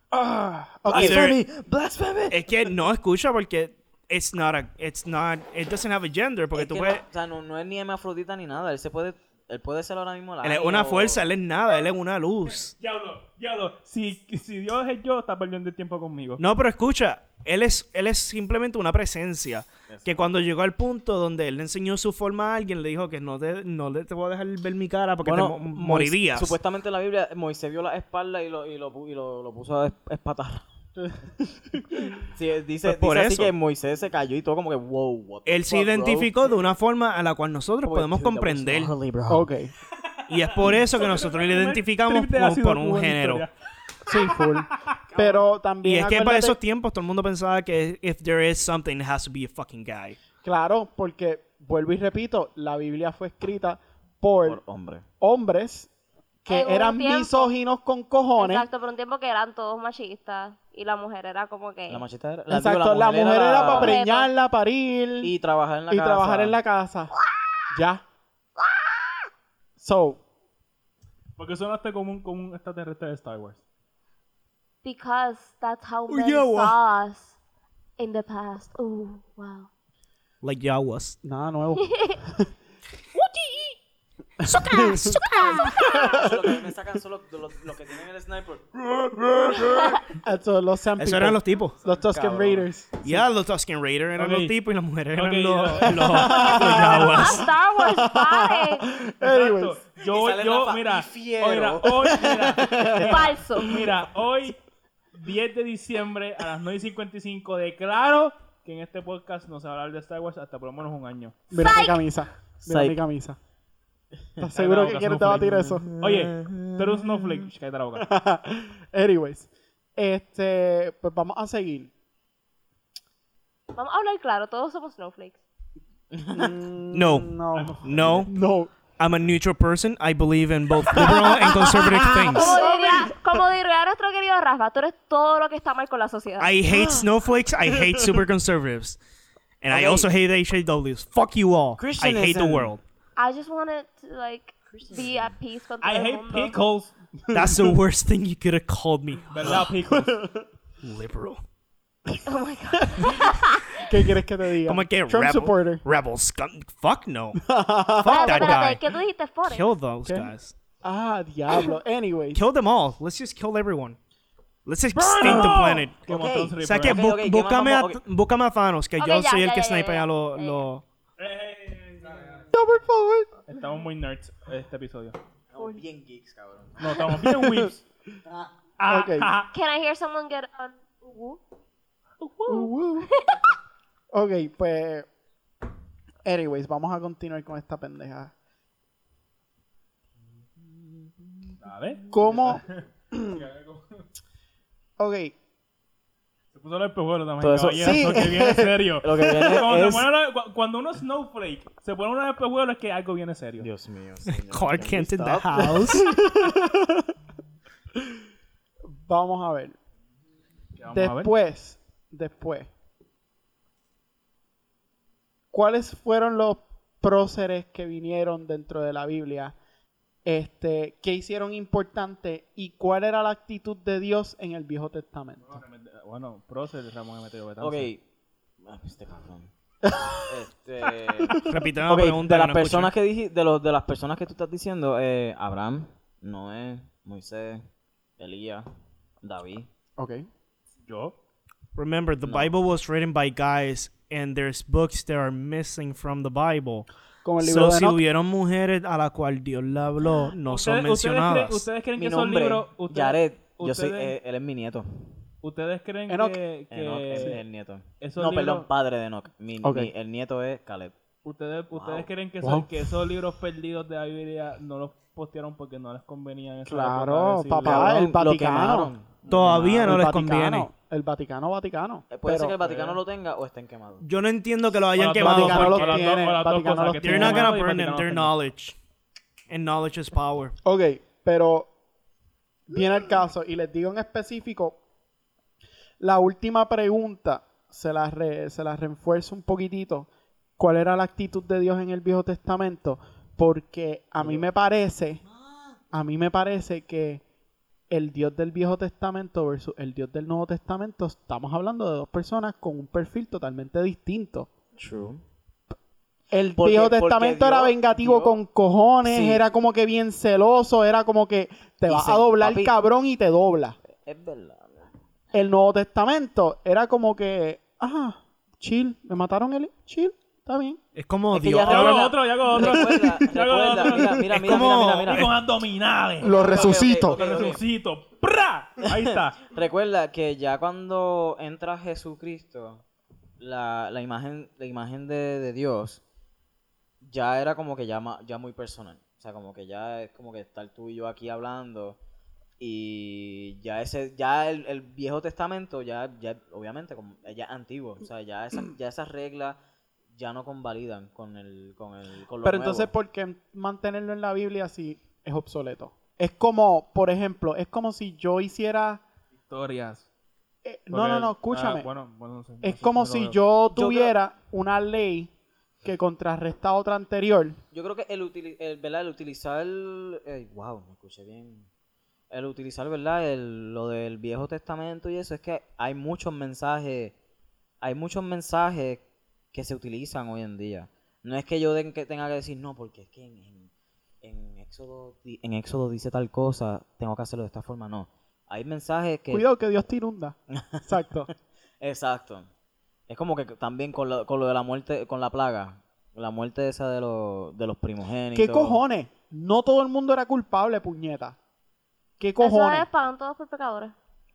[SPEAKER 4] Ah, Blasphemy, blasphemy.
[SPEAKER 1] es que no escucha porque it's not a it's not it doesn't have a gender porque
[SPEAKER 4] Es
[SPEAKER 1] tú
[SPEAKER 4] que
[SPEAKER 1] puedes
[SPEAKER 4] no, o sea, no, no es ni hermafrodita ni nada. Él se puede, él puede ser ahora mismo la.
[SPEAKER 1] él es una fuerza, él es nada, él es una luz.
[SPEAKER 3] Diablo, diablo. Si, si Dios es yo, está perdiendo el tiempo conmigo.
[SPEAKER 1] No, pero escucha, él es, él es simplemente una presencia. Que cuando llegó al punto donde él le enseñó su forma a alguien, le dijo que no te, no le- te voy a dejar ver mi cara porque te mo-
[SPEAKER 4] Mois-
[SPEAKER 1] morirías.
[SPEAKER 4] Supuestamente en la Biblia, Moisés vio la espalda y lo, y lo, pu- y lo, lo puso a es-
[SPEAKER 1] (laughs)
[SPEAKER 4] espatar. sí, él dice,
[SPEAKER 1] Pues por
[SPEAKER 4] dice así
[SPEAKER 1] eso.
[SPEAKER 4] que Moisés se cayó y todo como que, wow, what the
[SPEAKER 1] él se
[SPEAKER 4] fuck, bro". Pues,
[SPEAKER 1] identificó de una forma a la cual nosotros
[SPEAKER 4] Como que,
[SPEAKER 1] podemos
[SPEAKER 4] "Dude, that was
[SPEAKER 1] comprender.
[SPEAKER 4] gnarly, bro".
[SPEAKER 2] Ok.
[SPEAKER 1] Y es por eso que nosotros le identificamos por, por un género.
[SPEAKER 2] Sí,
[SPEAKER 1] (laughs)
[SPEAKER 2] full. Pero
[SPEAKER 1] Y
[SPEAKER 2] también.
[SPEAKER 1] es que para
[SPEAKER 2] acuérdate-
[SPEAKER 1] esos tiempos todo el mundo pensaba que if there is something, it has to be a fucking guy.
[SPEAKER 2] Claro, porque vuelvo y repito, la Biblia fue escrita por
[SPEAKER 4] Por hombre.
[SPEAKER 2] hombres que
[SPEAKER 5] En un
[SPEAKER 2] eran
[SPEAKER 5] tiempo.
[SPEAKER 2] misóginos con cojones.
[SPEAKER 5] Exacto, por un tiempo que eran todos machistas y la mujer era como que...
[SPEAKER 4] La machista era. la- digo,
[SPEAKER 2] Exacto, la, mujer era para
[SPEAKER 5] pre-
[SPEAKER 2] preñarla, parir
[SPEAKER 4] Y trabajar en la
[SPEAKER 2] y
[SPEAKER 4] casa.
[SPEAKER 2] trabajar
[SPEAKER 4] (laughs)
[SPEAKER 2] en la casa. Ya. So,
[SPEAKER 3] Porque sonaste como un, como un extraterrestre de Star Wars.
[SPEAKER 5] Because that's how
[SPEAKER 1] Oh,
[SPEAKER 5] men
[SPEAKER 1] yeah, wow.
[SPEAKER 5] saw us in the past. Ooh, wow.
[SPEAKER 1] Like Yawas.
[SPEAKER 2] nada nuevo.
[SPEAKER 4] Eso, Lo que a mí me sacan son los, los- los que tienen el sniper.
[SPEAKER 2] Eso, los Sam
[SPEAKER 1] Esos
[SPEAKER 2] people.
[SPEAKER 1] eran los tipos.
[SPEAKER 2] Los Tusken
[SPEAKER 4] Cabrón.
[SPEAKER 2] Raiders.
[SPEAKER 1] Ya, los Tusken Raiders eran
[SPEAKER 3] Ok.
[SPEAKER 1] los tipos y las mujeres eran
[SPEAKER 3] Ok,
[SPEAKER 1] los, (laughs)
[SPEAKER 3] ya.
[SPEAKER 1] los, los Yawas.
[SPEAKER 5] Star Wars, pues, pare.
[SPEAKER 2] Anyways,
[SPEAKER 3] Exacto. Yo,
[SPEAKER 4] Y sale
[SPEAKER 3] yo,
[SPEAKER 4] Rafa,
[SPEAKER 3] mira,
[SPEAKER 4] y fiero.
[SPEAKER 3] mira, hoy,
[SPEAKER 2] (laughs)
[SPEAKER 3] mira,
[SPEAKER 5] Falso.
[SPEAKER 3] mira, hoy, 10 de diciembre a las 9 y 55, declaro que en este podcast no se va a hablar de Star Wars hasta por lo menos un año.
[SPEAKER 2] mira mi camisa. Mira
[SPEAKER 4] Psych.
[SPEAKER 2] mi camisa.
[SPEAKER 4] (laughs)
[SPEAKER 2] ¿Estás seguro que quieres debatir eso?
[SPEAKER 3] Oye, tú eres un snowflake. Shh, Cállate la boca.
[SPEAKER 2] Anyways, este, pues vamos a seguir.
[SPEAKER 5] Vamos a hablar claro, todos somos snowflakes.
[SPEAKER 2] Mm,
[SPEAKER 1] No.
[SPEAKER 2] No.
[SPEAKER 1] No.
[SPEAKER 2] No.
[SPEAKER 1] I'm a neutral person. I believe in (laughs) both liberal and conservative things. (laughs)
[SPEAKER 5] Como diría, como diría nuestro querido Rafa, tú eres todo lo que está mal con la sociedad.
[SPEAKER 1] I hate snowflakes. I hate super conservatives. And I also hate HAWs. Fuck you all. I hate the
[SPEAKER 4] Christianism.
[SPEAKER 1] world.
[SPEAKER 5] I just wanted to like be at peace con todo
[SPEAKER 3] I
[SPEAKER 5] el
[SPEAKER 3] hate
[SPEAKER 5] mundo.
[SPEAKER 3] pickles.
[SPEAKER 1] That's the worst thing you could have called me.
[SPEAKER 3] ¿Verdad, pickles?
[SPEAKER 1] Liberal.
[SPEAKER 5] Oh my god.
[SPEAKER 2] ¿Qué quieres que te diga?
[SPEAKER 1] I'm like, yeah,
[SPEAKER 2] Trump
[SPEAKER 1] rebel,
[SPEAKER 2] supporter.
[SPEAKER 1] rebel scum. Fuck no.
[SPEAKER 5] Espérate,
[SPEAKER 1] that guy.
[SPEAKER 5] espérate, ¿qué tú dijiste, Forrest?
[SPEAKER 1] Kill those
[SPEAKER 2] Okay.
[SPEAKER 1] guys.
[SPEAKER 2] Ah, diablo. Anyway.
[SPEAKER 1] Kill them all. Let's just kill everyone. Let's extinct the planet.
[SPEAKER 3] Como
[SPEAKER 4] Ok.
[SPEAKER 3] Tom Sri-
[SPEAKER 1] O sea que
[SPEAKER 4] Ok,
[SPEAKER 1] bu-
[SPEAKER 4] ok, ¿qué más
[SPEAKER 1] búscame,
[SPEAKER 4] vamos?
[SPEAKER 1] a, búscame a Thanos, que
[SPEAKER 5] Ok,
[SPEAKER 1] yo
[SPEAKER 5] ya,
[SPEAKER 1] soy el
[SPEAKER 5] ya,
[SPEAKER 1] que
[SPEAKER 5] ya, ya,
[SPEAKER 1] snipea
[SPEAKER 5] ya.
[SPEAKER 1] lo-
[SPEAKER 5] Ya, ya.
[SPEAKER 1] lo-
[SPEAKER 2] No, por favor.
[SPEAKER 3] Estamos muy nerds este episodio.
[SPEAKER 4] Estamos bien geeks, cabrón.
[SPEAKER 3] No, estamos bien whips. Ah,
[SPEAKER 2] Ok.
[SPEAKER 3] ah,
[SPEAKER 5] Can I hear someone get on? Uhu?
[SPEAKER 2] Uh, uh. ok, pues. Anyways, vamos a continuar con esta pendeja.
[SPEAKER 3] Dale.
[SPEAKER 1] (laughs)
[SPEAKER 2] ¿Cómo? ok,
[SPEAKER 3] Se puso el pejuelo también.
[SPEAKER 4] Todo eso-
[SPEAKER 3] caballero,
[SPEAKER 2] Sí.
[SPEAKER 3] eso que viene serio.
[SPEAKER 4] (laughs) Lo que viene
[SPEAKER 3] cuando, se
[SPEAKER 4] es-
[SPEAKER 3] pone una- cu- cuando uno snowflake se pone uno de pejuelo es que algo viene serio.
[SPEAKER 4] Dios mío.
[SPEAKER 1] Clark Kent in the
[SPEAKER 4] stop?
[SPEAKER 1] house.
[SPEAKER 2] vamos a ver.
[SPEAKER 3] Ya vamos a ver.
[SPEAKER 2] Después, después. ¿Cuáles fueron los próceres que vinieron dentro de la Biblia? Este, ¿qué hicieron importante y cuál era la actitud de Dios en el Viejo Testamento?
[SPEAKER 3] Bueno, prócer de Ramón Emeterio Betanzo.
[SPEAKER 4] Ok. Ah,
[SPEAKER 2] (laughs)
[SPEAKER 4] Este cabrón. Este.
[SPEAKER 1] Repítame
[SPEAKER 4] Ok,
[SPEAKER 1] la pregunta.
[SPEAKER 4] de
[SPEAKER 1] que
[SPEAKER 4] las
[SPEAKER 1] no
[SPEAKER 4] personas
[SPEAKER 1] escuché.
[SPEAKER 4] que dije, de los de las personas que tú estás diciendo, eh, Abraham, Noé, Moisés, Elías, David.
[SPEAKER 2] Ok.
[SPEAKER 3] Yo.
[SPEAKER 1] Remember, the Bible was written by guys, and there's books that are missing from the Bible.
[SPEAKER 2] Como el libro
[SPEAKER 1] So,
[SPEAKER 2] de
[SPEAKER 1] si
[SPEAKER 2] Enoch.
[SPEAKER 1] hubieron mujeres a la cual Dios le habló, no son
[SPEAKER 3] Ustedes- ustedes creen-
[SPEAKER 1] mencionadas.
[SPEAKER 3] ¿Ustedes creen
[SPEAKER 4] Mi
[SPEAKER 3] que esos
[SPEAKER 4] nombre,
[SPEAKER 3] libros... ustedes-
[SPEAKER 4] Jared. Yo soy,
[SPEAKER 3] ustedes-
[SPEAKER 4] eh, él es mi nieto.
[SPEAKER 3] ¿Ustedes creen
[SPEAKER 2] Enoch.
[SPEAKER 3] que, que
[SPEAKER 4] Enoch es el nieto.
[SPEAKER 3] esos
[SPEAKER 4] No,
[SPEAKER 3] libros-
[SPEAKER 4] perdón, padre de Enoch. Mi-
[SPEAKER 2] Ok.
[SPEAKER 4] mi- el nieto es Caleb.
[SPEAKER 3] ¿Ustedes, ustedes creen que,
[SPEAKER 2] Wow.
[SPEAKER 3] esos- que esos libros perdidos de la Biblia no los postearon porque no les convenía en esa
[SPEAKER 2] Claro,
[SPEAKER 3] época decirle-
[SPEAKER 2] papá.
[SPEAKER 4] Cabrón,
[SPEAKER 2] el Vaticano.
[SPEAKER 4] Lo quemaron.
[SPEAKER 1] Todavía no
[SPEAKER 2] El
[SPEAKER 1] les
[SPEAKER 2] Ah, Vaticano,
[SPEAKER 1] conviene.
[SPEAKER 2] El Vaticano, Vaticano.
[SPEAKER 4] Eh, Puede ser que
[SPEAKER 2] Pero
[SPEAKER 4] el Vaticano lo tenga o estén quemados.
[SPEAKER 1] Yo no entiendo que lo
[SPEAKER 3] O
[SPEAKER 1] hayan
[SPEAKER 3] las
[SPEAKER 1] quemado.
[SPEAKER 3] dos cosas,
[SPEAKER 2] Vaticano
[SPEAKER 1] porque
[SPEAKER 3] o las
[SPEAKER 2] tiene,
[SPEAKER 3] dos- o las dos
[SPEAKER 2] Vaticano
[SPEAKER 3] cosas
[SPEAKER 2] los
[SPEAKER 3] que
[SPEAKER 2] tiene.
[SPEAKER 1] They're
[SPEAKER 3] estén
[SPEAKER 1] not gonna
[SPEAKER 3] quemados y
[SPEAKER 1] burn them.
[SPEAKER 3] Vaticano
[SPEAKER 1] They're
[SPEAKER 3] tenga.
[SPEAKER 1] knowledge. And knowledge is power.
[SPEAKER 2] Ok, pero viene el caso y les digo en específico, la última pregunta se la, re- se la reenfuerzo un poquitito. ¿Cuál era la actitud de Dios en el Viejo Testamento? Porque a mí me parece, a mí me parece que el Dios del Viejo Testamento versus el Dios del Nuevo Testamento, estamos hablando de dos personas con un perfil totalmente distinto.
[SPEAKER 4] True.
[SPEAKER 2] El
[SPEAKER 4] Porque-
[SPEAKER 2] Viejo
[SPEAKER 4] porque
[SPEAKER 2] Testamento era
[SPEAKER 4] Dios-
[SPEAKER 2] vengativo
[SPEAKER 4] Dios-
[SPEAKER 2] con cojones,
[SPEAKER 4] Sí.
[SPEAKER 2] era como que bien celoso, era como que te
[SPEAKER 4] Y
[SPEAKER 2] vas
[SPEAKER 4] se-
[SPEAKER 2] a doblar,
[SPEAKER 4] papi.
[SPEAKER 2] cabrón, y te dobla.
[SPEAKER 4] Es verdad.
[SPEAKER 2] El Nuevo Testamento era como que, ah, chill, me mataron el chill, está bien.
[SPEAKER 1] Es como
[SPEAKER 4] Es que
[SPEAKER 1] Dios.
[SPEAKER 4] ya
[SPEAKER 3] Ya hago
[SPEAKER 4] Recuerda-
[SPEAKER 3] otro, ya hago otro.
[SPEAKER 4] Recuerda,
[SPEAKER 3] Ya hago
[SPEAKER 4] recuerda,
[SPEAKER 3] otro.
[SPEAKER 4] mira, mira,
[SPEAKER 1] Es
[SPEAKER 4] mira,
[SPEAKER 1] como-
[SPEAKER 4] mira, mira,
[SPEAKER 3] Y
[SPEAKER 4] mira.
[SPEAKER 3] con abdominales.
[SPEAKER 2] Lo resucito.
[SPEAKER 4] resucito. ok, ok.
[SPEAKER 3] Resucito. ¡Pra! Ahí está.
[SPEAKER 4] Recuerda que ya cuando entra Jesucristo, la, la imagen, la imagen de, de Dios ya era como que ya, ma- ya muy personal. O sea, como que ya es como que estar tú y yo aquí hablando. Y ya ese, ya el, el Viejo Testamento, ya, ya obviamente, como, ya es antiguo. O sea, ya, esa- ya esas reglas ya no convalidan con el, con el, con lo
[SPEAKER 2] Pero
[SPEAKER 4] nuevo.
[SPEAKER 2] entonces, ¿por qué mantenerlo en la Biblia si es obsoleto? Es como, por ejemplo, es como si yo hiciera...
[SPEAKER 3] Historias.
[SPEAKER 2] eh, no,
[SPEAKER 4] Ah,
[SPEAKER 2] no, no, escúchame.
[SPEAKER 3] bueno, bueno, no sé, no
[SPEAKER 2] es
[SPEAKER 3] sé
[SPEAKER 2] como
[SPEAKER 3] lo
[SPEAKER 2] si
[SPEAKER 3] veo.
[SPEAKER 2] yo
[SPEAKER 4] creo-
[SPEAKER 2] tuviera una ley que contrarresta a otra anterior.
[SPEAKER 4] Yo creo que el, utili- el, ¿verdad? el utilizar. eh, wow, me escuché bien. El utilizar, ¿verdad? El, lo del Viejo Testamento y eso, es que hay muchos mensajes. Hay muchos mensajes que se utilizan hoy en día. No es que yo den- que tenga que decir, no, porque es que en, en, en Éxodo, di- en Éxodo dice tal cosa, tengo que hacerlo de esta forma, no. Hay mensajes que.
[SPEAKER 2] Cuidado que Dios te
[SPEAKER 4] (laughs)
[SPEAKER 2] inunda. Exacto.
[SPEAKER 4] Exacto. Es como que también con lo, con lo de la muerte, con la plaga. La muerte esa de, los de los primogénitos.
[SPEAKER 2] ¿Qué cojones? No todo el mundo era culpable, puñeta. ¿Qué
[SPEAKER 5] Eso
[SPEAKER 2] cojones?
[SPEAKER 5] es pagan todos por pecadores.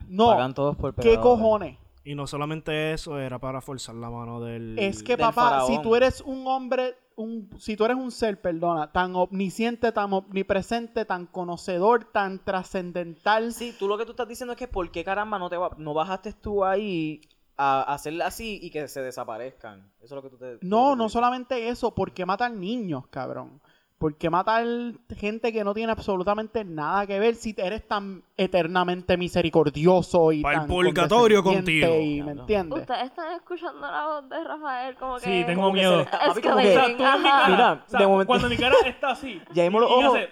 [SPEAKER 2] No,
[SPEAKER 4] Pagan todos por
[SPEAKER 2] ¿qué
[SPEAKER 4] pecadores.
[SPEAKER 2] cojones?
[SPEAKER 1] Y no solamente eso, era para forzar la mano del...
[SPEAKER 2] Es que
[SPEAKER 4] del
[SPEAKER 2] papá, si
[SPEAKER 4] faraón.
[SPEAKER 2] tú eres un hombre, un, si tú eres un ser, perdona, tan omnisciente, tan omnipresente, tan conocedor, tan trascendental,
[SPEAKER 4] Sí, tú lo que tú estás diciendo es que por qué caramba no te va- no bajaste tú ahí a hacerla así y que se desaparezcan. Eso es lo que tú te tú lo que
[SPEAKER 2] No,
[SPEAKER 4] te
[SPEAKER 2] no
[SPEAKER 4] dices.
[SPEAKER 2] solamente eso, porque matan niños, cabrón. ¿Por qué matar gente que no tiene absolutamente nada que ver si eres tan eternamente misericordioso y
[SPEAKER 1] Pa'l
[SPEAKER 2] tan
[SPEAKER 1] purgatorio
[SPEAKER 2] condescendiente
[SPEAKER 1] contigo.
[SPEAKER 2] y- ¿Me entiendes?
[SPEAKER 5] Ustedes están escuchando la voz de Rafael como que...
[SPEAKER 3] Sí,
[SPEAKER 5] (laughs)
[SPEAKER 3] tengo miedo.
[SPEAKER 5] Escalating,
[SPEAKER 3] O sea, tú en mi
[SPEAKER 5] ajá.
[SPEAKER 3] (laughs) cara,
[SPEAKER 4] Mira,
[SPEAKER 3] o sea,
[SPEAKER 4] de momento-
[SPEAKER 3] cuando mi cara está
[SPEAKER 2] (laughs)
[SPEAKER 3] así.
[SPEAKER 4] Ya vimos los
[SPEAKER 3] y- y
[SPEAKER 4] ojos.
[SPEAKER 3] hace-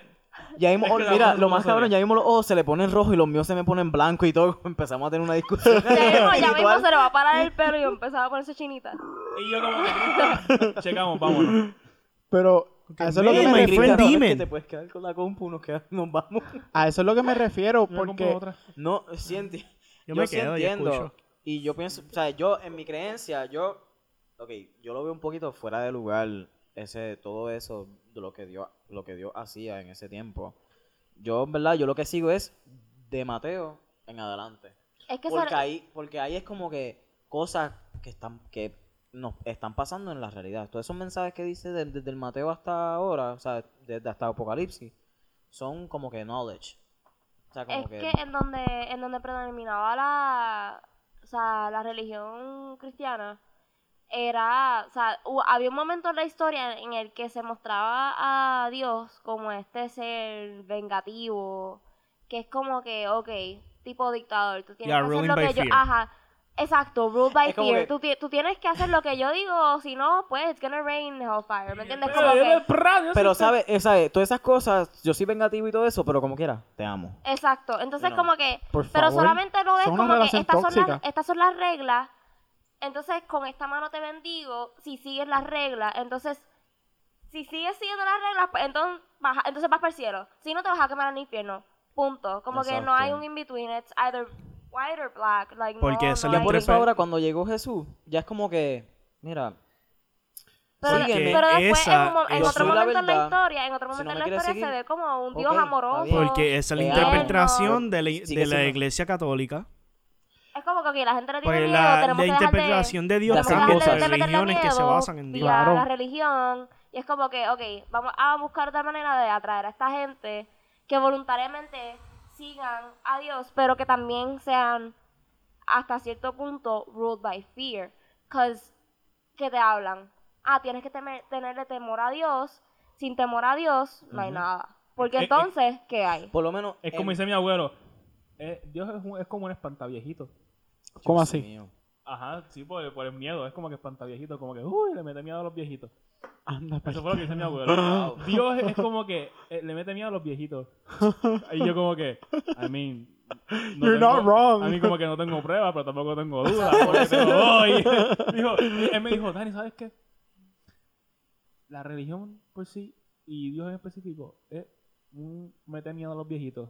[SPEAKER 4] Ya vimos,
[SPEAKER 3] Es que la
[SPEAKER 4] mira,
[SPEAKER 3] cosa
[SPEAKER 4] lo
[SPEAKER 3] no
[SPEAKER 4] más
[SPEAKER 3] se ve.
[SPEAKER 4] cabrón, ya vimos los ojos, se le ponen rojos y los míos se me ponen blanco y todo. (laughs) Empezamos a tener una discusión.
[SPEAKER 5] Ya mismo, ya mismo
[SPEAKER 4] espiritual.
[SPEAKER 5] se le va a parar el pelo y empezaba a ponerse chinita.
[SPEAKER 3] Y yo como que, (laughs)
[SPEAKER 2] (laughs)
[SPEAKER 3] Checamos, vámonos.
[SPEAKER 2] Pero a eso es lo que
[SPEAKER 1] man,
[SPEAKER 2] me
[SPEAKER 1] my
[SPEAKER 4] Cristian,
[SPEAKER 2] refiero.
[SPEAKER 1] friend,
[SPEAKER 4] cabrón, es que
[SPEAKER 1] demon.
[SPEAKER 4] Te puedes quedar con la compu, nos, quedamos, nos vamos.
[SPEAKER 2] A eso es lo que me refiero
[SPEAKER 3] Yo compro
[SPEAKER 2] porque
[SPEAKER 3] otra.
[SPEAKER 4] No, sí enti-
[SPEAKER 1] Yo me
[SPEAKER 4] sí
[SPEAKER 1] quedo, yo
[SPEAKER 4] entiendo.
[SPEAKER 1] escucho.
[SPEAKER 4] Y yo pienso, o sea, yo en mi creencia, yo, ok, yo lo veo un poquito fuera de lugar, ese, todo eso, de lo que Dios, lo que Dios hacía en ese tiempo. Yo, en verdad, yo lo que sigo es de Mateo en adelante.
[SPEAKER 5] Es que eso-
[SPEAKER 4] Porque ahí, porque ahí es como que cosas que están, que nos están pasando en la realidad. Todos esos mensajes que dice de- desde el Mateo hasta ahora, o sea, desde hasta Apocalipsis, son como que knowledge. O sea, como
[SPEAKER 5] es que en donde, en donde predominaba la, o sea, la religión cristiana, era, o sea, hu- había un momento en la historia en el que se mostraba a Dios como este ser vengativo, que es como que, ok, tipo dictador, tú tienes
[SPEAKER 1] Yeah,
[SPEAKER 5] que hacer
[SPEAKER 1] ruling
[SPEAKER 5] lo
[SPEAKER 1] by
[SPEAKER 5] que yo,
[SPEAKER 1] fear.
[SPEAKER 5] ajá, exacto, rule by
[SPEAKER 4] Es como
[SPEAKER 5] fear,
[SPEAKER 4] que-
[SPEAKER 5] tú, ti- tú tienes que hacer lo que yo digo, si no, pues, it's gonna rain hellfire, ¿me entiendes?
[SPEAKER 3] Pero,
[SPEAKER 5] Como que,
[SPEAKER 4] Pero, ¿sabes? ¿sabes? Todas esas cosas, yo soy vengativo y todo eso, pero como quiera, te amo.
[SPEAKER 5] Exacto, entonces
[SPEAKER 4] No,
[SPEAKER 5] como que,
[SPEAKER 2] por
[SPEAKER 5] pero
[SPEAKER 2] favor,
[SPEAKER 5] solamente lo es
[SPEAKER 2] son una
[SPEAKER 5] como que
[SPEAKER 2] relación
[SPEAKER 5] estas son, las,
[SPEAKER 2] tóxica.
[SPEAKER 5] estas son las reglas, entonces con esta mano te bendigo, si sigues las reglas, entonces si sigues siguiendo las reglas, pues entonces vas, a- entonces vas para el cielo, si no te vas a quemar al infierno, punto, como que
[SPEAKER 4] Exacto.
[SPEAKER 5] no hay un in between, it's either white or black, like
[SPEAKER 1] Porque
[SPEAKER 5] no,
[SPEAKER 1] eso
[SPEAKER 5] no
[SPEAKER 1] le
[SPEAKER 5] hay-
[SPEAKER 4] Por
[SPEAKER 1] Ay,
[SPEAKER 4] eso
[SPEAKER 1] pero-
[SPEAKER 4] ahora, cuando llegó Jesús, ya es como que, mira,
[SPEAKER 5] pero,
[SPEAKER 4] Porque
[SPEAKER 5] pero después
[SPEAKER 1] esa
[SPEAKER 5] en, un mo- en
[SPEAKER 4] es
[SPEAKER 5] otro
[SPEAKER 4] la
[SPEAKER 5] momento en la
[SPEAKER 4] verdad.
[SPEAKER 5] historia, en otro
[SPEAKER 4] Si
[SPEAKER 5] momento
[SPEAKER 4] no
[SPEAKER 5] en
[SPEAKER 4] me
[SPEAKER 5] la
[SPEAKER 4] quieres
[SPEAKER 5] historia se
[SPEAKER 4] seguir,
[SPEAKER 5] ve como un
[SPEAKER 4] ok,
[SPEAKER 5] Dios
[SPEAKER 4] está
[SPEAKER 5] amoroso.
[SPEAKER 4] bien.
[SPEAKER 1] Porque esa es la
[SPEAKER 4] Eh,
[SPEAKER 1] interpretación de la,
[SPEAKER 4] sigue
[SPEAKER 1] de la
[SPEAKER 4] siendo-
[SPEAKER 1] Iglesia Católica.
[SPEAKER 5] Es como que ok, la gente le tiene
[SPEAKER 1] Porque
[SPEAKER 5] miedo,
[SPEAKER 1] la,
[SPEAKER 5] tenemos
[SPEAKER 1] la
[SPEAKER 5] que dejar de-
[SPEAKER 1] interpretación de Dios
[SPEAKER 4] Las
[SPEAKER 5] Tenemos
[SPEAKER 1] cambia
[SPEAKER 5] que
[SPEAKER 4] cosas.
[SPEAKER 1] las
[SPEAKER 5] darle- darle
[SPEAKER 1] religiones que se
[SPEAKER 5] miedo
[SPEAKER 1] basan en Dios.
[SPEAKER 5] vía
[SPEAKER 2] Claro.
[SPEAKER 5] la religión. Y es como que, ok, vamos a buscar otra manera de atraer a esta gente que voluntariamente sigan a Dios, pero que también sean hasta cierto punto ruled by fear. Cause, que te hablan? Ah, tienes que temer- tenerle temor a Dios. Sin temor a Dios, no hay nada. Porque
[SPEAKER 3] Eh, eh.
[SPEAKER 5] entonces, ¿qué hay?
[SPEAKER 4] por lo menos.
[SPEAKER 3] Es como
[SPEAKER 4] en-
[SPEAKER 3] dice mi abuelo. eh, Dios es, un- es como un espantaviejito.
[SPEAKER 2] ¿Cómo
[SPEAKER 4] Dios
[SPEAKER 2] así?
[SPEAKER 4] mío.
[SPEAKER 3] Ajá, sí, por, el- por el miedo. Es como que espantaviejito. Como que, uy, le mete miedo a los viejitos.
[SPEAKER 2] anda
[SPEAKER 3] Eso
[SPEAKER 2] pa'l-
[SPEAKER 3] fue lo que dice mi abuelo. Dios es como que eh, le mete miedo a los viejitos. Y yo como que, I mean... no
[SPEAKER 2] You're not wrong.
[SPEAKER 3] A mí como que no tengo pruebas, pero tampoco tengo dudas. porque
[SPEAKER 2] (laughs)
[SPEAKER 3] te lo doy. (laughs) Dijo- él me dijo, Dani, ¿sabes qué? La religión por sí, y Dios en específico, es un mete miedo a los viejitos.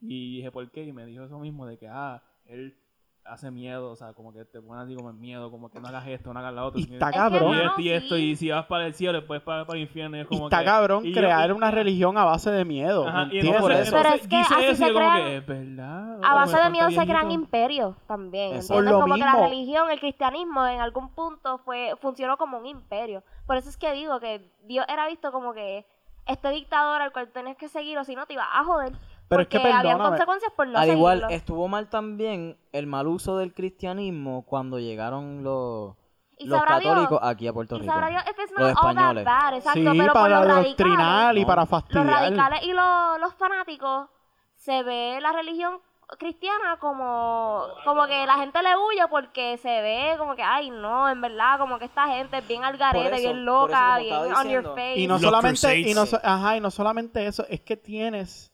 [SPEAKER 3] Y dije, ¿por qué? Y me dijo eso mismo de que, ah, él hace miedo, o sea, como que te pone así como en miedo, como que no hagas esto, no hagas la otra.
[SPEAKER 2] Y
[SPEAKER 3] sino-
[SPEAKER 2] está
[SPEAKER 5] que
[SPEAKER 2] cabrón.
[SPEAKER 3] y
[SPEAKER 5] no,
[SPEAKER 3] esto y esto,
[SPEAKER 5] Ah, sí.
[SPEAKER 3] y si vas para el cielo, después para, para el infierno. Y es
[SPEAKER 2] Y
[SPEAKER 3] como
[SPEAKER 2] está
[SPEAKER 3] que-
[SPEAKER 2] cabrón
[SPEAKER 3] y yo-
[SPEAKER 2] crear
[SPEAKER 3] y-
[SPEAKER 2] una religión a base de miedo.
[SPEAKER 3] Ajá,
[SPEAKER 2] ¿me
[SPEAKER 3] y
[SPEAKER 2] entiendes?
[SPEAKER 3] entonces,
[SPEAKER 4] Por eso.
[SPEAKER 3] entonces
[SPEAKER 5] Pero es que
[SPEAKER 3] dice
[SPEAKER 5] así
[SPEAKER 3] eso y
[SPEAKER 5] se
[SPEAKER 3] yo como
[SPEAKER 5] crean-
[SPEAKER 3] que, "Es verdad. pues,
[SPEAKER 5] A
[SPEAKER 3] como
[SPEAKER 5] base de
[SPEAKER 3] espantaviejito".
[SPEAKER 5] miedo se crean imperios también.
[SPEAKER 4] Exacto.
[SPEAKER 5] ¿entiendes?
[SPEAKER 2] Por lo
[SPEAKER 5] como que la
[SPEAKER 2] mismo.
[SPEAKER 5] religión, el cristianismo en algún punto fue funcionó como un imperio. Por eso es que digo que Dios era visto como que este dictador al cual tenías que seguir o si no te ibas a joder.
[SPEAKER 2] Pero es
[SPEAKER 5] porque
[SPEAKER 2] que
[SPEAKER 5] habían
[SPEAKER 2] perdóname.
[SPEAKER 5] consecuencias por no
[SPEAKER 4] Al
[SPEAKER 5] seguirlo.
[SPEAKER 4] igual, estuvo mal también el mal uso del cristianismo cuando llegaron los,
[SPEAKER 5] Y
[SPEAKER 4] los
[SPEAKER 5] sabrá Dios.
[SPEAKER 4] católicos
[SPEAKER 2] ah,
[SPEAKER 4] aquí a Puerto
[SPEAKER 5] y
[SPEAKER 4] Rico.
[SPEAKER 5] sabrá Dios, if it's
[SPEAKER 4] Los
[SPEAKER 5] not all that
[SPEAKER 4] españoles.
[SPEAKER 5] bad, exacto,
[SPEAKER 2] sí,
[SPEAKER 5] pero por
[SPEAKER 2] para
[SPEAKER 5] los radicales.
[SPEAKER 2] doctrinar y
[SPEAKER 4] No.
[SPEAKER 2] para
[SPEAKER 5] los
[SPEAKER 2] fastidiar.
[SPEAKER 5] radicales y lo- los fanáticos se ve la religión cristiana como como que la gente le huye porque se ve como que ay no en verdad como que esta gente es bien al garete,
[SPEAKER 4] Por eso,
[SPEAKER 5] bien
[SPEAKER 4] por eso,
[SPEAKER 5] loca
[SPEAKER 4] como estaba
[SPEAKER 5] bien on your
[SPEAKER 4] diciendo.
[SPEAKER 5] face
[SPEAKER 2] Y no
[SPEAKER 1] Los
[SPEAKER 2] solamente, y no,
[SPEAKER 1] crusades.
[SPEAKER 2] so- ajá, y no solamente eso, es que tienes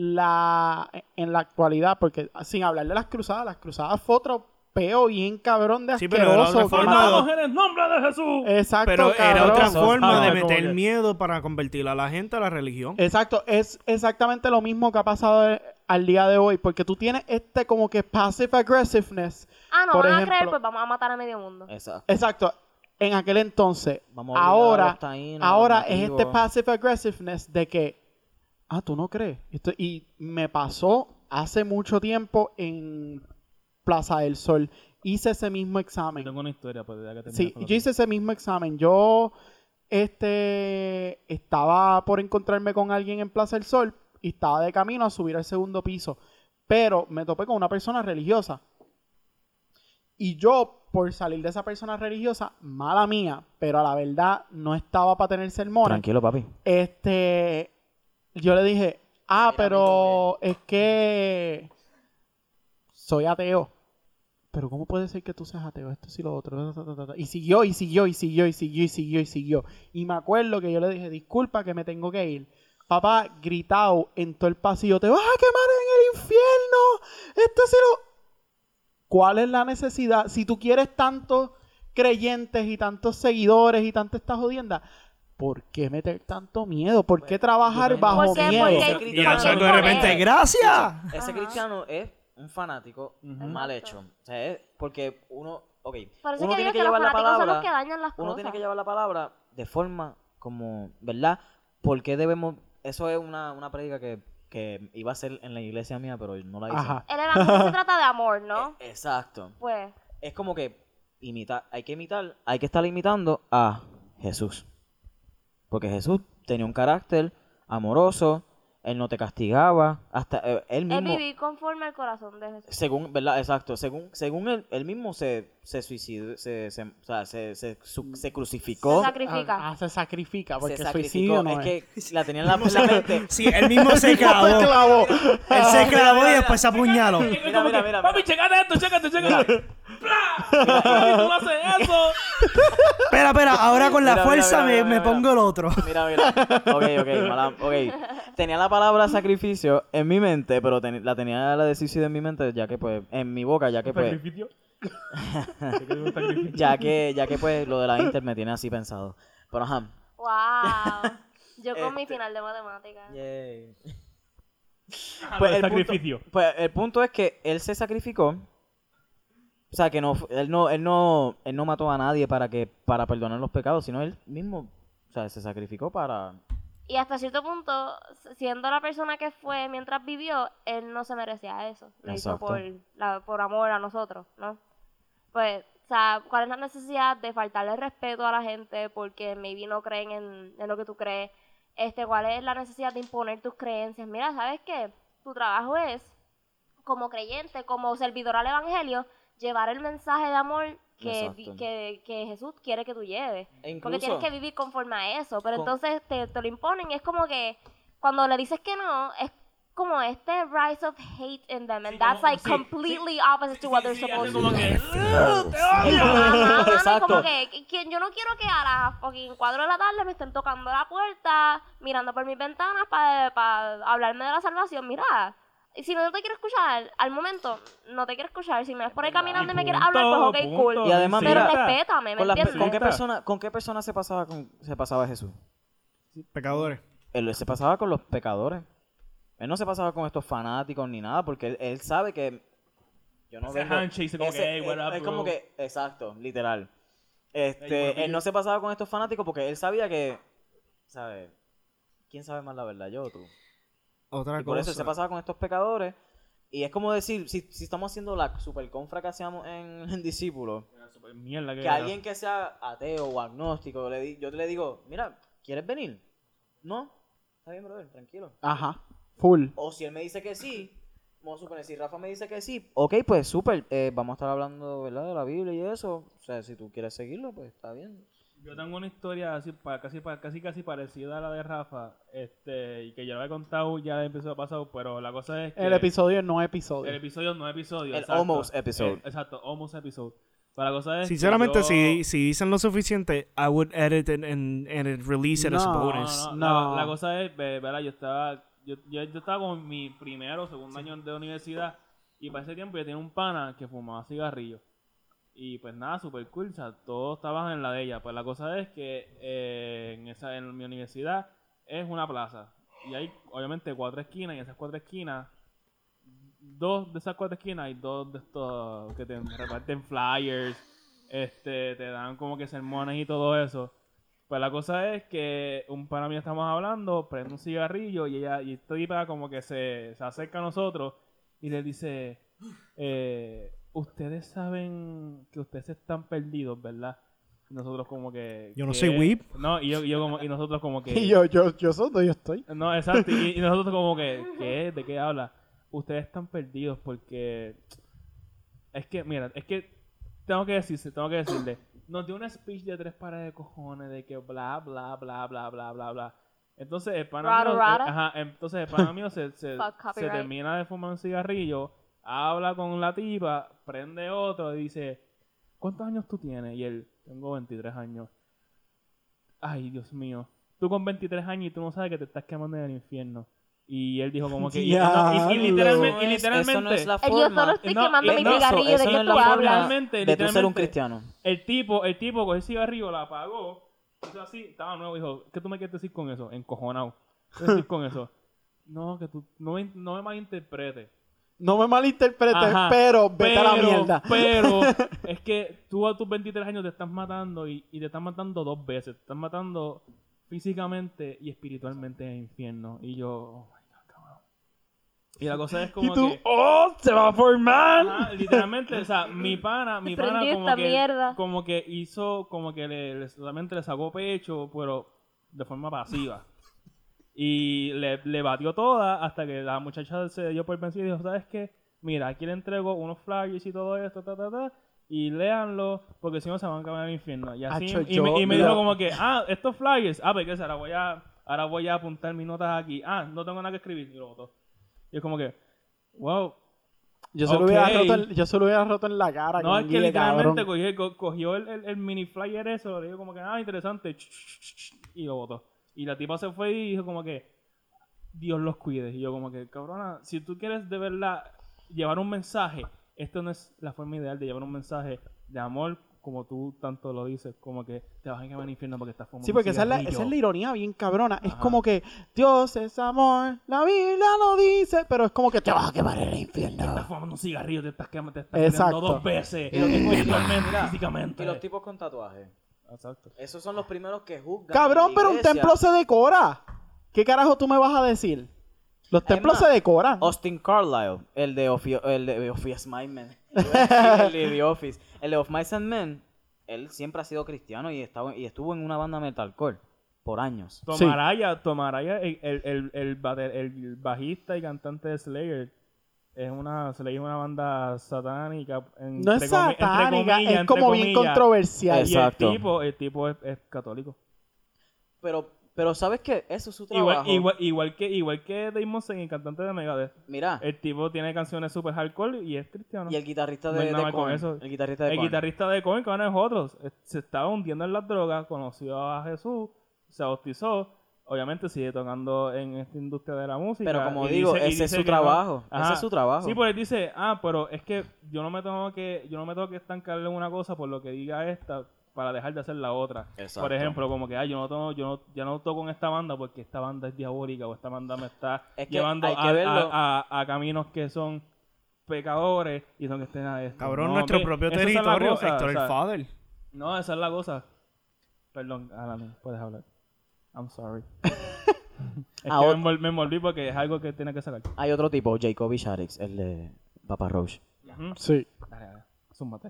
[SPEAKER 2] la en la actualidad, porque sin hablar de las cruzadas, las cruzadas fue otro peo bien cabrón de
[SPEAKER 1] Sí, pero era otra
[SPEAKER 2] asqueroso. que
[SPEAKER 1] forma
[SPEAKER 2] mataba-
[SPEAKER 1] de-
[SPEAKER 3] Matamos en el nombre de Jesús.
[SPEAKER 2] Exacto,
[SPEAKER 1] Pero era
[SPEAKER 2] cabrón.
[SPEAKER 1] otra
[SPEAKER 4] Eso
[SPEAKER 1] forma
[SPEAKER 3] estaba
[SPEAKER 1] de
[SPEAKER 3] como
[SPEAKER 1] meter
[SPEAKER 3] que-
[SPEAKER 1] miedo para convertir a la gente a la religión.
[SPEAKER 2] Exacto, es exactamente lo mismo que ha pasado eh, al día de hoy, porque tú tienes este como que passive aggressiveness.
[SPEAKER 5] ah no
[SPEAKER 2] por
[SPEAKER 5] van a
[SPEAKER 2] ejemplo-
[SPEAKER 5] creer pues vamos a matar a medio mundo
[SPEAKER 4] Esa-
[SPEAKER 2] Exacto, en aquel entonces.
[SPEAKER 4] Vamos a obligar a
[SPEAKER 2] ahora
[SPEAKER 4] los taínos,
[SPEAKER 2] ahora
[SPEAKER 4] los
[SPEAKER 2] es
[SPEAKER 4] nativos.
[SPEAKER 2] este passive aggressiveness de que, ah, tú no crees. Esto- y me pasó hace mucho tiempo en Plaza del Sol. Hice ese mismo examen.
[SPEAKER 3] Yo tengo una historia, pues ya que terminas
[SPEAKER 2] Sí,
[SPEAKER 3] con lo
[SPEAKER 2] yo
[SPEAKER 3] que-
[SPEAKER 2] hice ese mismo examen. Yo este, estaba por encontrarme con alguien en Plaza del Sol y estaba de camino a subir al segundo piso. Pero me topé con una persona religiosa. Y yo, por salir de esa persona religiosa, mala mía, pero a la verdad no estaba para tener sermones.
[SPEAKER 4] Tranquilo, papi.
[SPEAKER 2] Este, yo le dije, ah, pero es que soy ateo. Pero ¿cómo puede ser que tú seas ateo? Esto sí lo otro. ta, ta, ta, ta, ta. Y siguió, y siguió, y siguió, y siguió, y siguió, y siguió. Y me acuerdo que yo le dije, disculpa que me tengo que ir. Papá, gritado en todo el pasillo, te vas a quemar en el infierno. Esto sí lo... ¿Cuál es la necesidad? Si tú quieres tantos creyentes y tantos seguidores y tanta esta jodienda, ¿por qué meter tanto miedo? ¿Por qué trabajar
[SPEAKER 4] yo también-
[SPEAKER 2] bajo
[SPEAKER 5] ¿Por qué?
[SPEAKER 2] miedo?
[SPEAKER 5] Porque-
[SPEAKER 4] Ese
[SPEAKER 1] Y
[SPEAKER 4] cristiano-
[SPEAKER 1] eso de
[SPEAKER 5] eh.
[SPEAKER 1] repente, gracias.
[SPEAKER 4] Ese
[SPEAKER 5] Ajá.
[SPEAKER 4] cristiano es un fanático mal hecho.
[SPEAKER 5] Exacto.
[SPEAKER 4] O sea, es porque uno, ok,
[SPEAKER 5] Por eso
[SPEAKER 4] uno tiene
[SPEAKER 5] es que digo
[SPEAKER 4] que
[SPEAKER 5] que los
[SPEAKER 4] llevar la
[SPEAKER 5] fanáticos son los
[SPEAKER 4] palabra,
[SPEAKER 5] que dañan las
[SPEAKER 4] uno
[SPEAKER 5] cosas.
[SPEAKER 4] tiene que llevar la palabra de forma como, ¿verdad? Porque debemos, eso es una, una prédica que, que iba a ser en la iglesia mía, pero no la hice.
[SPEAKER 2] Ajá.
[SPEAKER 5] El evangelio se trata de amor, ¿no?
[SPEAKER 4] E- Exacto.
[SPEAKER 5] Pues,
[SPEAKER 4] Es como que imitar, hay que imitar, hay que estar imitando a Jesús. Porque Jesús tenía un carácter amoroso, él no te castigaba, hasta eh, él
[SPEAKER 5] es
[SPEAKER 4] mismo
[SPEAKER 5] vivir conforme al corazón de Jesús.
[SPEAKER 4] según, ¿verdad? Exacto. Según, según él, él mismo se, se suicidó, se, se, o sea, se, se, su- se crucificó.
[SPEAKER 5] Se sacrifica.
[SPEAKER 2] Ah, ah, se sacrifica, porque
[SPEAKER 4] se sacrificó.
[SPEAKER 2] suicidio no es.
[SPEAKER 4] (laughs) que la tenía en la, en la mente. (laughs)
[SPEAKER 1] Sí, él mismo
[SPEAKER 2] (laughs)
[SPEAKER 1] se
[SPEAKER 2] Se
[SPEAKER 3] "Pues,
[SPEAKER 1] clavó.
[SPEAKER 2] clavó.
[SPEAKER 1] Él se clavó y después se apuñaló.
[SPEAKER 4] Mira, mira, mira.
[SPEAKER 3] Papi, checate esto, checate,
[SPEAKER 4] mira.
[SPEAKER 3] checate.
[SPEAKER 4] Mira,
[SPEAKER 3] Papi, tú no haces
[SPEAKER 2] (laughs)
[SPEAKER 3] eso.
[SPEAKER 1] Espera, espera, ahora con la
[SPEAKER 4] Mira, mira,
[SPEAKER 1] fuerza
[SPEAKER 4] mira,
[SPEAKER 1] me,
[SPEAKER 4] mira,
[SPEAKER 1] me
[SPEAKER 4] mira.
[SPEAKER 1] pongo el otro. (laughs)
[SPEAKER 4] mira, mira. Ok, (laughs) ok, mala, ok. Tenía la palabra sacrificio en mi mente, pero ten- la tenía la de suicidio en mi mente, ya que pues, en mi boca, ya que pues,
[SPEAKER 2] (laughs)
[SPEAKER 3] Sacrificio. Sé que es un sacrificio.
[SPEAKER 4] ya que, ya que pues, lo de la Inter me tiene así pensado. Pero ajá. (laughs)
[SPEAKER 5] Wow. Yo con mi
[SPEAKER 4] Este-
[SPEAKER 5] final de matemáticas.
[SPEAKER 4] Pues
[SPEAKER 3] Pero
[SPEAKER 4] el,
[SPEAKER 3] Ah, sacrificio.
[SPEAKER 4] Punto, pues el punto es que él se sacrificó. O sea, que no, fu- él, no, él, no, él no mató a nadie para, que, para perdonar los pecados, sino él mismo o sea, se sacrificó para... e
[SPEAKER 5] Y hasta cierto punto, s- siendo la persona que fue mientras vivió, él no se merecía eso. Lo hizo
[SPEAKER 4] Exacto.
[SPEAKER 5] por, la- por amor a nosotros, ¿no? Pues, o sea, ¿cuál es la necesidad de faltarle respeto a la gente porque maybe no creen en, en lo que tú crees? Este, ¿Cuál es la necesidad de imponer tus creencias? Mira, ¿sabes qué? Tu trabajo es, como creyente, como servidor al evangelio, llevar el mensaje de amor que, di-
[SPEAKER 4] Exacto.
[SPEAKER 5] que, que Jesús quiere que tú lleves.
[SPEAKER 4] E
[SPEAKER 5] Porque tienes
[SPEAKER 4] incluso-
[SPEAKER 5] que vivir conforme a eso. Pero
[SPEAKER 4] Con-
[SPEAKER 5] entonces te, te lo imponen y es como que cuando le dices que no, es como este rise of hate in them. And that's like
[SPEAKER 3] sí,
[SPEAKER 5] completely opposite to what they're supposed to
[SPEAKER 3] Como
[SPEAKER 5] do.
[SPEAKER 3] que,
[SPEAKER 5] (laughs) Ajá, mano, y
[SPEAKER 4] Exacto.
[SPEAKER 5] como que, que- que yo no quiero que a las fucking 4 de la tarde me estén tocando la puerta, mirando por mis ventanas para hablarme de la salvación. Mira, y si no te quiero escuchar, al momento no te quiero escuchar. Si me ves por ahí caminando y me quieres hablar, pues
[SPEAKER 3] punto,
[SPEAKER 5] ok,
[SPEAKER 3] punto.
[SPEAKER 5] cool.
[SPEAKER 4] Y además,
[SPEAKER 5] Pero
[SPEAKER 4] mira,
[SPEAKER 5] respétame, ¿me
[SPEAKER 4] ¿Con, las pe-
[SPEAKER 5] entiendes?
[SPEAKER 4] con qué
[SPEAKER 3] Neta.
[SPEAKER 4] persona, ¿Con qué persona se pasaba, con, se pasaba Jesús?
[SPEAKER 1] Pecadores.
[SPEAKER 4] Él se pasaba con los pecadores. Él no se pasaba con estos fanáticos ni nada, porque él, él sabe que yo no
[SPEAKER 3] Ese
[SPEAKER 4] vengo-
[SPEAKER 3] handshake, ese como que, "Hey, what
[SPEAKER 4] es-
[SPEAKER 3] up,
[SPEAKER 4] es como
[SPEAKER 3] bro?"
[SPEAKER 4] que, exacto, literal.
[SPEAKER 3] Hey, what
[SPEAKER 4] Este,
[SPEAKER 3] up,
[SPEAKER 4] él no se pasaba con estos fanáticos porque él sabía que, ¿sabes? ¿Quién sabe más la verdad, yo o tú?
[SPEAKER 1] Otra
[SPEAKER 4] Y por eso
[SPEAKER 1] cosa.
[SPEAKER 4] él se pasaba con estos pecadores. Y es como decir, si, si estamos haciendo la super confra que hacíamos en, (laughs) en Discípulos,
[SPEAKER 3] Mierda, que
[SPEAKER 4] que alguien que sea ateo o agnóstico, yo le di- yo te le digo, mira, ¿quieres venir? No, está bien, brother, tranquilo.
[SPEAKER 2] Ajá. Full.
[SPEAKER 4] O si él me dice que sí, vamos a suponer, si Rafa me dice que sí, ok, pues súper, eh, vamos a estar hablando, ¿verdad? De la Biblia y eso. O sea, si tú quieres seguirlo, pues está bien.
[SPEAKER 3] Yo tengo una historia así, pa- casi, pa- casi casi parecida a la de Rafa, este, y que ya la he contado ya empezó a pasar, pero la cosa es que
[SPEAKER 2] El episodio no
[SPEAKER 3] el
[SPEAKER 2] episodio.
[SPEAKER 3] episodio no episodio,
[SPEAKER 4] El
[SPEAKER 3] exacto.
[SPEAKER 4] almost episode.
[SPEAKER 3] Eh, exacto, almost episode. Pero la cosa es que
[SPEAKER 1] Sinceramente,
[SPEAKER 3] yo-
[SPEAKER 1] si, si dicen lo suficiente, I would edit and, and, and release it as
[SPEAKER 2] No,
[SPEAKER 3] No,
[SPEAKER 1] bonus.
[SPEAKER 3] no,
[SPEAKER 2] No.
[SPEAKER 3] La, la cosa es, ve- ¿verdad? Yo estaba, yo, yo, yo estaba con mi primero o segundo año de universidad y para ese tiempo yo tenía un pana que fumaba cigarrillos. Y pues nada, super cool, o sea, todos estaban en la de ella. Pues la cosa es que eh, en, esa, en mi universidad es una plaza y hay obviamente cuatro esquinas y esas cuatro esquinas dos de esas cuatro esquinas y dos de estos que te reparten flyers, este, te dan como que sermones y todo eso. Pues la cosa es que un pana mío estamos hablando, prende un cigarrillo y ella, y esta tipa como que se, se acerca a nosotros y le dice, eh, ustedes saben que ustedes están perdidos, ¿verdad? Y nosotros como que...
[SPEAKER 1] Yo no
[SPEAKER 3] ¿qué?
[SPEAKER 1] soy whip.
[SPEAKER 3] No, y yo, y yo como, y nosotros
[SPEAKER 1] (laughs)
[SPEAKER 3] como que...
[SPEAKER 2] Y yo, yo, yo soy donde yo estoy.
[SPEAKER 3] No, exacto. Y, y nosotros como que, ¿qué? ¿De qué habla? Ustedes están perdidos porque... Es que, mira, es que tengo que decirse, tengo que decirle. Nos dio una speech de tres pares de cojones de que bla, bla, bla, bla, bla, bla, bla. Entonces el pana
[SPEAKER 5] Rada,
[SPEAKER 3] mío, eh,
[SPEAKER 5] rada.
[SPEAKER 3] ajá, entonces el pana mío se, se,
[SPEAKER 5] Fuck,
[SPEAKER 3] se
[SPEAKER 5] copyright.
[SPEAKER 3] termina de fumar un cigarrillo, habla con la tipa, prende otro y dice, ¿cuántos años tú tienes? Y él, tengo 23 años. Ay, Dios mío. Tú con 23 años y tú no sabes que te estás quemando en el infierno. Y él dijo como que... Y, no, y- y
[SPEAKER 2] Diablo.
[SPEAKER 3] literalmente... Y
[SPEAKER 4] Eso no es- eso no
[SPEAKER 3] literalmente
[SPEAKER 4] es la
[SPEAKER 5] Eh, Yo solo
[SPEAKER 4] forma.
[SPEAKER 5] estoy
[SPEAKER 3] No,
[SPEAKER 5] quemando
[SPEAKER 3] eh,
[SPEAKER 5] mi
[SPEAKER 3] no, eso-
[SPEAKER 5] cigarrillo.
[SPEAKER 4] eso
[SPEAKER 5] ¿De
[SPEAKER 4] no
[SPEAKER 5] qué
[SPEAKER 4] es la
[SPEAKER 5] tú
[SPEAKER 4] forma
[SPEAKER 5] hablas?
[SPEAKER 3] Literalmente,
[SPEAKER 4] de tú ser un
[SPEAKER 3] literalmente.
[SPEAKER 4] cristiano.
[SPEAKER 3] El tipo, el tipo cogió el cigarrillo, la apagó, hizo así, estaba nuevo, dijo, ¿qué tú me quieres decir con eso? Encojonado. ¿Qué quieres decir con eso? (laughs) No, que tú no me, no me malinterpretes.
[SPEAKER 2] No me malinterpretes,
[SPEAKER 3] Ajá.
[SPEAKER 2] pero vete a la
[SPEAKER 3] Pero-
[SPEAKER 2] mierda. (laughs)
[SPEAKER 3] Pero es que tú a tus 23 años te estás matando y, y te estás matando dos veces. Te estás matando físicamente y espiritualmente en el infierno. Y yo, oh my God, cabrón. Y la cosa es como
[SPEAKER 2] y tú,
[SPEAKER 3] que...
[SPEAKER 2] ¡oh! ¡Se va a formar!
[SPEAKER 3] Ajá, literalmente, o sea, mi pana, mi pana
[SPEAKER 5] Aprendí
[SPEAKER 3] como
[SPEAKER 5] esta
[SPEAKER 3] que,
[SPEAKER 5] mierda.
[SPEAKER 3] como que hizo, como que le, le- solamente le sacó pecho, pero de forma pasiva. Y le, le batió toda hasta que la muchacha se dio por vencida y dijo, ¿sabes qué? Mira, aquí le entrego unos flyers y todo esto, ta, ta, ta, y léanlo, porque si no se van a acabar al infierno. Y así,
[SPEAKER 2] Acho,
[SPEAKER 3] y,
[SPEAKER 2] yo-
[SPEAKER 3] me, y me
[SPEAKER 2] mira.
[SPEAKER 3] dijo como que, ah, estos flyers, ah, pues ¿qué es? ahora voy a, ahora voy a apuntar mis notas aquí. Ah, no tengo nada que escribir, y lo botó. Y es como que, wow,
[SPEAKER 2] Yo se, lo
[SPEAKER 3] Ok.
[SPEAKER 2] hubiera roto en, yo se lo hubiera roto en la cara.
[SPEAKER 3] no,
[SPEAKER 2] con
[SPEAKER 3] es que
[SPEAKER 2] guille,
[SPEAKER 3] literalmente
[SPEAKER 2] cabrón.
[SPEAKER 3] cogió, co- cogió el, el- el mini flyer eso, le dijo como que, ah, interesante, ch, ch, ch, ch, y lo botó. Y la tipa se fue y dijo como que, Dios los cuide. Y yo como que, cabrona, si tú quieres de verdad llevar un mensaje, esto no es la forma ideal de llevar un mensaje de amor, como tú tanto lo dices, como que te vas a quemar al infierno porque estás fumando
[SPEAKER 2] Sí, porque esa es, la,
[SPEAKER 3] cigarrillo.
[SPEAKER 2] esa es la ironía bien cabrona. Es
[SPEAKER 3] Ajá.
[SPEAKER 2] como que Dios es amor, la Biblia lo dice, pero es como que te vas a quemar en el infierno.
[SPEAKER 3] Estás fumando un cigarrillo, te estás quemando, te estás
[SPEAKER 2] Exacto.
[SPEAKER 3] quemando dos veces, espiritualmente, físicamente.
[SPEAKER 4] Y los tipos con tatuajes.
[SPEAKER 3] Exacto.
[SPEAKER 4] Esos son los primeros que juzgan.
[SPEAKER 2] Cabrón,
[SPEAKER 4] en la
[SPEAKER 2] pero un
[SPEAKER 4] iglesia.
[SPEAKER 2] templo se decora. ¿Qué carajo tú me vas a decir? Los templos
[SPEAKER 4] Emma,
[SPEAKER 2] se decoran.
[SPEAKER 4] Austin Carlyle, el de Ofio- el de Office My (laughs) Men. el de The Office. El de Of Mice and Men, él siempre ha sido cristiano y, estaba, y estuvo en una banda metalcore por años.
[SPEAKER 2] Sí.
[SPEAKER 3] Tomaraya, Tomaraya, el, el, el, el bate- el bajista y cantante de Slayer, es una, Slayer es una banda satánica. en-
[SPEAKER 2] No es
[SPEAKER 3] entre comi- entre
[SPEAKER 2] satánica,
[SPEAKER 3] comillas,
[SPEAKER 2] es
[SPEAKER 3] entre
[SPEAKER 2] como bien
[SPEAKER 3] comillas.
[SPEAKER 2] controversial.
[SPEAKER 3] Y el
[SPEAKER 4] Exacto.
[SPEAKER 3] tipo, el tipo es, es católico.
[SPEAKER 4] Pero, pero ¿sabes qué? Eso es su trabajo.
[SPEAKER 3] Igual, igual, igual que igual que Dave Mustaine, el cantante de Megadeth.
[SPEAKER 4] Mira,
[SPEAKER 3] El tipo tiene canciones super hardcore y es cristiano.
[SPEAKER 4] y el guitarrista
[SPEAKER 3] No hay
[SPEAKER 4] de,
[SPEAKER 3] nada
[SPEAKER 4] de
[SPEAKER 3] con
[SPEAKER 4] Korn,
[SPEAKER 3] eso.
[SPEAKER 4] El guitarrista de
[SPEAKER 3] El
[SPEAKER 4] Korn.
[SPEAKER 3] guitarrista de Comic Con es otro. Eh, Se estaba hundiendo en las drogas, conoció a Jesús, se bautizó. Obviamente sigue tocando en esta industria de la música.
[SPEAKER 4] Pero como
[SPEAKER 3] y
[SPEAKER 4] digo,
[SPEAKER 3] dice- y
[SPEAKER 4] ese es
[SPEAKER 3] dice
[SPEAKER 4] su
[SPEAKER 3] que no.
[SPEAKER 4] trabajo. Ese
[SPEAKER 3] Ajá.
[SPEAKER 4] es su trabajo.
[SPEAKER 3] Sí, pues él dice, ah, pero es que yo no me tengo que, yo no me tengo que estancarle en una cosa por lo que diga esta para dejar de hacer la otra.
[SPEAKER 4] Exacto.
[SPEAKER 3] Por ejemplo, como que, ah, yo no tengo, yo no, ya no toco en esta banda porque esta banda es diabólica o esta banda me está
[SPEAKER 4] Es que
[SPEAKER 3] llevando
[SPEAKER 4] hay que
[SPEAKER 3] a,
[SPEAKER 4] verlo.
[SPEAKER 3] a- a- a caminos que son pecadores y son que estén a esto.
[SPEAKER 1] Cabrón,
[SPEAKER 3] No,
[SPEAKER 1] nuestro
[SPEAKER 3] ve,
[SPEAKER 1] propio
[SPEAKER 3] esa es la
[SPEAKER 1] territorio,
[SPEAKER 3] cosa,
[SPEAKER 1] Héctor
[SPEAKER 3] o sea,
[SPEAKER 1] el Father.
[SPEAKER 3] No, esa es la cosa. Perdón, Alan, puedes hablar. I'm
[SPEAKER 4] (laughs)
[SPEAKER 3] sorry. es que
[SPEAKER 4] Ah,
[SPEAKER 3] me
[SPEAKER 4] ot-
[SPEAKER 3] envol- me envolví porque es algo que tiene que sacar.
[SPEAKER 4] Hay otro tipo, Jacoby Sharix, el de Papa Roach.
[SPEAKER 3] Ujú.
[SPEAKER 2] Sí.
[SPEAKER 3] Dale, dale, zúmbate.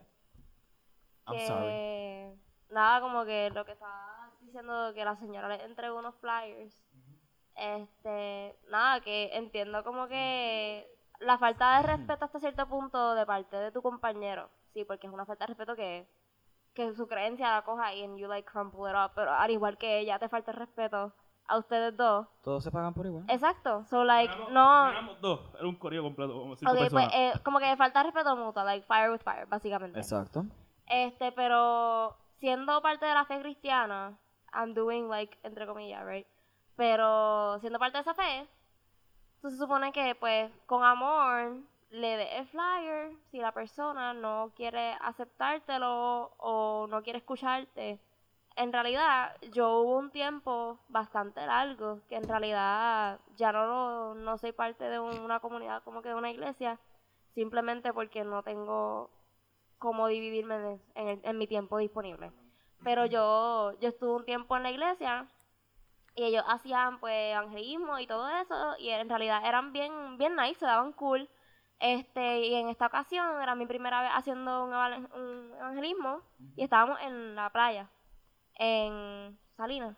[SPEAKER 3] I'm sorry.
[SPEAKER 5] que nada como que lo que estaba diciendo que la señora le entregó unos flyers este nada que entiendo como que la falta de respeto hasta cierto punto de parte de tu compañero sí porque es una falta de respeto que que su creencia la coja y and you like crumple it up pero al igual que ella te falta el respeto a ustedes dos
[SPEAKER 4] Todos se pagan por igual.
[SPEAKER 5] exacto so like
[SPEAKER 3] Éramos-
[SPEAKER 5] no
[SPEAKER 3] éramos dos, era un correo completo, como cinco
[SPEAKER 5] Ok, pues
[SPEAKER 3] personas.
[SPEAKER 5] eh, como que falta de respeto mutuo like fire with fire básicamente
[SPEAKER 4] Exacto.
[SPEAKER 5] este, pero siendo parte de la fe cristiana, I'm doing like, entre comillas, right? Pero siendo parte de esa fe, tú se supone que pues con amor le des el flyer si la persona no quiere aceptártelo o no quiere escucharte. En realidad, yo hubo un tiempo bastante largo que en realidad ya no, lo- no soy parte de un- una comunidad como que de una iglesia, simplemente porque no tengo cómo dividirme en, en el- en mi tiempo disponible. Pero yo, yo estuve un tiempo en la iglesia y ellos hacían pues evangelismo y todo eso y en realidad eran bien, bien nice, se daban cool. Este, y en esta ocasión era mi primera vez haciendo un, evan- un evangelismo y estábamos en la playa, en Salinas.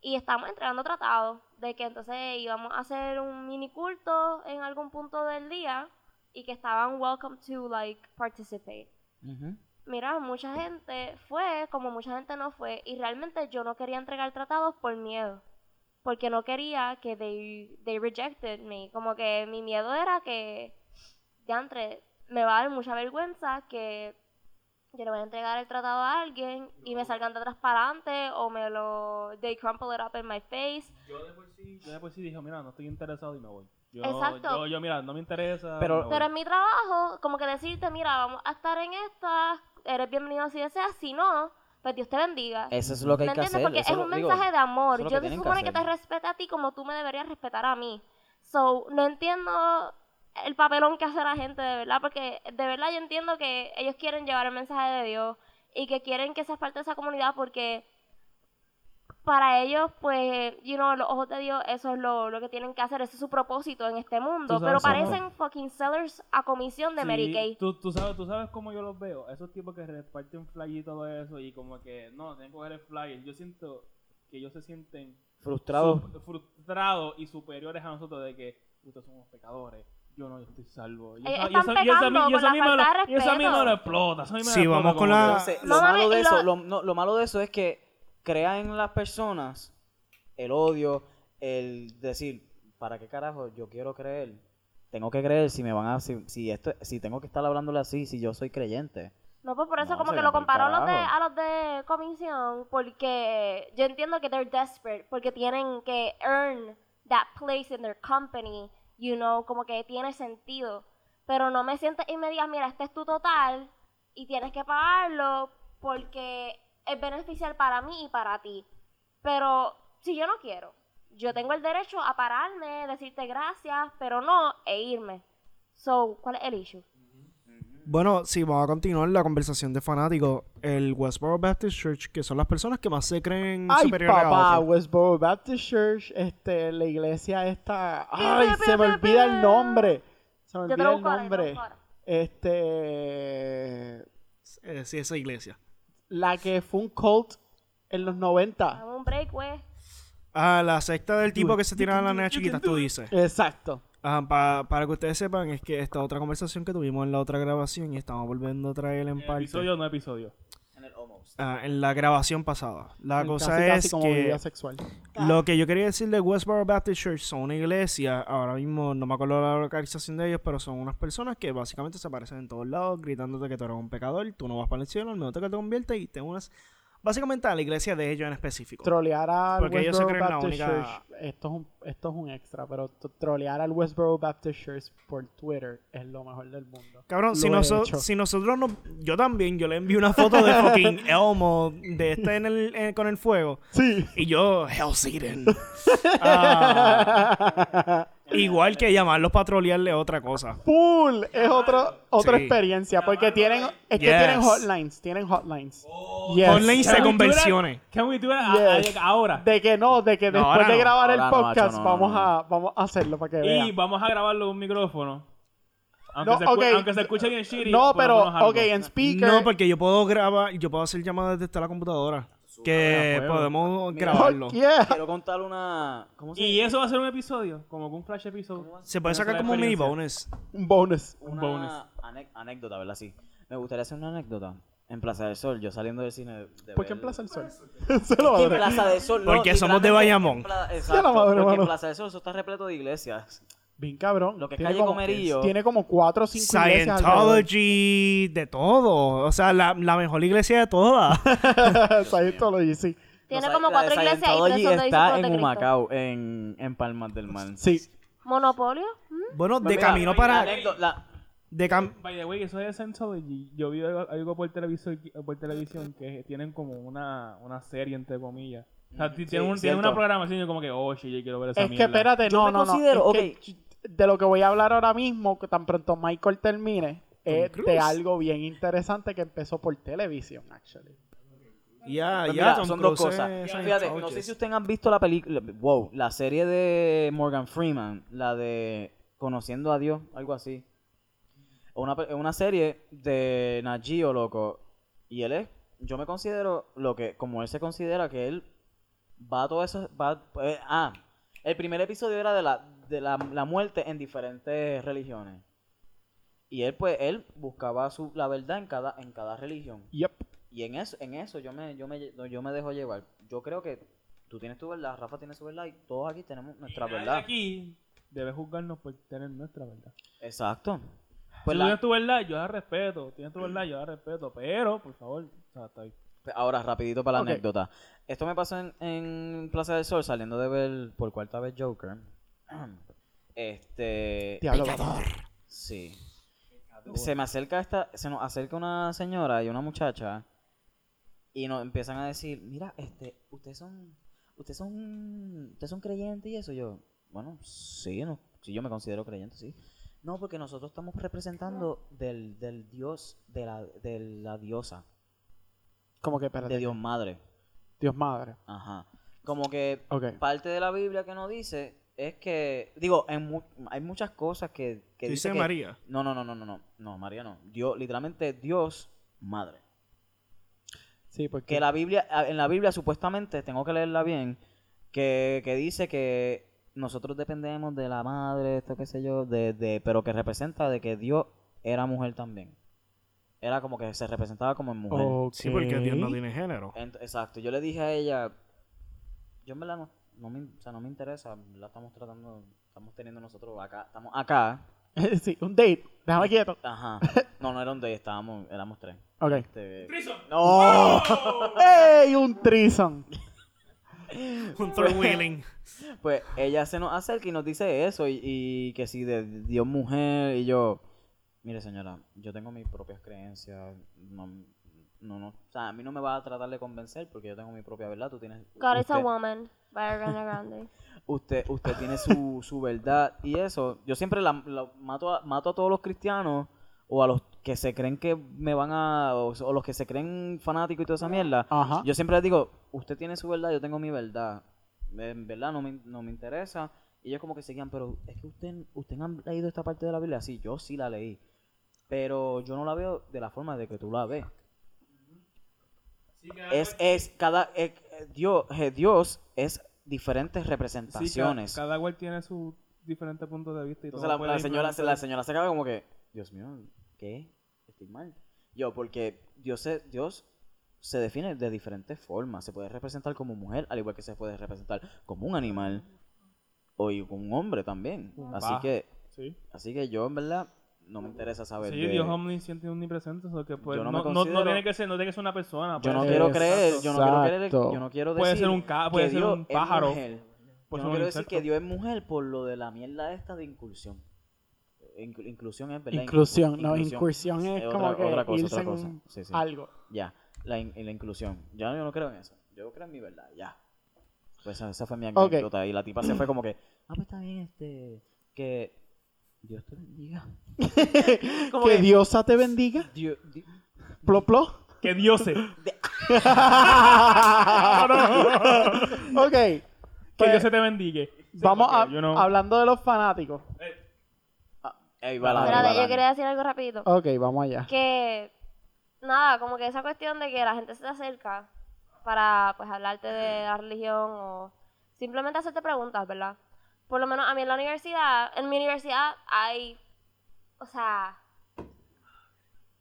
[SPEAKER 5] Y estábamos entregando tratados de que entonces íbamos a hacer un mini culto en algún punto del día y que estaban welcome to like participate.
[SPEAKER 4] Ujú.
[SPEAKER 5] Mira, mucha gente fue como mucha gente no fue y realmente yo no quería entregar tratados por miedo, porque no quería que they, they rejected me, como que mi miedo era que ya entre me va a dar mucha vergüenza que yo le voy a entregar el tratado a alguien y me salgan de atrás para adelante o me lo they crumple it up in my face.
[SPEAKER 3] Yo de por sí, yo de por sí dije, mira, no estoy interesado y me voy. Yo,
[SPEAKER 5] Exacto.
[SPEAKER 3] Yo, yo, mira, no me interesa.
[SPEAKER 4] Pero-
[SPEAKER 3] me voy.
[SPEAKER 5] Pero en mi trabajo, como que decirte, mira, vamos a estar en esta, eres bienvenido si deseas, si no, pues Dios te bendiga.
[SPEAKER 4] Eso es lo que
[SPEAKER 5] ¿Me
[SPEAKER 4] hay que
[SPEAKER 5] entiendes?
[SPEAKER 4] hacer.
[SPEAKER 5] Porque
[SPEAKER 4] eso
[SPEAKER 5] es
[SPEAKER 4] lo-
[SPEAKER 5] un
[SPEAKER 4] digo,
[SPEAKER 5] mensaje de
[SPEAKER 4] eso es
[SPEAKER 5] amor.
[SPEAKER 4] lo
[SPEAKER 5] Yo se
[SPEAKER 4] tienen que
[SPEAKER 5] supone que te
[SPEAKER 4] hacer.
[SPEAKER 5] respeta a ti como tú me deberías respetar a mí. So, no entiendo el papelón que hace la gente, de verdad, porque de verdad yo entiendo que ellos quieren llevar el mensaje de Dios y que quieren que seas parte de esa comunidad porque para ellos, pues, you know, los ojos de Dios, eso es lo, lo que tienen que hacer, ese es su propósito en este mundo.
[SPEAKER 3] Tú
[SPEAKER 5] Pero
[SPEAKER 3] sabes, Samuel.
[SPEAKER 5] parecen fucking sellers a comisión de
[SPEAKER 3] Sí,
[SPEAKER 5] Mary Kay.
[SPEAKER 3] Tú, tú, sabes, tú sabes cómo yo los veo. Esos tipos que reparten fly y todo eso y como que, no, tienen que coger el flyer. Yo siento que ellos se sienten
[SPEAKER 4] Frustrado.
[SPEAKER 3] sup- frustrados y superiores a nosotros de que ustedes son unos pecadores. Yo no, yo estoy salvo. Y
[SPEAKER 5] Eh,
[SPEAKER 3] esa- y
[SPEAKER 5] están
[SPEAKER 3] esa- y esa a mí-
[SPEAKER 5] pecando
[SPEAKER 3] y esa
[SPEAKER 5] por
[SPEAKER 3] a
[SPEAKER 5] la
[SPEAKER 3] mí me
[SPEAKER 5] falta
[SPEAKER 3] lo-
[SPEAKER 5] de
[SPEAKER 3] y esa a mí me lo
[SPEAKER 5] respeto.
[SPEAKER 3] explota. esa a mí me
[SPEAKER 1] Sí,
[SPEAKER 3] lo
[SPEAKER 1] vamos
[SPEAKER 3] explota
[SPEAKER 1] con
[SPEAKER 3] como
[SPEAKER 1] la-
[SPEAKER 3] que-
[SPEAKER 2] Ah,
[SPEAKER 4] Entonces, lo
[SPEAKER 5] No, mami,
[SPEAKER 4] malo de
[SPEAKER 5] y
[SPEAKER 4] eso,
[SPEAKER 5] lo-
[SPEAKER 4] lo, no, lo malo de eso es que crea en las personas el odio, el decir, ¿para qué carajo yo quiero creer? Tengo que creer si me van a, si, si esto, si tengo que estar hablándole así, si yo soy creyente.
[SPEAKER 5] No, pues por eso
[SPEAKER 4] No,
[SPEAKER 5] como
[SPEAKER 4] se van
[SPEAKER 5] que lo
[SPEAKER 4] pa'l
[SPEAKER 5] comparó a los, de,
[SPEAKER 4] carajo.
[SPEAKER 5] a los de comisión porque yo entiendo que they're desperate porque tienen que earn that place in their company, you know, como que tiene sentido. Pero no me sientes y me digas, mira, este es tu total y tienes que pagarlo porque es beneficial para mí y para ti. Pero si yo no quiero, yo tengo el derecho a pararme, decirte gracias, pero no e irme. So, ¿cuál es el issue?
[SPEAKER 1] Bueno, si vamos a continuar la conversación de fanáticos, el Westboro Baptist Church, que son las personas que más se creen
[SPEAKER 2] Ay,
[SPEAKER 1] superiores
[SPEAKER 2] papá,
[SPEAKER 1] Mm, a otros.
[SPEAKER 2] Westboro Baptist Church, este, la iglesia esta. Ay,
[SPEAKER 5] pe,
[SPEAKER 2] se me
[SPEAKER 5] pe,
[SPEAKER 2] olvida
[SPEAKER 5] pe.
[SPEAKER 2] el nombre. Se me
[SPEAKER 5] Yo te
[SPEAKER 2] olvida
[SPEAKER 5] lo
[SPEAKER 2] el
[SPEAKER 5] busco ahora, yo te lo
[SPEAKER 2] nombre.
[SPEAKER 5] busco ahora.
[SPEAKER 2] Este.
[SPEAKER 1] Eh, sí, esa iglesia.
[SPEAKER 2] La que fue un cult en los 90.
[SPEAKER 5] Dame un break, pues. güey.
[SPEAKER 1] Ah, la secta del tipo que se tiraba la nena chiquita, tú dices.
[SPEAKER 2] Exacto.
[SPEAKER 1] Ajá, pa- para que ustedes sepan, es que esta otra conversación que tuvimos en la otra grabación y estamos volviendo a traer en parte.
[SPEAKER 3] Episodio no episodio.
[SPEAKER 1] Ah, en la grabación pasada. La cosa
[SPEAKER 2] Casi,
[SPEAKER 1] es
[SPEAKER 2] casi como
[SPEAKER 1] que
[SPEAKER 2] vida sexual.
[SPEAKER 1] lo
[SPEAKER 2] Ah.
[SPEAKER 1] que yo quería decir de Westboro Baptist Church son una iglesia, ahora mismo no me acuerdo la localización de ellos, pero son unas personas que básicamente se aparecen en todos lados gritándote que tú eres un pecador, tú no vas para el cielo, al menos que te conviertes y te unas básicamente a la iglesia de ellos en específico.
[SPEAKER 2] Trolear al
[SPEAKER 1] Porque ellos se
[SPEAKER 2] Westboro
[SPEAKER 1] creen la
[SPEAKER 2] Baptist
[SPEAKER 1] única-
[SPEAKER 2] Church. Esto es, un, esto es un extra, pero t- trolear al Westboro Baptist Church por Twitter es lo mejor del mundo.
[SPEAKER 1] Cabrón, si,
[SPEAKER 2] Lo he
[SPEAKER 1] noso-
[SPEAKER 2] hecho.
[SPEAKER 1] si nosotros no... Yo también, yo le envié una foto de fucking
[SPEAKER 2] (laughs)
[SPEAKER 1] Elmo de este en el- eh, con el fuego.
[SPEAKER 2] Sí.
[SPEAKER 1] Y yo, Hell Satan.
[SPEAKER 2] (laughs)
[SPEAKER 1] Ah, igual que llamarlos para trolearle otra cosa.
[SPEAKER 2] Full es otro, otra
[SPEAKER 1] Ah, Sí.
[SPEAKER 2] experiencia porque tienen es que
[SPEAKER 1] Yes.
[SPEAKER 2] tienen hotlines, tienen hotlines.
[SPEAKER 4] Oh.
[SPEAKER 2] Yes.
[SPEAKER 1] Hotlines de
[SPEAKER 3] Can we do that?
[SPEAKER 1] conversiones.
[SPEAKER 3] Can we do that? A-
[SPEAKER 2] Yes.
[SPEAKER 3] a- ahora.
[SPEAKER 2] De que no, de que
[SPEAKER 1] No,
[SPEAKER 2] después
[SPEAKER 1] ahora
[SPEAKER 2] de
[SPEAKER 1] no.
[SPEAKER 2] grabar el
[SPEAKER 4] Ahora no, macho,
[SPEAKER 2] podcast
[SPEAKER 4] no, no,
[SPEAKER 2] vamos
[SPEAKER 4] no.
[SPEAKER 2] a vamos a hacerlo para que
[SPEAKER 3] Y
[SPEAKER 2] vean.
[SPEAKER 3] vamos a grabarlo en un micrófono. Aunque,
[SPEAKER 2] No,
[SPEAKER 3] se, escu-
[SPEAKER 2] ok.
[SPEAKER 3] aunque se escuche bien shitty.
[SPEAKER 2] No,
[SPEAKER 3] por lo
[SPEAKER 2] pero
[SPEAKER 3] menos algo.
[SPEAKER 2] ok, en speaker. (laughs)
[SPEAKER 1] No, porque yo puedo grabar, yo puedo hacer llamadas desde la computadora. Que
[SPEAKER 3] juego.
[SPEAKER 1] podemos
[SPEAKER 4] Mira,
[SPEAKER 1] grabarlo.
[SPEAKER 2] Fuck yeah.
[SPEAKER 4] Quiero contar una. ¿Cómo se
[SPEAKER 3] Y eso va a ser un episodio, como que un flash episode.
[SPEAKER 1] Se puede sacar como un mini bonus.
[SPEAKER 2] Un bonus.
[SPEAKER 4] una
[SPEAKER 3] bonus.
[SPEAKER 4] ane- anécdota, ¿verdad? Sí. Me gustaría hacer una anécdota. En Plaza del Sol, yo saliendo del cine. de- de
[SPEAKER 2] ¿Por qué en
[SPEAKER 4] ver-
[SPEAKER 2] Plaza del Sol? (laughs) Se lo
[SPEAKER 4] En
[SPEAKER 2] adoré.
[SPEAKER 4] Plaza del Sol, no,
[SPEAKER 1] Porque somos de
[SPEAKER 4] literalmente,
[SPEAKER 1] Bayamón.
[SPEAKER 4] en Pla-
[SPEAKER 2] Ya la
[SPEAKER 4] Exacto,
[SPEAKER 2] madre,
[SPEAKER 4] porque
[SPEAKER 2] mano.
[SPEAKER 4] en Plaza del Sol eso está repleto de iglesias.
[SPEAKER 2] Bien cabrón.
[SPEAKER 4] Lo que es
[SPEAKER 2] Tiene
[SPEAKER 4] calle
[SPEAKER 2] como-
[SPEAKER 4] Comerillo.
[SPEAKER 2] Tiene como cuatro o cinco iglesias alrededor.
[SPEAKER 1] Scientology, de todo. O sea, la, la mejor iglesia de todas. (laughs)
[SPEAKER 2] (laughs) Scientology, sí.
[SPEAKER 5] Tiene
[SPEAKER 4] Los-
[SPEAKER 5] como
[SPEAKER 4] la
[SPEAKER 5] cuatro
[SPEAKER 4] de
[SPEAKER 5] iglesias y
[SPEAKER 4] Scientology
[SPEAKER 5] tres son de
[SPEAKER 4] está
[SPEAKER 5] discípulos de
[SPEAKER 4] en
[SPEAKER 5] Cristo.
[SPEAKER 4] Humacao, en, en Palmas del Mar. Pues
[SPEAKER 2] Sí.
[SPEAKER 5] ¿Monopolio? ¿Mm?
[SPEAKER 1] Bueno, de
[SPEAKER 4] Mira,
[SPEAKER 1] camino
[SPEAKER 4] la
[SPEAKER 1] para...
[SPEAKER 4] anécdota- la-
[SPEAKER 1] De cam-
[SPEAKER 3] By the way, eso es Scientology. Yo vi algo, algo por, televisión, por televisión que tienen como una, una serie, entre comillas. O sea, ti- tienen, un- tienen
[SPEAKER 4] cierto.
[SPEAKER 3] una programación y yo como que, oh, shit, yo quiero ver esa
[SPEAKER 2] Es que
[SPEAKER 3] mierda.
[SPEAKER 2] espérate, no,
[SPEAKER 4] me
[SPEAKER 2] no, no.
[SPEAKER 4] considero-
[SPEAKER 2] es que De lo que voy a hablar ahora mismo, que tan pronto Michael termine, es de
[SPEAKER 1] Cruise.
[SPEAKER 2] algo bien interesante que empezó por televisión, actually.
[SPEAKER 1] Ya,
[SPEAKER 4] Pues
[SPEAKER 1] ya,
[SPEAKER 4] mira,
[SPEAKER 1] Tom
[SPEAKER 4] son dos
[SPEAKER 1] Cruise
[SPEAKER 4] cosas.
[SPEAKER 1] es
[SPEAKER 4] Fíjate, no sé si ustedes han visto la película, wow, la serie de Morgan Freeman, la de Conociendo a Dios, algo así. Una, pe- una serie de Nagio, loco. Y él es, yo me considero lo que, como él se considera que él va a todo eso, va, eh, ah, el primer episodio era de la, de la, la muerte en diferentes religiones. Y él, pues, él buscaba su, la verdad en cada, en cada religión.
[SPEAKER 2] Yep.
[SPEAKER 4] Y en eso, en eso yo me, yo me, yo me dejo llevar. Yo creo que tú tienes tu verdad, Rafa tiene su verdad y todos aquí tenemos nuestra verdad.
[SPEAKER 3] Aquí debes juzgarnos por tener nuestra verdad.
[SPEAKER 4] Exacto.
[SPEAKER 3] si
[SPEAKER 4] Pues
[SPEAKER 3] tú
[SPEAKER 4] la-
[SPEAKER 3] tienes tu verdad, yo la respeto. Tienes tu verdad, yo la respeto. Pero, por favor, o sea, está ahí.
[SPEAKER 4] Pues Ahora, rapidito para la
[SPEAKER 2] Ok.
[SPEAKER 4] anécdota. Esto me pasó en, en Plaza del Sol, saliendo de ver por cuarta vez Joker. (clears throat) Este.
[SPEAKER 2] Diablo,
[SPEAKER 4] Sí. Se me acerca esta, se nos acerca una señora y una muchacha y nos empiezan a decir, mira, este, ustedes son, ustedes son, ustedes son creyentes y eso. Y Yo, bueno, sí, no, sí, yo me considero creyente, sí. No, porque nosotros estamos representando del, del dios, de la, de la diosa,
[SPEAKER 2] Como que,
[SPEAKER 4] de
[SPEAKER 2] espérate. Dios.
[SPEAKER 4] Dios madre.
[SPEAKER 2] madre.
[SPEAKER 4] Ajá. Como que
[SPEAKER 2] Ok.
[SPEAKER 4] parte de la Biblia que nos dice es que, digo, en mu- hay muchas cosas que, que
[SPEAKER 1] Dice
[SPEAKER 4] que-
[SPEAKER 1] María.
[SPEAKER 4] No, no, no, no, no, no, no, María no. Dios, literalmente Dios madre.
[SPEAKER 2] Sí, porque.
[SPEAKER 4] Que la Biblia, a- en la Biblia supuestamente, tengo que leerla bien, que, que dice que nosotros dependemos de la madre, esto qué sé yo, de, de- pero que representa de que Dios era mujer también. Era como que se representaba como en mujer.
[SPEAKER 2] Ok.
[SPEAKER 1] Sí, porque Dios no tiene
[SPEAKER 4] (laughs)
[SPEAKER 1] género.
[SPEAKER 4] Ent- exacto, yo le dije a ella, yo en verdad no, no me, o sea, no me interesa, la estamos tratando, estamos teniendo nosotros acá, estamos acá.
[SPEAKER 2] (laughs) sí, un date. Déjame quieto.
[SPEAKER 4] Ajá. No, no era un day, estábamos, éramos tres.
[SPEAKER 2] Ok.
[SPEAKER 4] Este,
[SPEAKER 2] ¡No! ¡Ey! Un trison.
[SPEAKER 1] Un throwwheeling.
[SPEAKER 4] pues ella se nos acerca y nos dice eso, y, y que si de Dios mujer, y yo, mire señora, yo tengo mis propias creencias, no, no, no, o sea, a mí no me va a tratar de convencer porque yo tengo mi propia verdad, tú tienes...
[SPEAKER 5] God is a
[SPEAKER 4] usted-
[SPEAKER 5] woman by Ariana
[SPEAKER 4] (laughs)
[SPEAKER 5] Grande.
[SPEAKER 4] usted, usted tiene su, su verdad y eso. Yo siempre la, la- mato, a, mato a todos los cristianos o a los que se creen que me van a... o, o los que se creen fanáticos y toda esa mierda.
[SPEAKER 2] Ajá.
[SPEAKER 4] Yo siempre les digo, usted tiene su verdad, yo tengo mi verdad. En verdad no me, no me interesa. Y ellos como que seguían, pero es que usted, usted han leído esta parte de la Biblia. Sí, yo sí la leí. Pero yo no la veo de la forma de que tú la ves. Es, es, cada, eh, eh, Dios, eh, Dios es diferentes
[SPEAKER 3] Sí, ca-
[SPEAKER 4] representaciones.
[SPEAKER 3] cada cual tiene su diferente punto de vista. Y
[SPEAKER 4] Entonces
[SPEAKER 3] todo
[SPEAKER 4] la,
[SPEAKER 3] puede
[SPEAKER 4] la señora, se- la
[SPEAKER 3] influenciar.
[SPEAKER 4] señora se acaba como que, Dios mío, ¿qué? Estoy mal. Yo, porque Dios se, Dios se define de diferentes formas. Se puede representar como mujer, al igual que se puede representar como un animal o y como un hombre también. Así
[SPEAKER 3] paja.
[SPEAKER 4] que,
[SPEAKER 3] Sí,
[SPEAKER 4] así que yo en verdad no me interesa saber.
[SPEAKER 3] Sí,
[SPEAKER 4] de-
[SPEAKER 3] Dios omnisciente y omnipresente. eso que puede-
[SPEAKER 4] Yo no
[SPEAKER 3] no,
[SPEAKER 4] me
[SPEAKER 3] no- no
[SPEAKER 4] considero-
[SPEAKER 3] tiene que ser, no tiene que ser una persona.
[SPEAKER 4] yo
[SPEAKER 3] puede
[SPEAKER 4] no
[SPEAKER 3] ser-
[SPEAKER 4] quiero creer, yo no quiero creer,
[SPEAKER 2] Exacto.
[SPEAKER 4] yo no quiero decir
[SPEAKER 3] Puede ser un ca- puede
[SPEAKER 4] que
[SPEAKER 3] ser
[SPEAKER 4] Dios
[SPEAKER 3] un
[SPEAKER 4] es
[SPEAKER 3] pájaro,
[SPEAKER 4] mujer.
[SPEAKER 3] puede ser
[SPEAKER 4] yo no
[SPEAKER 3] un
[SPEAKER 4] quiero decir
[SPEAKER 3] insecto.
[SPEAKER 4] que Dios es mujer por lo de la mierda esta de inclusión. Inclu- inclusión es verdad.
[SPEAKER 2] Inclusión. No,
[SPEAKER 4] Inclusión.
[SPEAKER 2] incursión es
[SPEAKER 4] Eh,
[SPEAKER 2] como
[SPEAKER 4] otra-
[SPEAKER 2] que
[SPEAKER 4] otra cosa,
[SPEAKER 2] irse
[SPEAKER 4] otra
[SPEAKER 2] en
[SPEAKER 4] cosa.
[SPEAKER 2] un-
[SPEAKER 4] Sí, sí.
[SPEAKER 2] algo.
[SPEAKER 4] Ya, la, in- la inclusión. Ya yo no creo en eso. Yo creo en mi verdad, ya. Pues esa, esa fue mi
[SPEAKER 2] Ok.
[SPEAKER 4] anécdota. Y la tipa se fue como que, ah, pues está bien, este, que Dios te
[SPEAKER 5] (laughs)
[SPEAKER 4] bendiga. Como
[SPEAKER 2] que
[SPEAKER 4] que-
[SPEAKER 2] Diosa te bendiga.
[SPEAKER 4] Dios, di-
[SPEAKER 2] Plo, plo.
[SPEAKER 3] Que Dios se. (laughs)
[SPEAKER 2] ok.
[SPEAKER 3] Que
[SPEAKER 2] Pues,
[SPEAKER 3] Dios se te bendigue. Sí,
[SPEAKER 2] vamos
[SPEAKER 3] porque
[SPEAKER 2] a-
[SPEAKER 3] yo no-
[SPEAKER 2] hablando de los fanáticos.
[SPEAKER 4] ah, ahí va la- ahí va
[SPEAKER 5] Espérate,
[SPEAKER 4] la-
[SPEAKER 5] yo quería decir algo rapidito.
[SPEAKER 2] Ok, vamos allá.
[SPEAKER 5] que nada, como que esa cuestión de que la gente se te acerca para pues hablarte de la religión o simplemente hacerte preguntas, ¿verdad? Por lo menos a mí en la universidad, en mi universidad hay, o sea,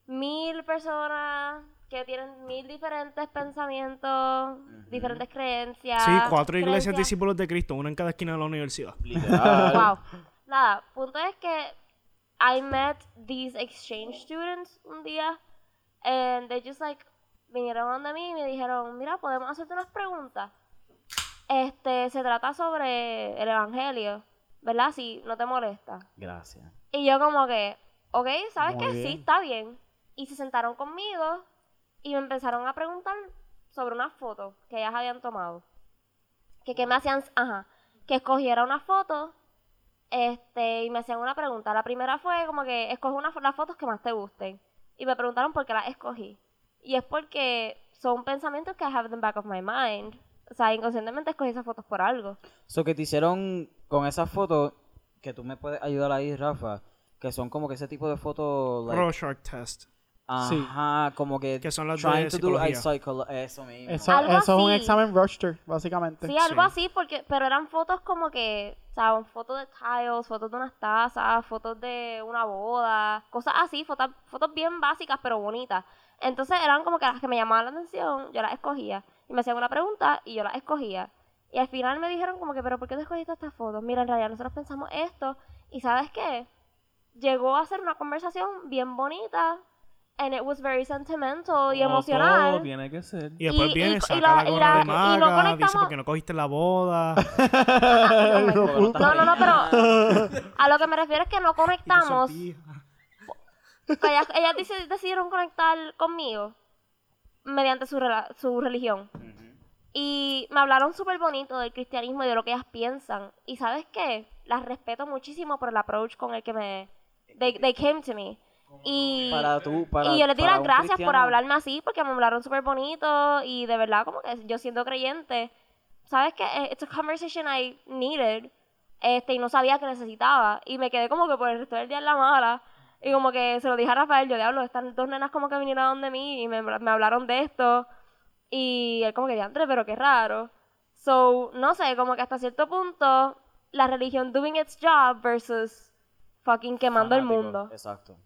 [SPEAKER 5] mil personas que tienen mil diferentes pensamientos, diferentes creencias.
[SPEAKER 1] Sí, cuatro iglesias
[SPEAKER 5] creencias-
[SPEAKER 1] discípulos de Cristo, una en cada esquina de la universidad.
[SPEAKER 5] (laughs)
[SPEAKER 4] Literal.
[SPEAKER 5] Wow. Nada, punto es que I met these exchange students un día and they just like vinieron donde mí y me dijeron, mira, podemos hacerte unas preguntas. Este, se trata sobre el evangelio, ¿verdad? Si no te molesta.
[SPEAKER 4] Gracias.
[SPEAKER 5] Y yo como que, ok, ¿sabes
[SPEAKER 2] Muy
[SPEAKER 5] qué?
[SPEAKER 2] bien.
[SPEAKER 5] Sí, está bien. Y se sentaron conmigo y me empezaron a preguntar sobre unas fotos que ellas habían tomado. Que qué me hacían, ajá, que escogiera una foto este, y me hacían una pregunta. La primera fue como que escoge una, fo- las fotos que más te gusten. Y me preguntaron por qué las escogí. Y es porque son pensamientos que I have in the back of my mind. O sea, inconscientemente escogí esas fotos por algo.
[SPEAKER 4] So que te hicieron con esas fotos, que tú me puedes ayudar ahí, Rafa, que son como que ese tipo de fotos, like,
[SPEAKER 1] Rorschach test.
[SPEAKER 4] Ajá, como que.
[SPEAKER 1] Que son las de
[SPEAKER 4] trying to do like
[SPEAKER 1] psicología.
[SPEAKER 4] psycholo- Eso mismo.
[SPEAKER 2] Eso,
[SPEAKER 5] Algo
[SPEAKER 2] eso es un
[SPEAKER 5] así.
[SPEAKER 2] examen roster, básicamente.
[SPEAKER 5] Sí, algo así, porque, pero eran fotos como que, o sea, fotos de tiles, fotos de unas tazas, fotos de una boda, cosas así, fotos, fotos bien básicas pero bonitas. Entonces eran como que las que me llamaban la atención, yo las escogía. Y me hacían una pregunta y yo las escogía. Y al final me dijeron como que, pero ¿por qué tú escogiste estas fotos? Mira, en realidad nosotros pensamos esto. Y ¿sabes qué? Llegó a ser una conversación bien bonita. And it was very sentimental y
[SPEAKER 3] Como
[SPEAKER 5] emocional.
[SPEAKER 3] Oh,
[SPEAKER 5] (laughs)
[SPEAKER 3] todo tiene que ser.
[SPEAKER 1] Y después
[SPEAKER 5] Y-
[SPEAKER 1] viene,
[SPEAKER 5] y- y
[SPEAKER 1] saca
[SPEAKER 5] la-
[SPEAKER 1] la,
[SPEAKER 5] y
[SPEAKER 1] gorra
[SPEAKER 5] la-
[SPEAKER 1] de
[SPEAKER 5] y no
[SPEAKER 1] maga, dice
[SPEAKER 5] conectamos-
[SPEAKER 1] porque no cogiste la boda.
[SPEAKER 5] Oh my God.
[SPEAKER 4] Pero
[SPEAKER 5] No, no, no,
[SPEAKER 4] está
[SPEAKER 5] pero a lo que me refiero es que no
[SPEAKER 1] Y tú
[SPEAKER 5] conectamos.
[SPEAKER 1] sortija.
[SPEAKER 5] que ellas, ellas deci- decidieron conectar conmigo mediante su, rela- su religión. Y me hablaron súper bonito del cristianismo y de lo que ellas piensan. Y sabes qué? Las respeto muchísimo por el approach con el que me... They, they came to me. Y,
[SPEAKER 4] Para tú, para,
[SPEAKER 5] y yo les di
[SPEAKER 4] para
[SPEAKER 5] las
[SPEAKER 4] un
[SPEAKER 5] gracias por
[SPEAKER 4] cristiano.
[SPEAKER 5] hablarme así, porque me hablaron súper bonito y de verdad como que yo siendo creyente, ¿sabes qué? Eh, It's a conversation I needed este, y no sabía que necesitaba y me quedé como que por el resto del día en la mala y como que se lo dije a Rafael, yo diablo, estas dos nenas como que vinieron a donde mí y me, me hablaron de esto y él como que diantre, pero qué raro. So, no sé, como que hasta cierto punto la religión doing its job versus fucking quemando el
[SPEAKER 4] Fanático,
[SPEAKER 5] mundo.
[SPEAKER 4] Exacto.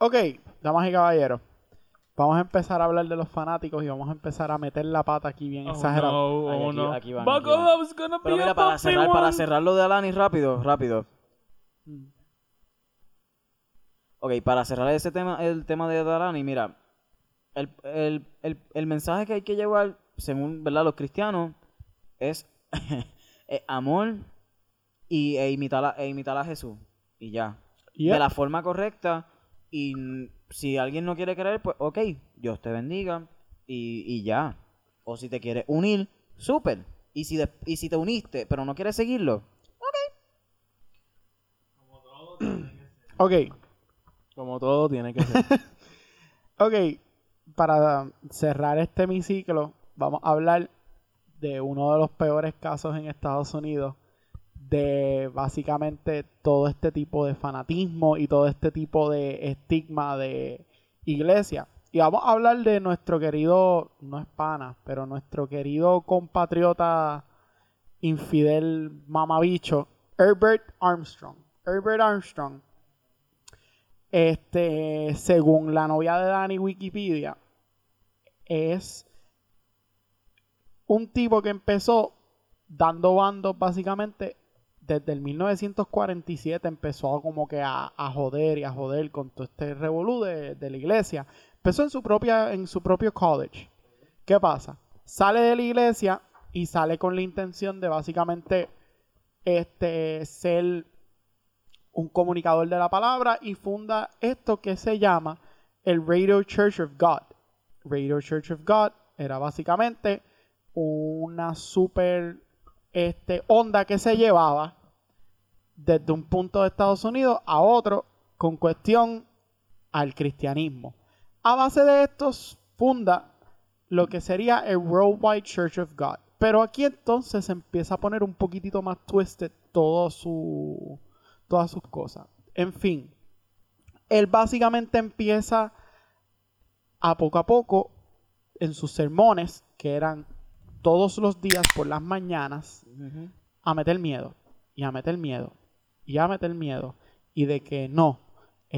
[SPEAKER 2] Ok, damas y caballeros. Vamos a empezar a hablar de los fanáticos y vamos a empezar a meter la pata aquí bien
[SPEAKER 3] Oh,
[SPEAKER 2] exagerado.
[SPEAKER 3] no,
[SPEAKER 4] Ay,
[SPEAKER 3] oh,
[SPEAKER 4] aquí-
[SPEAKER 3] no.
[SPEAKER 4] aquí van,
[SPEAKER 3] Buckle
[SPEAKER 4] aquí van.
[SPEAKER 3] up, it's gonna
[SPEAKER 4] Pero
[SPEAKER 3] be
[SPEAKER 4] mira,
[SPEAKER 3] a
[SPEAKER 4] para
[SPEAKER 3] bumpy
[SPEAKER 4] cerrar, para
[SPEAKER 3] one.
[SPEAKER 4] cerrar lo de Alanis, rápido, rápido. Ok, para cerrar ese tema, el tema de Alanis, mira, el, el, el, el mensaje que hay que llevar, según ¿verdad? los cristianos, es (laughs) eh, amor y, e, imitar a, e imitar a Jesús. Y ya.
[SPEAKER 2] Yep.
[SPEAKER 4] De la forma correcta. Y mm, si alguien no quiere creer, pues ok, Dios te bendiga. Y, y ya. O si te quieres unir, súper. Y si, des- y si te uniste, pero no quieres seguirlo,
[SPEAKER 2] Ok,
[SPEAKER 3] Como todo tiene que ser.
[SPEAKER 2] ok. Para cerrar este hemiciclo, vamos a hablar de uno de los peores casos en Estados Unidos. De básicamente todo este tipo de fanatismo y todo este tipo de estigma de iglesia. Y vamos a hablar de nuestro querido, no es pana, pero nuestro querido compatriota infidel mamabicho, Herbert Armstrong. Herbert Armstrong, este, según la novia de Dani Wikipedia, es un tipo que empezó dando bandos básicamente desde el 1947 empezó a como que a, a joder y a joder con todo este revolú de, de la iglesia. Empezó en su propia en su propio college. ¿Qué pasa? Sale de la iglesia y sale con la intención de básicamente este ser un comunicador de la palabra y funda esto que se llama el Radio Church of God. Radio Church of God era básicamente una super este, onda que se llevaba desde un punto de Estados Unidos a otro con cuestión al cristianismo. A base de estos funda lo que sería el Worldwide Church of God. Pero aquí entonces se empieza a poner un poquitito más twisted todo su, todas sus cosas. En fin, él básicamente empieza a poco a poco en sus sermones, que eran todos los días por las mañanas, a meter miedo, y a meter miedo, y a meter miedo, y de que no,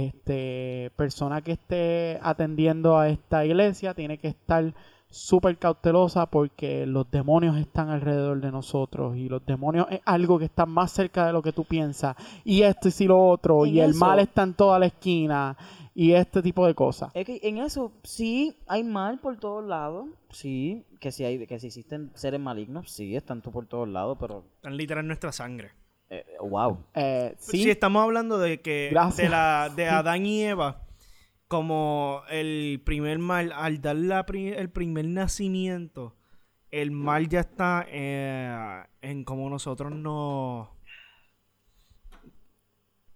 [SPEAKER 2] este, persona que esté atendiendo a esta iglesia tiene que estar súper cautelosa porque los demonios están alrededor de nosotros y los demonios es algo que está más cerca de lo que tú piensas y esto y si lo otro
[SPEAKER 4] En
[SPEAKER 2] y el
[SPEAKER 4] eso-
[SPEAKER 2] mal está en toda la esquina y este tipo de cosas.
[SPEAKER 4] Es que en eso sí hay mal por todos lados, sí, que si hay, que si existen seres malignos, sí, están tú por todos lados, pero
[SPEAKER 1] Tan literal nuestra sangre.
[SPEAKER 4] eh, wow.
[SPEAKER 2] Eh, sí,
[SPEAKER 1] Si estamos hablando de que de
[SPEAKER 2] Gracias.
[SPEAKER 1] la de Adán y Eva como el primer mal al dar la pri- el primer nacimiento el mal ya está eh, en como nosotros nos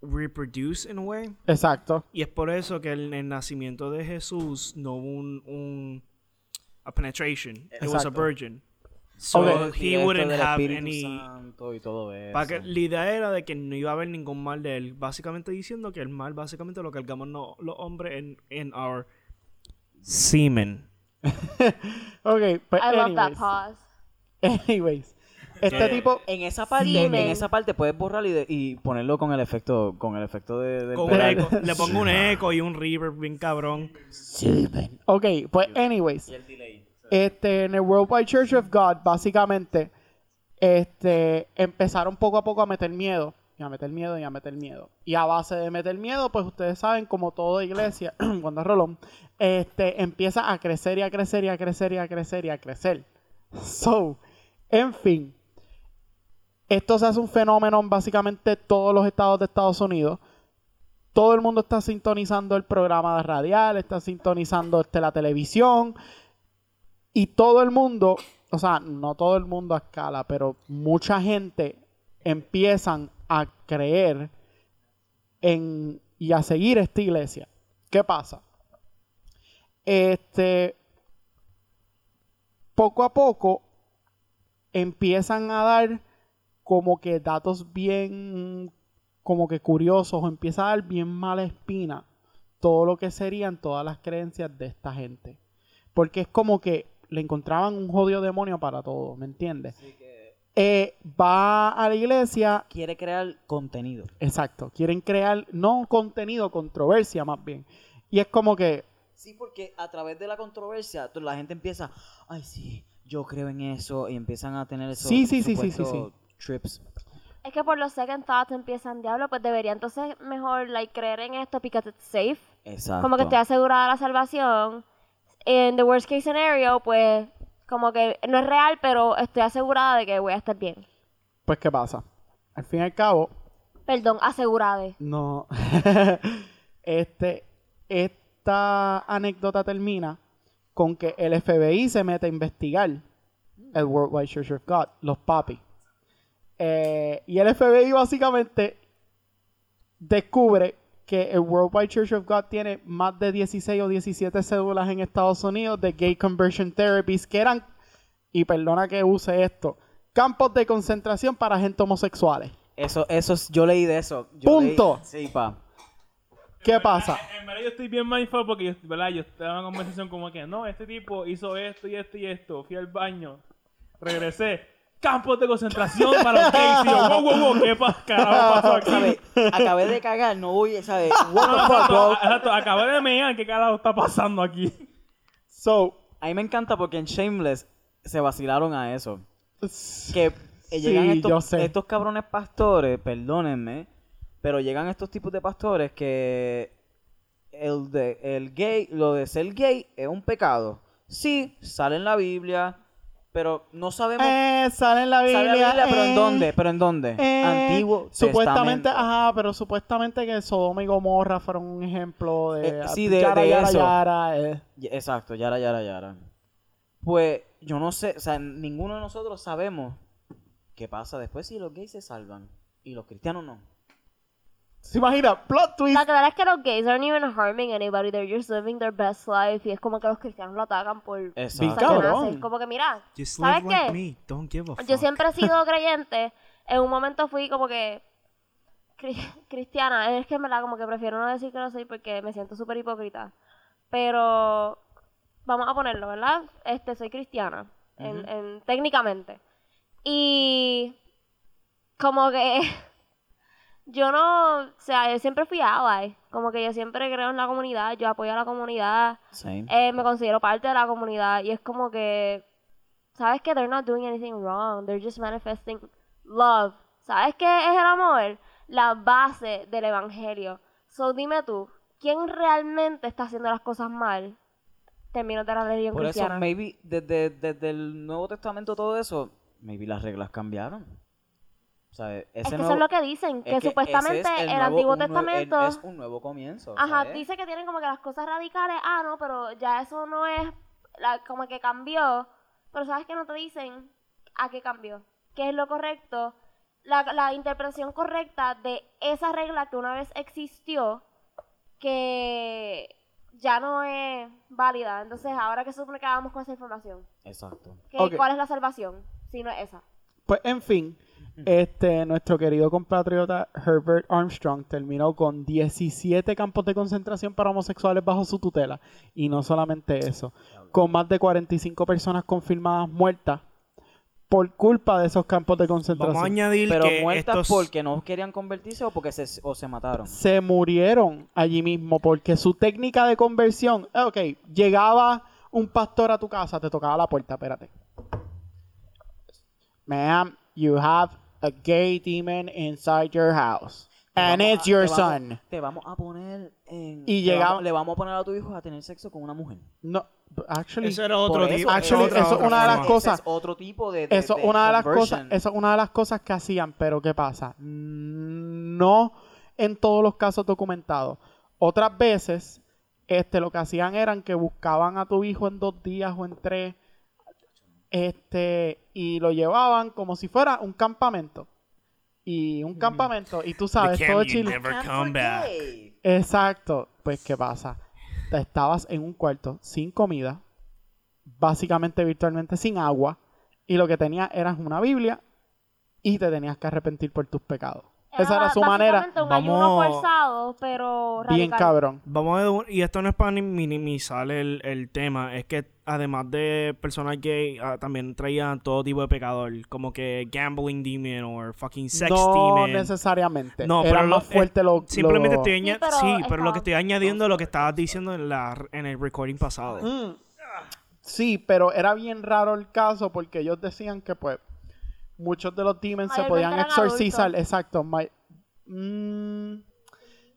[SPEAKER 1] reproduce in a way
[SPEAKER 2] exacto.
[SPEAKER 1] y es por eso que en el nacimiento de Jesús no hubo un, un a penetration it was a
[SPEAKER 2] Exacto.
[SPEAKER 1] virgin so
[SPEAKER 2] Ok.
[SPEAKER 1] he wouldn't have any
[SPEAKER 4] Santo y todo eso.
[SPEAKER 1] Pa' que- la idea era de que no iba a haber ningún mal de él, básicamente diciendo que el mal básicamente lo cargamos no- los hombres en en our Semen.
[SPEAKER 2] Ok, pues
[SPEAKER 5] I love that
[SPEAKER 2] anyways.
[SPEAKER 5] pause.
[SPEAKER 2] (laughs) Anyways. Este tipo...
[SPEAKER 4] En esa parte,
[SPEAKER 5] Sí,
[SPEAKER 4] en
[SPEAKER 5] men.
[SPEAKER 4] esa parte puedes borrar y, de- y ponerlo con el efecto, con el efecto de, del
[SPEAKER 1] Con un
[SPEAKER 4] pedal.
[SPEAKER 1] eco. Le pongo un eco y un reverb bien cabrón.
[SPEAKER 2] Ok, pues anyways. Este, en el Worldwide Church of God, básicamente, este, empezaron poco a poco a meter miedo, y a meter miedo, y a meter miedo. Y a base de meter miedo, pues ustedes saben, como toda iglesia, (clears throat) cuando es Rolón, este, empieza a crecer y a crecer y a crecer y a crecer y a crecer. So, en fin, esto se hace un fenómeno en básicamente todos los estados de Estados Unidos. Todo el mundo está sintonizando el programa radial, está sintonizando este, la televisión, y todo el mundo, o sea, no todo el mundo a escala, pero mucha gente empiezan a creer en y a seguir esta iglesia. ¿Qué pasa? Este poco a poco empiezan a dar como que datos bien como que curiosos o empieza a dar bien mala espina todo lo que serían todas las creencias de esta gente. Porque es como que le encontraban un jodido demonio para todo, ¿me entiendes? Eh, va a la iglesia,
[SPEAKER 4] Quiere crear contenido.
[SPEAKER 2] exacto, quieren crear, no contenido, controversia más bien. Y es como que,
[SPEAKER 4] Sí, porque a través de la controversia, tú- la gente empieza, ay, sí, yo creo en eso, y empiezan a tener esos
[SPEAKER 2] Sí, sí, sí, sí, sí,
[SPEAKER 4] supuestos trips.
[SPEAKER 5] Es que por los second thoughts empiezan diablo, pues debería entonces mejor like creer en esto because it's safe.
[SPEAKER 4] Exacto.
[SPEAKER 5] Como que estoy asegurada la salvación. En the worst case scenario, pues como que no es real, pero estoy asegurada de que voy a estar bien.
[SPEAKER 2] pues, ¿qué pasa? Al fin y al cabo,
[SPEAKER 5] Perdón, asegurada.
[SPEAKER 2] No. (laughs) este, esta anécdota termina con que el FBI se mete a investigar el Worldwide Church of God, los papis. Eh, y el FBI básicamente descubre que el Worldwide Church of God tiene más de 16 o 17 cédulas en Estados Unidos de gay conversion therapies que eran, y perdona que use esto, campos de concentración para gente homosexuales.
[SPEAKER 4] Eso, eso, es- yo leí de eso. Yo
[SPEAKER 2] Punto.
[SPEAKER 4] leí- sí, pa.
[SPEAKER 2] ¿Qué pasa?
[SPEAKER 3] En verdad yo estoy bien mindful porque yo, ¿verdad? yo estaba en una conversación como que, no, este tipo hizo esto y esto y esto, fui al baño, regresé, campos de concentración para los gays, y yo, wow, wow, wow, ¿qué pa-
[SPEAKER 2] Ah,
[SPEAKER 3] carajo pasó aquí?
[SPEAKER 4] ¿Sabes? Acabé de cagar, no voy, ¿sabes? What
[SPEAKER 3] No,
[SPEAKER 4] the fuck,
[SPEAKER 3] exacto,
[SPEAKER 4] bro?
[SPEAKER 3] exacto, acabé de mear, ¿qué carajo está pasando aquí?
[SPEAKER 2] So,
[SPEAKER 4] A mí me encanta porque en Shameless se vacilaron a eso. que eh,
[SPEAKER 2] Sí,
[SPEAKER 4] llegan
[SPEAKER 2] yo
[SPEAKER 4] estos,
[SPEAKER 2] sé.
[SPEAKER 4] estos cabrones pastores, perdónenme, pero llegan estos tipos de pastores que el de el gay, lo de ser gay es un pecado. Sí, sale en la Biblia, pero no sabemos
[SPEAKER 2] Eh, sale en la
[SPEAKER 4] sale
[SPEAKER 2] Biblia.
[SPEAKER 4] en la Biblia, pero
[SPEAKER 2] eh,
[SPEAKER 4] en dónde, pero en dónde?
[SPEAKER 2] eh,
[SPEAKER 4] Antiguo
[SPEAKER 2] Supuestamente,
[SPEAKER 4] Testamento.
[SPEAKER 2] ajá, pero supuestamente que Sodoma y Gomorra fueron un ejemplo de.
[SPEAKER 4] Eh, sí, de- de eso.
[SPEAKER 2] yara, eh.
[SPEAKER 4] Y- Exacto, yara yara yara. Pues yo no sé, o sea, ninguno de nosotros sabemos qué pasa después si los gays se salvan y los cristianos no.
[SPEAKER 2] Se imagina, plot twist.
[SPEAKER 5] La verdad es que los gays aren't even harming anybody, they're just living their best life. Y es como que los cristianos lo atacan por
[SPEAKER 4] Exacto.
[SPEAKER 5] Satanás.
[SPEAKER 2] Cabrón.
[SPEAKER 5] Es Como que mira,
[SPEAKER 1] Just
[SPEAKER 5] ¿sabes
[SPEAKER 1] live like
[SPEAKER 5] qué?
[SPEAKER 1] me. Don't give a Oh, fuck.
[SPEAKER 5] Yo siempre he sido creyente. En un momento fui como que cri- cristiana. Es que en verdad como que prefiero no decir que lo soy porque me siento súper hipócrita. Pero vamos a ponerlo, ¿verdad? Este, soy cristiana, en- en- técnicamente. Y como que (laughs) yo no, o sea, yo siempre fui ally. Como que yo siempre creo en la comunidad, yo apoyo a la comunidad
[SPEAKER 4] Sí.
[SPEAKER 5] eh, me considero parte de la comunidad y es como que, ¿sabes que They're not doing anything wrong, they're just manifesting love. ¿Sabes qué es el amor? La base del evangelio. So dime tú, ¿quién realmente está haciendo las cosas mal? Termino de la religión
[SPEAKER 4] Por eso,
[SPEAKER 5] cristiana.
[SPEAKER 4] maybe, desde, desde el Nuevo Testamento, todo eso, maybe las reglas cambiaron. O sea, ese
[SPEAKER 5] es que
[SPEAKER 4] nuevo-
[SPEAKER 5] eso es lo que dicen,
[SPEAKER 4] es
[SPEAKER 5] que,
[SPEAKER 4] ese es
[SPEAKER 5] supuestamente el,
[SPEAKER 4] nuevo-
[SPEAKER 5] Antiguo
[SPEAKER 4] un nuevo- el-
[SPEAKER 5] Testamento...
[SPEAKER 4] es un nuevo comienzo. o
[SPEAKER 5] Ajá,
[SPEAKER 4] sea, es-
[SPEAKER 5] dice que tienen como que las cosas radicales, ah, no, pero ya eso no es, la- como que cambió, pero sabes que no te dicen a qué cambió, qué es lo correcto, la, la interpretación correcta de esa regla que una vez existió, que ya no es válida, entonces ahora que se supone que hagamos con esa información,
[SPEAKER 4] Exacto.
[SPEAKER 5] ¿Qué-
[SPEAKER 2] Ok.
[SPEAKER 5] ¿cuál es la salvación? Si no es esa.
[SPEAKER 2] Pues en fin, Este, nuestro querido compatriota Herbert Armstrong terminó con 17 campos de concentración para homosexuales bajo su tutela. Y no solamente eso, con más de 45 personas confirmadas muertas por culpa de esos campos de
[SPEAKER 1] Vamos a
[SPEAKER 2] concentración.
[SPEAKER 1] añadir
[SPEAKER 4] Pero
[SPEAKER 1] que
[SPEAKER 4] muertas
[SPEAKER 1] estos...
[SPEAKER 4] porque no querían convertirse o porque se, o se mataron.
[SPEAKER 2] Se murieron allí mismo porque su técnica de conversión, ah, ok, llegaba un pastor a tu casa, te tocaba la puerta, espérate. Ma'am, you have a gay demon inside your house.
[SPEAKER 4] Te
[SPEAKER 2] And
[SPEAKER 4] vamos
[SPEAKER 2] it's
[SPEAKER 4] a-
[SPEAKER 2] your
[SPEAKER 4] te vamos-
[SPEAKER 2] son.
[SPEAKER 4] te vamos a poner en.
[SPEAKER 2] Y
[SPEAKER 4] te
[SPEAKER 2] llegaba-
[SPEAKER 4] vamos- le vamos a poner a tu hijo a tener sexo con una mujer.
[SPEAKER 2] No, but actually,
[SPEAKER 1] Eso era
[SPEAKER 4] Por
[SPEAKER 1] otro
[SPEAKER 4] eso,
[SPEAKER 1] tipo.
[SPEAKER 2] Actually,
[SPEAKER 1] otra-
[SPEAKER 2] eso es
[SPEAKER 1] otra
[SPEAKER 2] una de las
[SPEAKER 1] forma.
[SPEAKER 2] cosas-
[SPEAKER 4] Ese es otro tipo de. de-
[SPEAKER 2] eso
[SPEAKER 4] de
[SPEAKER 2] una de las cosas,
[SPEAKER 4] conversion.
[SPEAKER 2] eso una de las cosas que hacían, pero qué pasa, no en todos los casos documentados. Otras veces, este, lo que hacían eran que buscaban a tu hijo en dos días o en tres, este, y lo llevaban como si fuera un campamento y un campamento y tú sabes
[SPEAKER 1] The camp
[SPEAKER 2] todo
[SPEAKER 1] you
[SPEAKER 2] Chile.
[SPEAKER 1] never
[SPEAKER 4] Can't
[SPEAKER 1] come back.
[SPEAKER 4] forget.
[SPEAKER 2] Exacto. Pues, ¿qué pasa? Te Estabas en un cuarto sin comida, básicamente virtualmente sin agua, y lo que tenías eras una Biblia y te tenías que arrepentir por tus pecados. Esa era su manera.
[SPEAKER 5] básicamente un
[SPEAKER 1] Vamos-
[SPEAKER 5] ayuno forzado, pero radical.
[SPEAKER 2] Bien cabrón.
[SPEAKER 1] Vamos a, y esto no es para ni- minimizar el, el tema, es que además de personas gay, ah, también traían todo tipo de pecador, como que gambling demon o fucking sex
[SPEAKER 2] no
[SPEAKER 1] demon.
[SPEAKER 2] necesariamente.
[SPEAKER 1] No, pero
[SPEAKER 2] Este, Era
[SPEAKER 1] lo-
[SPEAKER 2] más fuerte
[SPEAKER 1] eh,
[SPEAKER 2] lo,
[SPEAKER 1] Simplemente
[SPEAKER 2] lo-
[SPEAKER 1] estoy aña-
[SPEAKER 5] Sí, pero
[SPEAKER 1] sí,
[SPEAKER 5] está-
[SPEAKER 1] pero lo que estoy añadiendo es lo que estabas diciendo en, la, en el recording pasado.
[SPEAKER 2] Mm. Sí, pero era bien raro el caso porque ellos decían que pues muchos de los demons se
[SPEAKER 5] Mayormente
[SPEAKER 2] podían
[SPEAKER 5] eran
[SPEAKER 2] exorcizar,
[SPEAKER 5] adultos.
[SPEAKER 2] exacto. may- mm,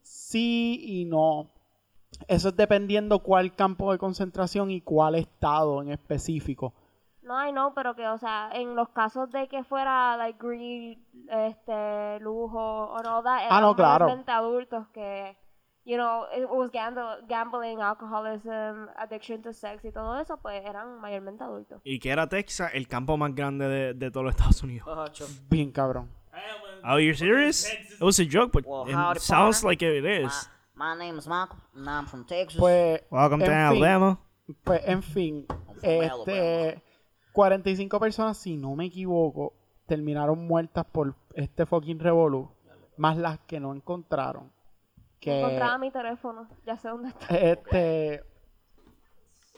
[SPEAKER 2] sí y no. Eso es dependiendo cuál campo de concentración y cuál estado en específico.
[SPEAKER 5] No, ay, no, pero que, o sea, en los casos de que fuera, like, grill, este, lujo, o no, that,
[SPEAKER 2] Ah, no,
[SPEAKER 5] eran
[SPEAKER 2] claro.
[SPEAKER 5] mayormente adultos que, you know, it was gamble- gambling, alcoholism, addiction to sex y todo eso, pues eran mayormente adultos.
[SPEAKER 1] Y que era Texas el campo más grande de, de todos los Estados Unidos.
[SPEAKER 2] Bien cabrón.
[SPEAKER 1] Are you serious? It was a joke, but
[SPEAKER 7] Well,
[SPEAKER 1] it
[SPEAKER 7] howdy,
[SPEAKER 1] sounds
[SPEAKER 7] partner.
[SPEAKER 1] like it is.
[SPEAKER 7] My, my name is Michael, and I'm from Texas.
[SPEAKER 2] Pues,
[SPEAKER 1] Welcome to
[SPEAKER 2] en fin,
[SPEAKER 1] Alabama.
[SPEAKER 2] Pues, en fin,
[SPEAKER 7] Alabama.
[SPEAKER 2] este, 45 personas, si no me equivoco, terminaron muertas por este fucking revolú, más las que no encontraron.
[SPEAKER 5] Encontraba
[SPEAKER 2] Que,
[SPEAKER 5] mi teléfono, ya sé dónde está.
[SPEAKER 2] este,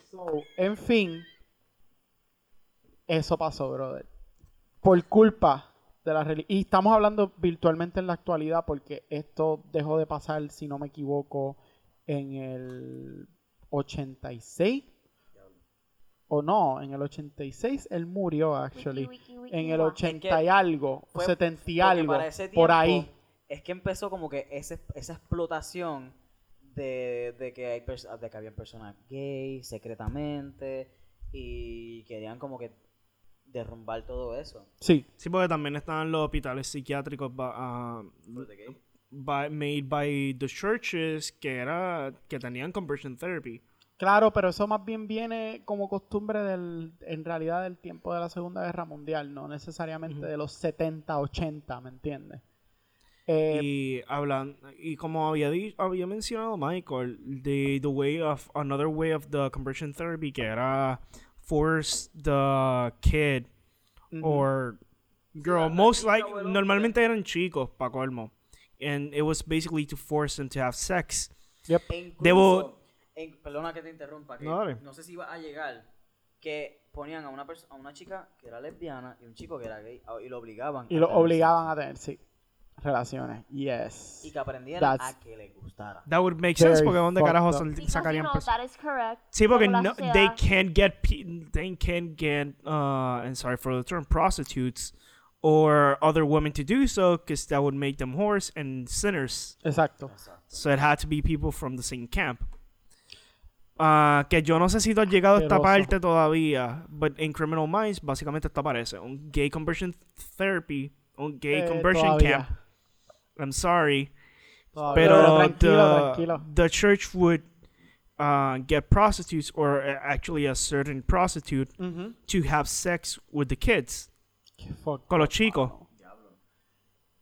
[SPEAKER 2] so, en fin, eso pasó, brother. Por culpa de la religión. Y estamos hablando virtualmente en la actualidad porque esto dejó de pasar, si no me equivoco, en el 86. O no, en el 86 él murió, actually.
[SPEAKER 5] Wiki, wiki,
[SPEAKER 2] En el
[SPEAKER 5] wiki.
[SPEAKER 2] 80 y algo,
[SPEAKER 4] Fue-
[SPEAKER 2] 70 y
[SPEAKER 4] porque
[SPEAKER 2] algo,
[SPEAKER 4] para ese
[SPEAKER 2] por
[SPEAKER 4] tiempo
[SPEAKER 2] ahí.
[SPEAKER 4] Es que empezó como que ese- esa explotación de, de que hay pers- de que habían personas gay secretamente y querían como que derrumbar todo eso.
[SPEAKER 2] Sí.
[SPEAKER 1] Sí, porque también estaban los hospitales psiquiátricos ba- ah,
[SPEAKER 4] de gay.
[SPEAKER 1] by- made by the churches que era que tenían conversion therapy.
[SPEAKER 2] Claro, pero eso más bien viene como costumbre del, en realidad del tiempo de la Segunda Guerra Mundial, no necesariamente de los 70, 80, ¿me entiendes? Eh,
[SPEAKER 1] y hablan y como había di- había mencionado Michael, the the way of another way of the conversion therapy que era force the kid
[SPEAKER 2] ujú.
[SPEAKER 1] or girl most like normalmente eran chicos pa colmo and it was basically to force them to have sex.
[SPEAKER 2] Yep.
[SPEAKER 4] E incluso-
[SPEAKER 1] Debo-
[SPEAKER 4] en- perdona que te interrumpa. que
[SPEAKER 1] No, dale.
[SPEAKER 4] no sé si iba a llegar que ponían a una perso- a una chica que era lesbiana y un chico que era gay a- y lo obligaban.
[SPEAKER 2] Y
[SPEAKER 4] a
[SPEAKER 2] lo
[SPEAKER 4] tener
[SPEAKER 2] obligaban a tener, sí, relaciones. Yes.
[SPEAKER 4] sexo. Y que aprendieran
[SPEAKER 2] That's-
[SPEAKER 4] a que le gustara.
[SPEAKER 1] That would make sense
[SPEAKER 2] Very
[SPEAKER 1] porque dónde
[SPEAKER 2] fucked
[SPEAKER 1] carajo
[SPEAKER 2] up.
[SPEAKER 1] sal-
[SPEAKER 5] Because,
[SPEAKER 1] sacarían
[SPEAKER 5] you know,
[SPEAKER 1] personas.
[SPEAKER 5] that is correct.
[SPEAKER 1] Sí, porque
[SPEAKER 5] Como la
[SPEAKER 1] no,
[SPEAKER 5] sociedad-
[SPEAKER 1] they can't get pe- they can't get uh and sorry for the term prostitutes or other women to do so because that would make them whores and sinners.
[SPEAKER 2] Exacto.
[SPEAKER 1] So it had to be people from the same camp. Ah, que yo no sé si tú has llegado a esta
[SPEAKER 2] Asqueroso.
[SPEAKER 1] parte todavía, but in Criminal Minds básicamente esto aparece un gay conversion therapy, un gay
[SPEAKER 2] Eh,
[SPEAKER 1] conversion
[SPEAKER 2] todavía,
[SPEAKER 1] camp. I'm sorry.
[SPEAKER 2] todavía.
[SPEAKER 1] Pero
[SPEAKER 2] tranquilo,
[SPEAKER 1] the,
[SPEAKER 2] tranquilo.
[SPEAKER 1] the church would uh, get prostitutes or uh, actually a certain prostitute
[SPEAKER 2] Ujú.
[SPEAKER 1] to have sex with the kids,
[SPEAKER 2] Qué fuck-
[SPEAKER 1] con los chicos,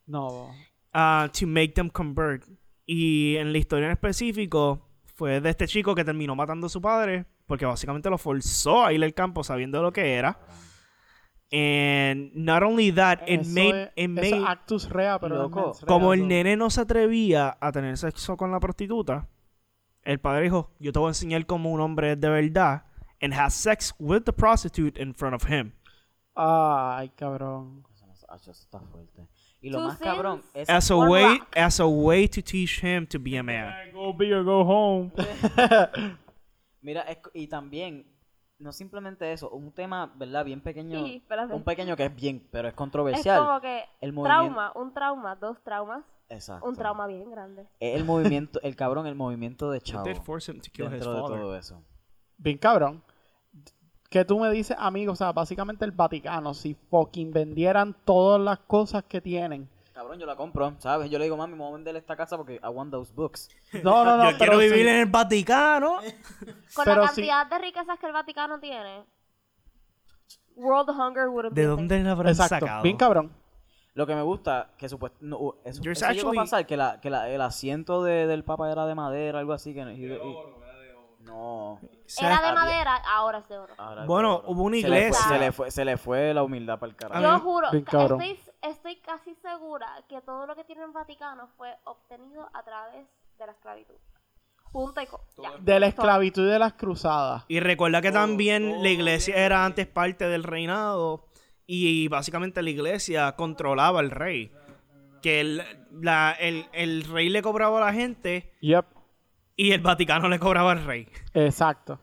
[SPEAKER 2] No.
[SPEAKER 1] uh, to make them convert. Y en la historia en específico fue de este chico que terminó matando a su padre porque básicamente lo forzó a ir al campo sabiendo lo que era. And not only that, it
[SPEAKER 2] Eso
[SPEAKER 1] made
[SPEAKER 2] es-
[SPEAKER 1] it
[SPEAKER 2] eso
[SPEAKER 1] made
[SPEAKER 2] es actus rea, pero
[SPEAKER 4] Loco,
[SPEAKER 2] no es mens rea,
[SPEAKER 1] como el
[SPEAKER 2] loco.
[SPEAKER 1] nene no se atrevía a tener sexo con la prostituta, el padre dijo, yo te voy a enseñar cómo un hombre es de verdad and has sex with the prostitute in front of him.
[SPEAKER 2] Ay, cabrón.
[SPEAKER 4] Ah, eso está fuerte. Y lo
[SPEAKER 5] Two
[SPEAKER 4] más cabrón es
[SPEAKER 5] cents.
[SPEAKER 1] As a
[SPEAKER 5] Or
[SPEAKER 1] way
[SPEAKER 5] rock.
[SPEAKER 1] as a way to teach him to be a man.
[SPEAKER 3] Go big or go home.
[SPEAKER 4] Mira, es co- y también, no simplemente eso, un tema, ¿verdad? Bien pequeño.
[SPEAKER 5] Sí, espérate.
[SPEAKER 4] un pequeño que es bien, pero es
[SPEAKER 5] Es
[SPEAKER 4] controversial.
[SPEAKER 5] como que
[SPEAKER 4] el
[SPEAKER 5] trauma, un trauma, dos traumas,
[SPEAKER 4] Exacto.
[SPEAKER 5] un trauma bien grande.
[SPEAKER 4] Es El movimiento, el cabrón, el movimiento de Chavo.
[SPEAKER 1] They forced him to kill his
[SPEAKER 4] Dentro de
[SPEAKER 1] father.
[SPEAKER 4] todo eso.
[SPEAKER 2] Bien cabrón. Que tú me dices, amigo, o sea, básicamente el Vaticano, si fucking vendieran todas las cosas que tienen.
[SPEAKER 4] Cabrón, yo la compro, ¿sabes? Yo le digo, mami, me voy a vender esta casa porque I want those books.
[SPEAKER 1] (laughs)
[SPEAKER 2] No, no, no.
[SPEAKER 1] Yo
[SPEAKER 2] pero
[SPEAKER 1] quiero vivir
[SPEAKER 2] sí.
[SPEAKER 1] en el Vaticano.
[SPEAKER 5] Con
[SPEAKER 2] Pero
[SPEAKER 5] la
[SPEAKER 2] sí.
[SPEAKER 5] cantidad de riquezas que el Vaticano tiene, World Hunger would
[SPEAKER 1] ¿De dónde la habrán
[SPEAKER 2] Exacto.
[SPEAKER 1] sacado?
[SPEAKER 2] Bien cabrón.
[SPEAKER 4] Lo que me gusta, que supuesto, no, uh, eso,
[SPEAKER 1] There's
[SPEAKER 4] eso llegó a
[SPEAKER 1] actually-
[SPEAKER 4] pasar, que, la, que la- el asiento de- del papa era de madera, algo así. que no- y- y- No,
[SPEAKER 5] Era de madera, ahora es de oro.
[SPEAKER 4] ahora es
[SPEAKER 1] Bueno,
[SPEAKER 4] de oro.
[SPEAKER 1] hubo una
[SPEAKER 4] Se le fue-
[SPEAKER 1] iglesia.
[SPEAKER 4] Se le, fue, se le fue la humildad para el carajo.
[SPEAKER 5] Yo juro,
[SPEAKER 2] bien
[SPEAKER 5] ca-
[SPEAKER 2] cabrón.
[SPEAKER 5] estoy, estoy casi segura que todo lo que tiene el Vaticano fue obtenido a través de la esclavitud. Punto y co- ya.
[SPEAKER 2] De la esclavitud y de las cruzadas.
[SPEAKER 1] Y recuerda que también la iglesia era antes parte del reinado y básicamente la iglesia controlaba al rey. Que el, la- el- el rey le cobraba a la gente
[SPEAKER 2] Yep.
[SPEAKER 1] y el Vaticano le cobraba al rey.
[SPEAKER 2] Exacto.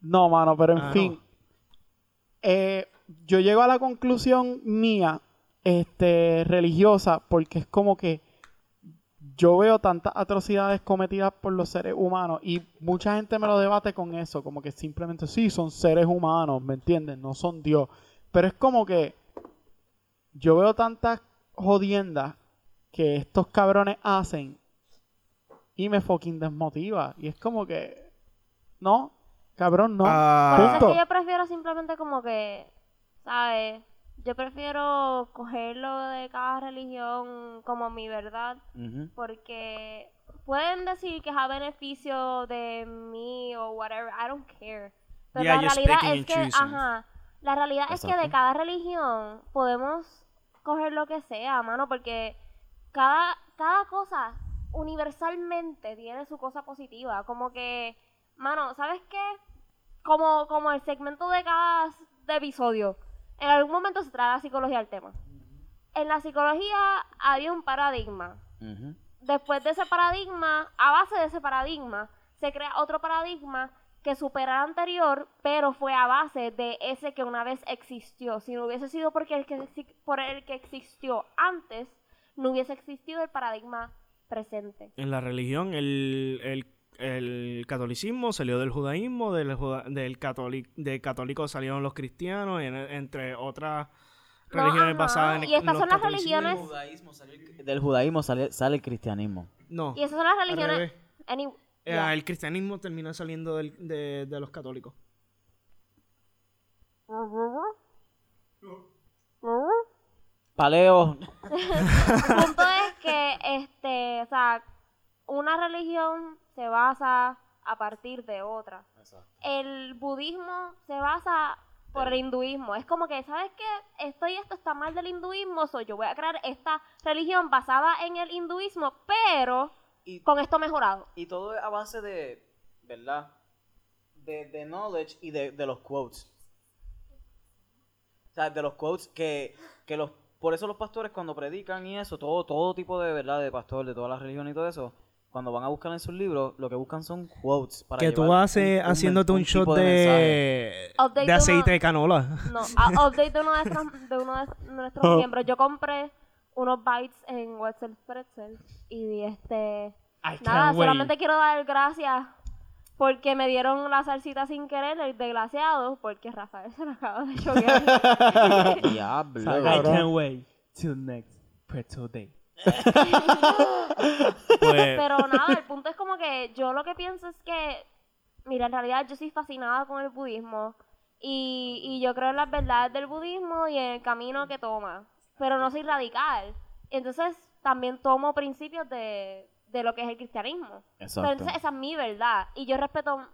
[SPEAKER 2] No, mano, pero en
[SPEAKER 1] Ah,
[SPEAKER 2] fin. Eh, yo llego a la conclusión mía, este, religiosa, porque es como que yo veo tantas atrocidades cometidas por los seres humanos y mucha gente me lo debate con eso, como que simplemente sí, son seres humanos, ¿me entiendes? No son Dios. Pero es como que yo veo tantas jodiendas que estos cabrones hacen y me fucking desmotiva. Y es como que, no, cabrón, no.
[SPEAKER 1] Ah,
[SPEAKER 5] Por eso es
[SPEAKER 2] Punto.
[SPEAKER 5] que yo prefiero simplemente como que, ¿sabes? Yo prefiero cogerlo de cada religión como mi verdad,
[SPEAKER 4] Ujú.
[SPEAKER 5] porque pueden decir que es a beneficio de mí o whatever, I don't care. Pero
[SPEAKER 1] Yeah,
[SPEAKER 5] la
[SPEAKER 1] you're
[SPEAKER 5] realidad
[SPEAKER 1] picking
[SPEAKER 5] es
[SPEAKER 1] and
[SPEAKER 5] que,
[SPEAKER 1] choosing.
[SPEAKER 5] ajá, la realidad es que de
[SPEAKER 4] Exacto.
[SPEAKER 5] cada religión podemos coger lo que sea, mano, porque cada, cada cosa universalmente tiene su cosa positiva. Como que, mano, ¿sabes qué? Como, como el segmento de cada s- de episodio, en algún momento se trae la psicología al tema. En la psicología había un paradigma.
[SPEAKER 4] Ujú.
[SPEAKER 5] Después de ese paradigma, a base de ese paradigma, se crea otro paradigma que supera al anterior, pero fue a base de ese que una vez existió. Si no hubiese sido porque el que, exi- por el que existió antes, no hubiese existido el paradigma presente.
[SPEAKER 1] en la religión, el, el- el catolicismo salió del judaísmo, del, juda- del, catoli- del católico salieron los cristianos, en- entre otras
[SPEAKER 5] No,
[SPEAKER 1] religiones
[SPEAKER 5] ajá,
[SPEAKER 1] basadas en el
[SPEAKER 5] y estas
[SPEAKER 1] los
[SPEAKER 5] son las
[SPEAKER 1] catolicismos.
[SPEAKER 5] religiones-
[SPEAKER 4] Del judaísmo sale, sale el cristianismo.
[SPEAKER 1] No,
[SPEAKER 5] Y esas son las religiones.
[SPEAKER 1] revés.
[SPEAKER 5] Any-
[SPEAKER 1] eh,
[SPEAKER 5] yeah.
[SPEAKER 1] el cristianismo terminó saliendo del- de- de los católicos.
[SPEAKER 4] Paleo.
[SPEAKER 5] El punto es que este, o sea, una religión se basa a partir de otra. El budismo se basa por el hinduismo. Es como que, ¿sabes qué? Esto y esto está mal del hinduismo, soy yo voy a crear esta religión basada en el hinduismo, pero
[SPEAKER 4] Y-
[SPEAKER 5] con esto mejorado.
[SPEAKER 4] Y todo es a base de, ¿verdad? De, de knowledge y de, de los quotes. O sea, de los quotes que, que los... Por eso los pastores cuando predican y eso, todo, todo tipo de, ¿verdad? De pastor, de todas las religiones y todo eso, cuando van a buscar en sus libros, lo que buscan son quotes. Para
[SPEAKER 1] Que tú
[SPEAKER 4] llevar
[SPEAKER 1] haces
[SPEAKER 4] un- un
[SPEAKER 1] haciéndote
[SPEAKER 4] men-
[SPEAKER 1] un, shot
[SPEAKER 4] tipo
[SPEAKER 1] de,
[SPEAKER 4] mensaje.
[SPEAKER 1] de,
[SPEAKER 5] Update uno-
[SPEAKER 1] aceite de canola.
[SPEAKER 5] No, a- update de uno de nuestros, de uno de nuestros miembros. Yo compré unos bites en Wetzel Pretzel y este...
[SPEAKER 3] I can't
[SPEAKER 5] Nada,
[SPEAKER 3] wait.
[SPEAKER 5] solamente quiero dar gracias porque me dieron la salsita sin querer, el de glaseado, porque Rafael se la acaba de choquear.
[SPEAKER 3] I
[SPEAKER 4] Diablo.
[SPEAKER 3] can't wait till next pretzel day.
[SPEAKER 1] Pues,
[SPEAKER 5] Pero nada, el punto es como que yo lo que pienso es que, mira, en realidad yo soy fascinada con el budismo y, y yo creo en las verdades del budismo y en el camino que toma, pero no soy radical. Entonces también tomo principios de, de lo que es el cristianismo. Pero
[SPEAKER 4] Exacto.
[SPEAKER 5] entonces esa es mi verdad. Y yo respeto,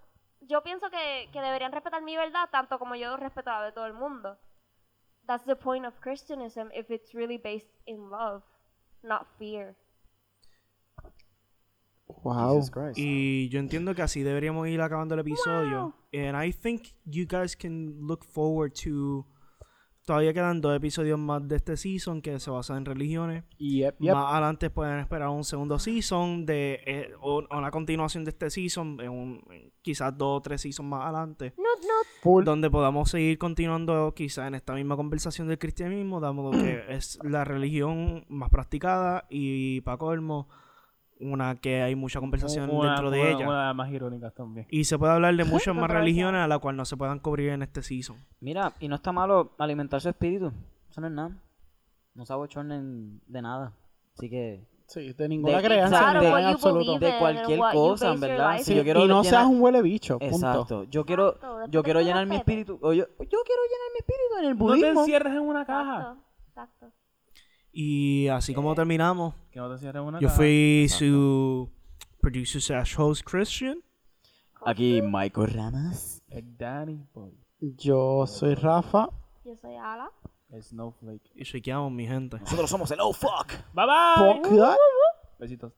[SPEAKER 5] yo pienso que, que deberían respetar mi verdad tanto como yo respeto la de todo el mundo. That's the point of Christianism if it's really based in love, not fear.
[SPEAKER 2] Wow.
[SPEAKER 4] Jesus
[SPEAKER 1] (laughs)
[SPEAKER 4] Christ.
[SPEAKER 1] Y yo entiendo que así deberíamos ir acabando el episodio. And I think you guys can look forward to. Todavía quedan dos episodios más de este season que se basan en religiones.
[SPEAKER 2] Yep, yep.
[SPEAKER 1] Más adelante pueden esperar un segundo season de eh, o, o una continuación de este season, en un- en quizás dos o tres seasons más adelante,
[SPEAKER 5] No, no.
[SPEAKER 2] Full.
[SPEAKER 1] donde podamos seguir continuando quizás en esta misma conversación del cristianismo, dado que es la religión más practicada y para colmo una que hay mucha conversación
[SPEAKER 3] Una-
[SPEAKER 1] dentro de
[SPEAKER 3] una-
[SPEAKER 1] ella.
[SPEAKER 3] Una de las más irónicas también.
[SPEAKER 1] Y se puede hablar de muchas
[SPEAKER 5] Me
[SPEAKER 1] más
[SPEAKER 5] parece.
[SPEAKER 1] religiones a las cuales no se puedan cubrir en este season.
[SPEAKER 4] Mira, y no está malo alimentar su espíritu. Eso no es nada. No se abochornen de nada. Así que.
[SPEAKER 2] Sí, de ninguna
[SPEAKER 4] De-
[SPEAKER 2] creencia,
[SPEAKER 4] Claro,
[SPEAKER 2] de
[SPEAKER 4] what
[SPEAKER 2] en
[SPEAKER 5] you
[SPEAKER 2] absoluto.
[SPEAKER 5] believe.
[SPEAKER 4] De
[SPEAKER 5] Even
[SPEAKER 4] cualquier
[SPEAKER 5] what you
[SPEAKER 4] cosa, en
[SPEAKER 5] base your
[SPEAKER 4] verdad.
[SPEAKER 5] life Ah,
[SPEAKER 4] Si
[SPEAKER 2] Sí,
[SPEAKER 4] yo quiero
[SPEAKER 2] y no
[SPEAKER 4] llenar-
[SPEAKER 2] seas un huele bicho, punto.
[SPEAKER 4] Exacto. Yo quiero,
[SPEAKER 5] Exacto, después
[SPEAKER 4] yo quiero
[SPEAKER 5] te
[SPEAKER 4] llenar mi
[SPEAKER 5] respeto.
[SPEAKER 4] espíritu. o yo, yo quiero llenar mi espíritu en el
[SPEAKER 3] No te
[SPEAKER 4] budismo.
[SPEAKER 3] encierres en una caja.
[SPEAKER 5] Exacto, exacto.
[SPEAKER 1] Y así como terminamos,
[SPEAKER 3] Que no te encierres en una
[SPEAKER 1] yo
[SPEAKER 3] caja.
[SPEAKER 1] fui su producer slash host Christian.
[SPEAKER 4] Aquí, Michael Ramas.
[SPEAKER 3] El Danny Boy.
[SPEAKER 2] Yo soy Rafa.
[SPEAKER 5] Yo soy Ala.
[SPEAKER 3] El Snowflake.
[SPEAKER 1] Y chequeamos, mi
[SPEAKER 3] (laughs)
[SPEAKER 1] gente.
[SPEAKER 4] Nosotros somos el Oh Fuck.
[SPEAKER 3] Bye bye.
[SPEAKER 2] Fuck that.
[SPEAKER 3] Besitos.